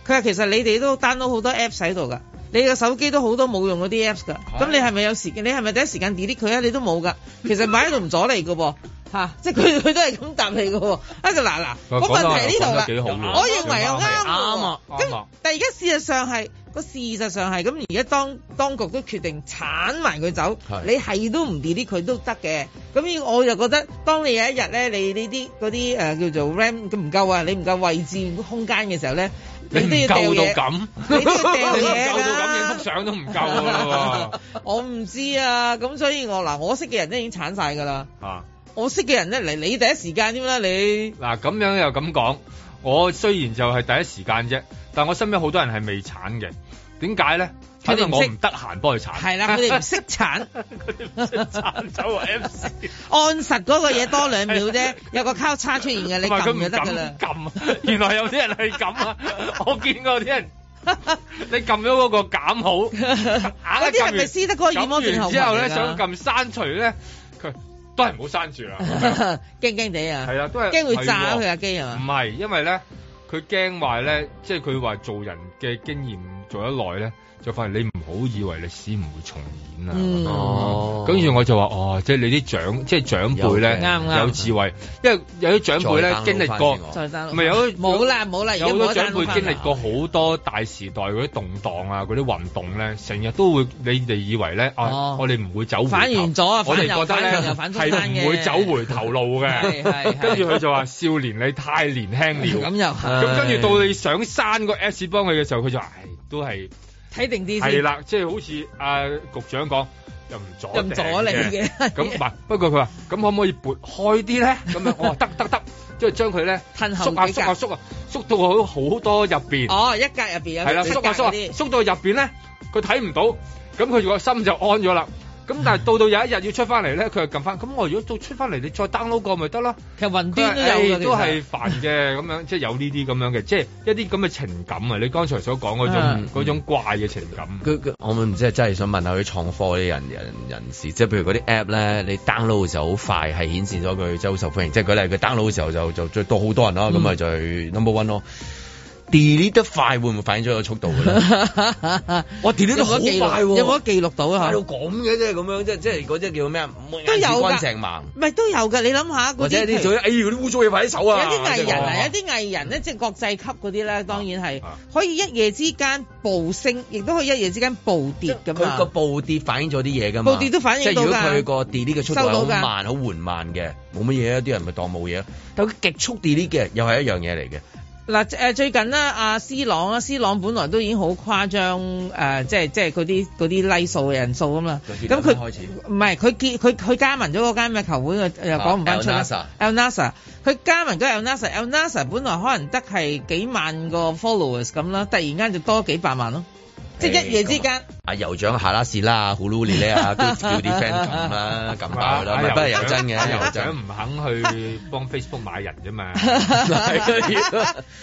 Speaker 4: 佢話其實你哋都 download 好多 apps 喺度㗎。你個手機都好多冇用嗰啲 apps 㗎，咁你係咪有時間？你係咪第一時間 delete 佢啊？你都冇㗎，其實擺喺度唔阻你㗎噃，嚇、即係佢佢都係咁答你㗎喎。啊嗱嗱，個問題呢度啦，我認為又啱
Speaker 3: 啊啱啊
Speaker 4: 喎。
Speaker 3: 啱
Speaker 4: 咁
Speaker 3: 啊
Speaker 4: 但係而家事實上係個事實上係咁，而家當當局都決定鏟埋佢走
Speaker 2: 係，
Speaker 4: 你係都唔 delete 佢都得嘅。咁呢個我就覺得，當你有一日咧，你呢啲嗰啲誒叫做 RAM 唔夠啊，你唔夠位置空間嘅時候咧，
Speaker 3: 你
Speaker 4: 都要
Speaker 3: 唔
Speaker 4: 掉
Speaker 3: 夠
Speaker 4: 嘢
Speaker 3: 到。咁，
Speaker 4: 你都要掉嘢
Speaker 3: 夠到咁
Speaker 4: 㗎
Speaker 3: 影幅相都唔夠㗎啦
Speaker 4: 我唔知啊，咁所以我嗱，我識嘅人都已經鏟晒㗎啦。
Speaker 3: 喎。啊！
Speaker 4: 我識嘅人咧，嚟你第一時間添啦，你
Speaker 3: 嗱咁樣又咁講，我雖然就係第一時間啫，但我身邊好多人係未產嘅。點解咧？
Speaker 4: 佢
Speaker 3: 因
Speaker 4: 哋
Speaker 3: 為
Speaker 4: 唔識
Speaker 3: 我唔得閒幫佢產。
Speaker 4: 係啦，佢哋唔識產，
Speaker 3: 產走 M C，
Speaker 4: 按實嗰個嘢多兩秒 啫，有個交叉出現 嘅，你
Speaker 3: 同埋佢
Speaker 4: 撳
Speaker 3: 唔
Speaker 4: 就得
Speaker 3: 敢
Speaker 4: 㗎啦。
Speaker 3: 撳，原來有啲人係咁 啊！我見過有啲人，你撳咗嗰個減好， 嗰
Speaker 4: 嗰啲係咪斯德哥爾摩症候群嚟
Speaker 3: 之
Speaker 4: 㗎
Speaker 3: 後咧，想撳刪除咧，佢都係唔好刪住 啦。
Speaker 4: 驚驚地啊！
Speaker 3: 係啦，都係
Speaker 4: 驚會炸
Speaker 3: 係喎
Speaker 4: 佢架啊機係嘛？
Speaker 3: 唔係，因為咧，佢驚話咧，即係佢話做人嘅經驗做得耐咧，就發現你唔好以為歷史唔會重演啊。
Speaker 4: 嗯
Speaker 3: 咁樣跟住我就話哦，即係你啲長即係長輩咧
Speaker 4: 有啱啱
Speaker 3: 有智慧，因為有啲長輩咧
Speaker 4: 再
Speaker 3: 經
Speaker 4: download
Speaker 3: 歷過
Speaker 4: 翻俾我，再 download
Speaker 3: 唔係有
Speaker 4: 冇啦冇啦而家
Speaker 3: 有好
Speaker 4: 冇得
Speaker 3: 多長
Speaker 4: download
Speaker 3: 輩
Speaker 4: 翻
Speaker 3: 經
Speaker 4: 啦
Speaker 3: 歷過好多大時代嗰啲動盪啊，嗰啲運動咧，成日都會你哋以為咧啊，我哋唔會走回
Speaker 4: 哦
Speaker 3: 頭
Speaker 4: 反完咗啊
Speaker 3: 我哋
Speaker 4: 反右
Speaker 3: 覺得
Speaker 4: 反
Speaker 3: 咧
Speaker 4: 右反中間
Speaker 3: 係唔會
Speaker 4: 嘅
Speaker 3: 走回頭路
Speaker 4: 係
Speaker 3: 嘅
Speaker 4: 係係，
Speaker 3: 跟住佢就話少年你太年輕了，
Speaker 4: 咁又係
Speaker 3: 咁跟住到你想刪個 S 幫佢嘅時候，佢就話唉都係。
Speaker 4: 睇定啲先。
Speaker 3: 係啦，即係好似阿局長講，又唔阻
Speaker 4: 又唔阻你嘅
Speaker 3: 嘅。咁唔係，不過佢話咁可唔可以撥開啲咧？咁樣我話得得得，即係將佢咧
Speaker 4: 褪後
Speaker 3: 縮下
Speaker 4: 幾格
Speaker 3: 縮下縮下，縮到好好多入邊。
Speaker 4: 哦，一格入邊有
Speaker 3: 係啦，
Speaker 4: 七
Speaker 3: 縮
Speaker 4: 格
Speaker 3: 下
Speaker 4: 嗰
Speaker 3: 縮
Speaker 4: 啲
Speaker 3: 下，縮到入邊咧，佢睇唔到，咁佢個心就安咗啦。咁但係到到有一日要出翻嚟咧，佢又撳翻。咁我如果到出翻嚟，你再 download 個咪得咯。
Speaker 4: 其實雲
Speaker 3: 佢
Speaker 4: 端
Speaker 3: 話
Speaker 4: 都有
Speaker 3: 唉
Speaker 4: 㗎，
Speaker 3: 都 係煩嘅咁樣，即係有呢啲咁樣嘅，即係一啲咁嘅情感啊！你剛才所講嗰種
Speaker 2: 嗯
Speaker 3: 嗰種怪嘅情感。
Speaker 2: 佢佢我唔知係真係想問下佢創科嗰啲人人人士，即係譬如嗰啲 app 咧，你 download 嘅時候好快係顯示咗佢即係好受歡迎，即係舉例佢 download 嘅時候就就最多好多人啦，咁咪就係 number one 咯。delete 得快會唔會反映咗個速度㗎咧？我 delete 得
Speaker 4: 有
Speaker 2: 好
Speaker 4: 冇記錄
Speaker 2: 快喎，
Speaker 4: 有冇得記錄到啊
Speaker 2: 快到咁嘅啫，咁樣即係即係嗰隻叫咩啊？
Speaker 4: 都有㗎
Speaker 2: 乾淨盲，
Speaker 4: 唔係都有㗎，你諗下
Speaker 2: 或
Speaker 4: 嗰
Speaker 2: 者
Speaker 4: 啲
Speaker 2: 啲做啲哎呀嗰啲污糟嘢快啲手
Speaker 4: 有
Speaker 2: 啊！啊
Speaker 4: 啲藝人
Speaker 2: 即
Speaker 4: 啊，
Speaker 2: 係
Speaker 4: 有啲藝人咧，即係國際級嗰啲咧，當然係可以一夜之間暴升，亦都可以一夜之間暴跌咁
Speaker 2: 佢個
Speaker 4: 啊！
Speaker 2: 暴跌反映咗啲嘢㗎嘛，
Speaker 4: 暴跌都反映到㗎
Speaker 2: 即係如果佢個 delete 嘅速度係
Speaker 4: 收到
Speaker 2: 好
Speaker 4: 㗎
Speaker 2: 慢、好緩慢嘅，冇乜嘢啊，啲人咪當冇嘢咯。但佢極速 delete 嘅又係一樣嘢嚟嘅。
Speaker 4: 嗱誒，最近咧，阿斯朗啊，斯朗本來都已經好誇張誒、即係即係嗰啲嗰啲 like 數嘅人數啊嘛。咁佢
Speaker 2: 開始
Speaker 4: 唔係佢結佢佢加盟咗嗰間咩球會嘅又講唔翻出啦
Speaker 2: 啊。
Speaker 4: El Nasa，佢加盟咗 El Nasa，El Nasa 本來可能得係幾萬個 followers 咁啦，突然間就多幾百萬咯，即係一夜之間。
Speaker 2: 阿啊酋長下啦士啦，好努力咧 啊，都叫啲 friend 撳啦，撳爆啊佢啦。咪不過又真嘅，又
Speaker 3: 酋
Speaker 2: 真
Speaker 3: 啊長唔肯去幫 Facebook 買人 啫嘛，
Speaker 4: 置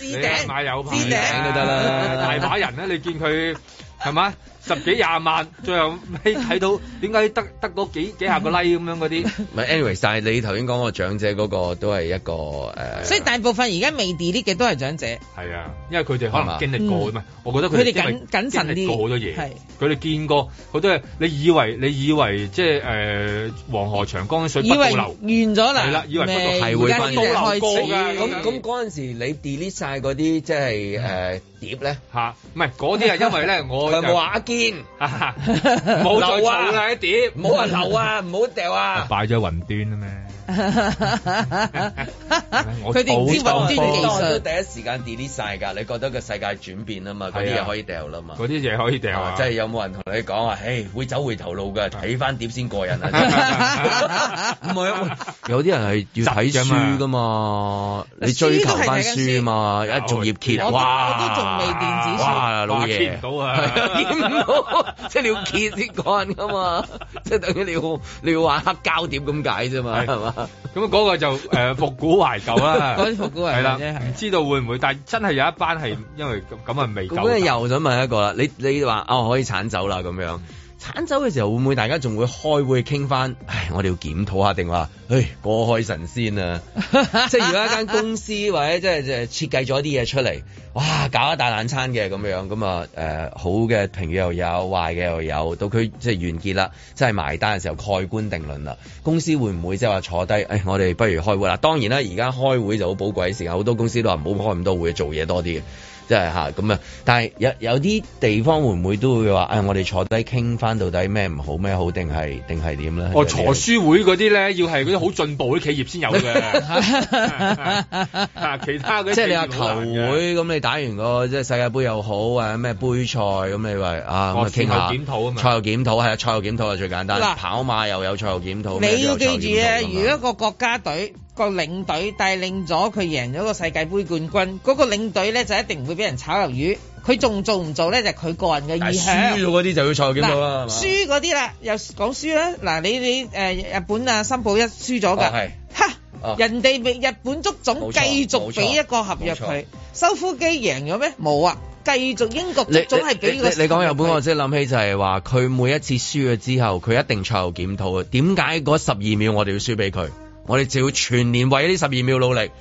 Speaker 3: 你
Speaker 4: 頂
Speaker 3: 買有牌
Speaker 4: 置頂
Speaker 3: 啊
Speaker 2: 都得啦
Speaker 3: 大把人咧，你見佢係嘛？十幾廿萬，最後尾睇到點解得得嗰幾幾下個 like 咁樣嗰 啲，
Speaker 2: 唔係 anyways，但係你頭先講個長者嗰個都係一個誒，
Speaker 4: 所以大部分而家未 delete 嘅都係長者，
Speaker 3: 係啊，因為佢哋可能經歷過啊嘛
Speaker 4: 嗯。
Speaker 3: 我覺得
Speaker 4: 佢
Speaker 3: 佢
Speaker 4: 哋
Speaker 3: 哋
Speaker 4: 謹
Speaker 3: 經歷
Speaker 4: 謹慎啲
Speaker 3: 經歷過好多嘢
Speaker 4: 係，
Speaker 3: 佢哋見過好多嘢。你以為你以為即係誒黃河長江水不
Speaker 4: 以
Speaker 3: 倒
Speaker 4: 為
Speaker 3: 流，
Speaker 4: 完咗啦，
Speaker 3: 係啦以為不
Speaker 4: 咩
Speaker 2: 係
Speaker 4: 而
Speaker 2: 會
Speaker 4: 家
Speaker 2: 分
Speaker 4: 先至開始
Speaker 2: 咁咁嗰陣時你 delete 晒嗰啲即係誒碟咧
Speaker 3: 嚇，唔係嗰啲係因為咧我
Speaker 2: 佢有
Speaker 3: 就
Speaker 2: 冇話阿堅？
Speaker 3: 冇再
Speaker 2: 留
Speaker 3: 儲
Speaker 2: 啊
Speaker 3: 啦啲碟，
Speaker 2: 唔好話留啊，唔好掉啊！
Speaker 3: 擺咗雲端啊咩？ 我
Speaker 2: 佢哋唔知雲端技
Speaker 3: 我
Speaker 2: 術，都
Speaker 3: 我
Speaker 2: 第一時間 delete 晒㗎。你覺得個世界轉變啊嘛，嗰啲
Speaker 3: 係啊
Speaker 2: 嘢可以掉啦嘛。
Speaker 3: 嗰啲嘢可以掉啊
Speaker 2: 即係有冇人同你講話？誒，會走回頭路㗎，睇翻碟先過癮啊！唔係啊，有啲人係要睇書㗎嘛，你追求翻書嘛，一仲葉揭，
Speaker 4: 我都
Speaker 2: 哇！
Speaker 4: 我都仲未電子書
Speaker 2: 哇，老
Speaker 3: 哇
Speaker 2: 爺
Speaker 3: 揭唔 到啊
Speaker 2: 係揭唔到，即係你要揭啲幹㗎嘛，即係等於你要你要玩黑膠碟咁解啫嘛，係嘛？
Speaker 3: 咁嗰個就誒復古 懷舊啦，
Speaker 4: 嗰啲復古懷舊
Speaker 3: 係啦，
Speaker 4: 啫係
Speaker 3: 唔知道會唔會，但係真係有一班係因為咁咁啊未
Speaker 2: 咁咧
Speaker 3: 夠，
Speaker 2: 又想問一個啦，你你話哦可以剷走啦咁樣，剷走嘅時候會唔會大家仲會開會傾翻？唉，我哋要檢討下定話，唉過海神仙 啊！即係如果一間公司或者即係即係設計咗啲嘢出嚟，哇搞一大爛餐嘅咁樣咁啊誒好嘅評語又有，壞嘅又有，到佢即係完結啦，即係埋單嘅時候蓋棺定論啦。公司會唔會即係話坐低？誒、我哋不如開會啦。當然啦，而家開會就好寶貴時間，好多公司都話唔好開咁多會，做嘢多啲嘅。即係吓咁啊！但係有有啲地方會唔會都會話，誒、哎我哋坐低傾翻到底咩唔好咩好，定係定係點咧？
Speaker 3: 哦，坐書會嗰啲咧，要係嗰啲好進步啲企業先有 嘅， 啊其他嗰啲
Speaker 2: 即係你話
Speaker 3: 企業
Speaker 2: 球
Speaker 3: 好難嘅
Speaker 2: 會咁，你打完個即係世界盃又好啊，咩杯賽咁，你話啊咁啊
Speaker 3: 哦
Speaker 2: 傾下
Speaker 3: 賽後檢討啊嘛
Speaker 2: 賽後檢討係啊，賽後檢討係最簡單。
Speaker 4: 嗱
Speaker 2: 跑馬又有賽後檢討，咩
Speaker 4: 你
Speaker 2: 都
Speaker 4: 要
Speaker 2: 有賽後
Speaker 4: 記住啊！
Speaker 2: 檢討㗎嘛
Speaker 4: 如果一個國家隊個領隊帶領咗佢贏咗個世界盃冠軍，嗰、個領隊咧就一定唔會俾人炒魷魚。佢仲做唔做咧就係佢個人嘅
Speaker 2: 但
Speaker 4: 意
Speaker 2: 係
Speaker 4: 向。
Speaker 2: 輸咗嗰啲就要賽後檢討啦，
Speaker 4: 嗱
Speaker 2: 係嘛？
Speaker 4: 輸嗰啲啦，又講輸啦。嗱，你你誒、呃日本啊，森保一輸咗㗎。
Speaker 2: 哦係
Speaker 4: 哈
Speaker 2: 哦
Speaker 4: 人哋俾日本足總
Speaker 2: 冇錯
Speaker 4: 繼續俾一個合約
Speaker 2: 冇錯
Speaker 4: 佢，收夫基贏咗咩？冇啊，繼續英國
Speaker 2: 你
Speaker 4: 足總係俾
Speaker 2: 你
Speaker 4: 個
Speaker 2: 你你講日本，我即係諗起就係話，佢每一次輸咗之後，佢一定賽後檢討嘅。啊點解嗰十二秒我哋要輸俾佢？我哋就要全年為呢十二秒努力。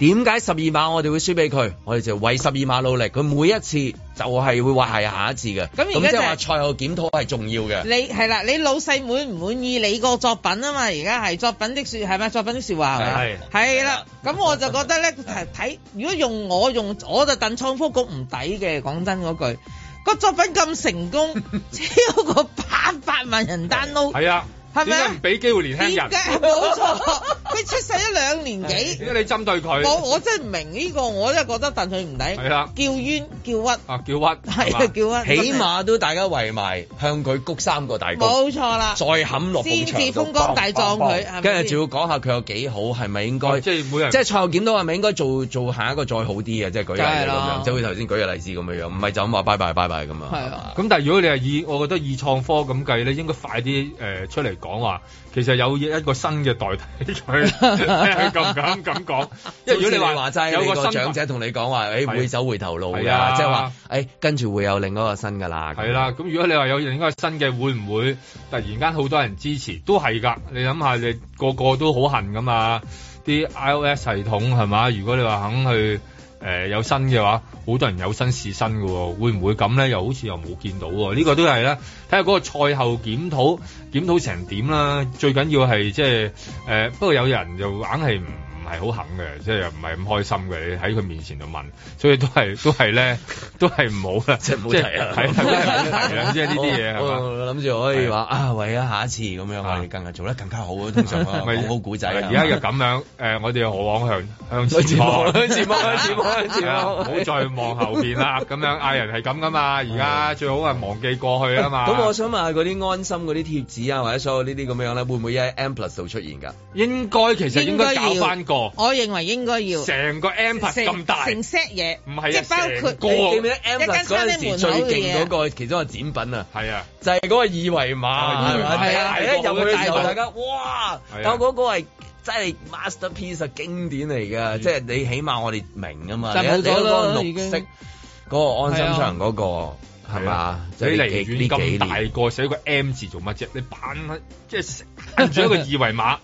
Speaker 2: 點解十二碼我哋會輸俾佢？我哋就為十二碼努力。佢每一次就係會話係下一次嘅。
Speaker 4: 咁而家就
Speaker 2: 即係
Speaker 4: 係
Speaker 2: 話賽後檢討係重要嘅。
Speaker 4: 你係啦，你老細滿唔滿意你個作品啊嘛？而家係作品的説係咪？作品的説話係咪？係啦，咁我就覺得咧，睇如果用我用我就鄧創科局唔抵嘅，講真嗰句，個作品咁成功，超過八百萬人 download，
Speaker 3: 係啊，
Speaker 4: 係咪
Speaker 3: 點
Speaker 4: 啊
Speaker 3: 解唔俾機會年輕
Speaker 4: 點
Speaker 3: 人？
Speaker 4: 解冇錯？佢出世咗兩年幾，
Speaker 3: 點解你針對佢？
Speaker 4: 我我真係唔明呢個，我真係覺得鄧佢唔抵，
Speaker 2: 係啦
Speaker 4: 叫冤叫屈，
Speaker 3: 啊，叫屈
Speaker 4: 係啊叫屈，
Speaker 2: 起碼都大家圍埋向佢鞠三個大鞠，
Speaker 4: 冇啊錯啦
Speaker 2: 再冚落埲牆度
Speaker 4: 先至風光大壯佢係咪
Speaker 2: 跟住仲要講下佢有幾好，係咪應該？
Speaker 3: 即係每人
Speaker 2: 即係賽後檢討係咪應該做做下一個再好啲嘅？即係舉例
Speaker 3: 梗係
Speaker 2: 咁
Speaker 3: 啦
Speaker 2: 樣，即係好似頭先舉嘅例子咁樣樣，唔係就咁話拜拜拜拜咁啊。
Speaker 4: 係啊。
Speaker 3: 咁但係如果你係以，我覺得以創科咁計咧，應該快啲誒、呃出嚟講話，其實有一個新嘅代替佢， 睇下佢敢唔敢咁講？因為如果你
Speaker 2: 好似你
Speaker 3: 話
Speaker 2: 話齋，
Speaker 3: 有
Speaker 2: 有
Speaker 3: 個
Speaker 2: 個
Speaker 3: 新
Speaker 2: 長者同你講話，誒會走回頭路
Speaker 3: 係啊
Speaker 2: 㗎，即係話誒跟住會有另外一個新㗎啦。
Speaker 3: 係啦，咁如果你話有另一個新嘅，會唔會突然間好多人支持？都係㗎，你諗下，你個個都好恨㗎嘛，啲 iOS 系統係嘛？如果你話肯去誒、呃有新嘅話，好多人有新試新㗎喎，會唔會咁咧？又好似又冇見到喎，呢、個都係啦，睇下嗰個賽後檢討檢討成點啦。最緊要係即係誒，不過有人就硬係唔。唔係好肯嘅，即係又唔係咁開心嘅。你喺佢面前度問，所以都係都係咧，都係唔好啦，即係唔
Speaker 2: 好提啦哦
Speaker 3: 係啦，都係唔好提啦，即係呢啲嘢係嘛。
Speaker 2: 我諗住可以話啊，為咗下一次咁樣，我哋更加做得更加好啊！通常啊
Speaker 3: 咪
Speaker 2: 講好古仔啊，
Speaker 3: 而家又咁樣， 誒，我哋何往向
Speaker 2: 向
Speaker 3: 向
Speaker 2: 前
Speaker 3: 前
Speaker 2: 望
Speaker 3: 望，
Speaker 2: 向前望向前望向前望
Speaker 3: 係啊唔好再望後 邊啦。咁樣嗌人係咁噶嘛，而家最好係忘記過去啊嘛。
Speaker 2: 咁我想問下嗰啲安心嗰啲貼紙啊，或者所有呢啲咁樣咧，會唔會喺 M Plus 度出現㗎？
Speaker 3: 應該其實應該搞翻個
Speaker 4: 我認為應該要
Speaker 3: 成個 M 拍咁大，
Speaker 4: 成 set 嘢，
Speaker 3: 唔係啊
Speaker 4: 即係包括
Speaker 3: 成個
Speaker 2: 你記唔記得 M
Speaker 4: 一
Speaker 2: Plus
Speaker 4: 間
Speaker 2: 嗰
Speaker 4: 餐
Speaker 2: 陣時
Speaker 4: 廳門
Speaker 2: 最
Speaker 4: 口嘅
Speaker 2: 勁嗰
Speaker 4: 嘢啊。
Speaker 2: 個其中一個展品啊？
Speaker 3: 係啊，
Speaker 2: 就係嗰個二維碼，
Speaker 3: 啊
Speaker 2: 係咪？
Speaker 3: 二維碼
Speaker 2: 係啊，
Speaker 3: 係啊
Speaker 2: 一入去嘅時候
Speaker 3: 個個都
Speaker 2: 大家哇
Speaker 3: 係啊，
Speaker 2: 但我嗰個係真係 masterpiece 啊經典嚟㗎，即係你起碼我哋明啊嘛，
Speaker 3: 嗯就
Speaker 2: 你一
Speaker 3: 冇
Speaker 2: 你嗰
Speaker 3: 咗啦
Speaker 2: 個
Speaker 3: 已
Speaker 2: 綠
Speaker 3: 經啊
Speaker 2: 色嗰個安心場嗰個係嘛？即
Speaker 3: 你
Speaker 2: 係
Speaker 3: 離
Speaker 2: 呢幾
Speaker 3: 遠咁
Speaker 2: 呢幾
Speaker 3: 大
Speaker 2: 年
Speaker 3: 個寫個 M 字做乜啫？你扮即係扮住一個二維碼，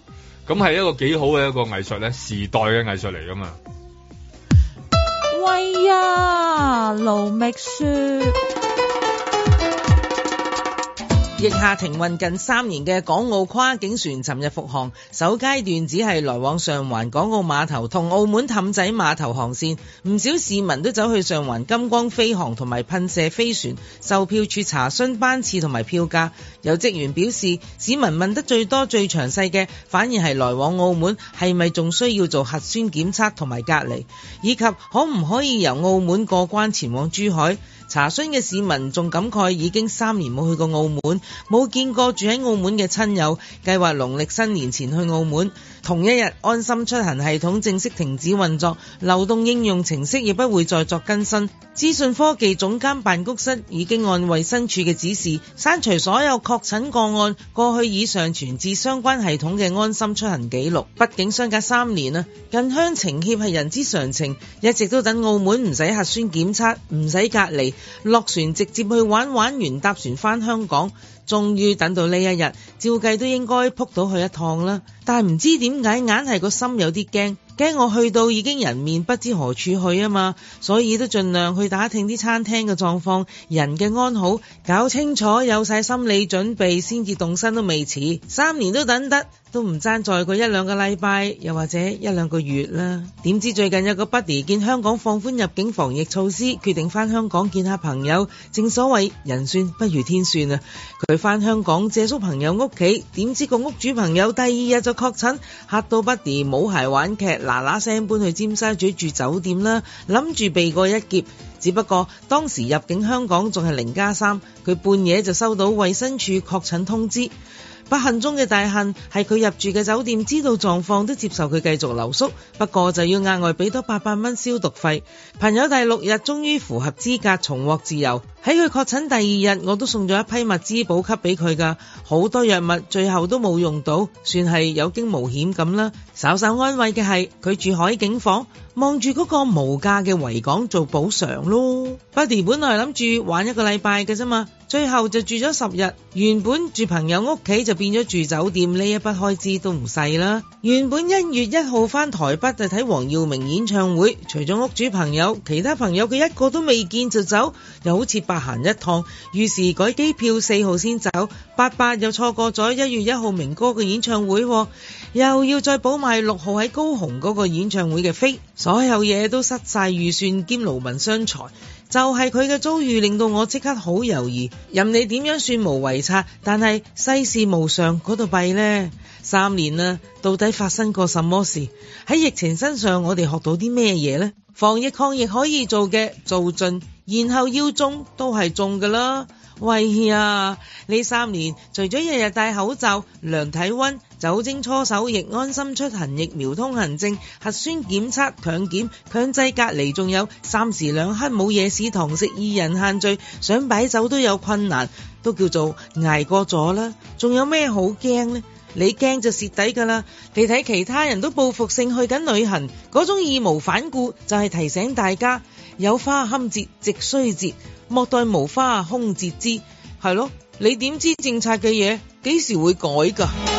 Speaker 3: 咁係一個幾好嘅一個藝術咧，時代嘅藝術嚟噶嘛。
Speaker 21: 喂呀，盧覓雪。
Speaker 4: 疫下停運近三年嘅港澳跨境船，尋日復航，首階段只係來往上環港澳碼頭同澳門氹仔碼頭航線，唔少市民都走去上環金光飛航同埋噴射飛船，售票處查詢班次同埋票價。有職員表示，市民問得最多最詳細嘅，反而係來往澳門係咪仲需要做核酸檢測同埋隔離，以及可唔可以由澳門過關前往珠海。查詢嘅市民仲感慨已經三年冇去過澳門，冇見過住喺澳門嘅親友，計劃農曆新年前去澳門。同一日，安心出行系統正式停止運作，流動應用程式亦不會再作更新。資訊科技總監辦公室已經按衛生署嘅指示，刪除所有確診個案過去已上傳至相關系統嘅安心出行記錄。畢竟相隔三年啦，近鄉情怯係人之常情，一直都等澳門唔使核酸檢測，唔使隔離，落船直接去玩，玩完搭船返香港。終於等到呢一日，照計都應該撲到去一趟啦。但係唔知點解，硬係個心有啲驚，驚我去到已經人面不知何處去啊嘛，所以都盡量去打聽啲餐廳嘅狀況、人嘅安好，搞清楚有晒心理準備先至動身都未遲。三年都等得，都唔爭再過一兩個禮拜，又或者一兩個月啦。點知最近有個 buddy 見香港放寬入境防疫措施，決定返香港見下朋友。正所謂人算不如天算啊！佢返香港借宿朋友屋企，點知個屋主朋友第二日就確診，嚇到 buddy 冇鞋玩劇，嗱嗱聲搬去尖沙咀住酒店啦，諗住避過一劫。只不過當時入境香港仲係零加三，佢半夜就收到衛生署確診通知。不幸中嘅大幸係佢入住嘅酒店知道狀況都接受佢繼續留宿，不過就要額外俾多八百蚊消毒費。朋友第六日終於符合資格重獲自由，喺佢確診第二日，我都送咗一批物資補給俾佢㗎，好多藥物最後都冇用到，算係有驚無險咁啦。稍稍安慰嘅係佢住海景房。望住嗰個無價嘅維港做補償咯。Buddy 本來諗住玩一個禮拜嘅啫嘛，最後就住咗十日。原本住朋友屋企就變咗住酒店，呢一筆開支都唔細啦。原本一月一號返台北就睇黃耀明演唱會，除咗屋主朋友，其他朋友佢一個都未見就走，又好似白行一趟。於是改機票四號先走，八八又錯過咗一月一號明哥嘅演唱會喎。又要再補買六號喺高雄嗰個演唱會嘅飛，所有嘢都失晒預算兼勞民傷財，就係佢嘅遭遇令到我即刻好猶豫，任你點樣算無遺策，但係世事無常嗰度弊呢。三年啦，到底發生過什麼事？喺疫情身上，我哋學到啲咩嘢呢？防疫抗疫可以做嘅做盡，然後要中都係中㗎啦。喂呀！呢三年除咗日日戴口罩、量體溫、酒精搓手液、安心出行疫苗通行證、核酸檢測、強檢、強制隔離，仲有三時兩刻冇夜市堂食、二人限聚，想擺酒都有困難，都叫做捱過咗啦。仲有咩好驚呢？你驚就蝕底㗎啦！你睇其他人都報復性去緊旅行，嗰種義無反顧就係提醒大家：有花堪折直須折，莫待無花空折枝。係咯，你點知政策嘅嘢幾時會改㗎？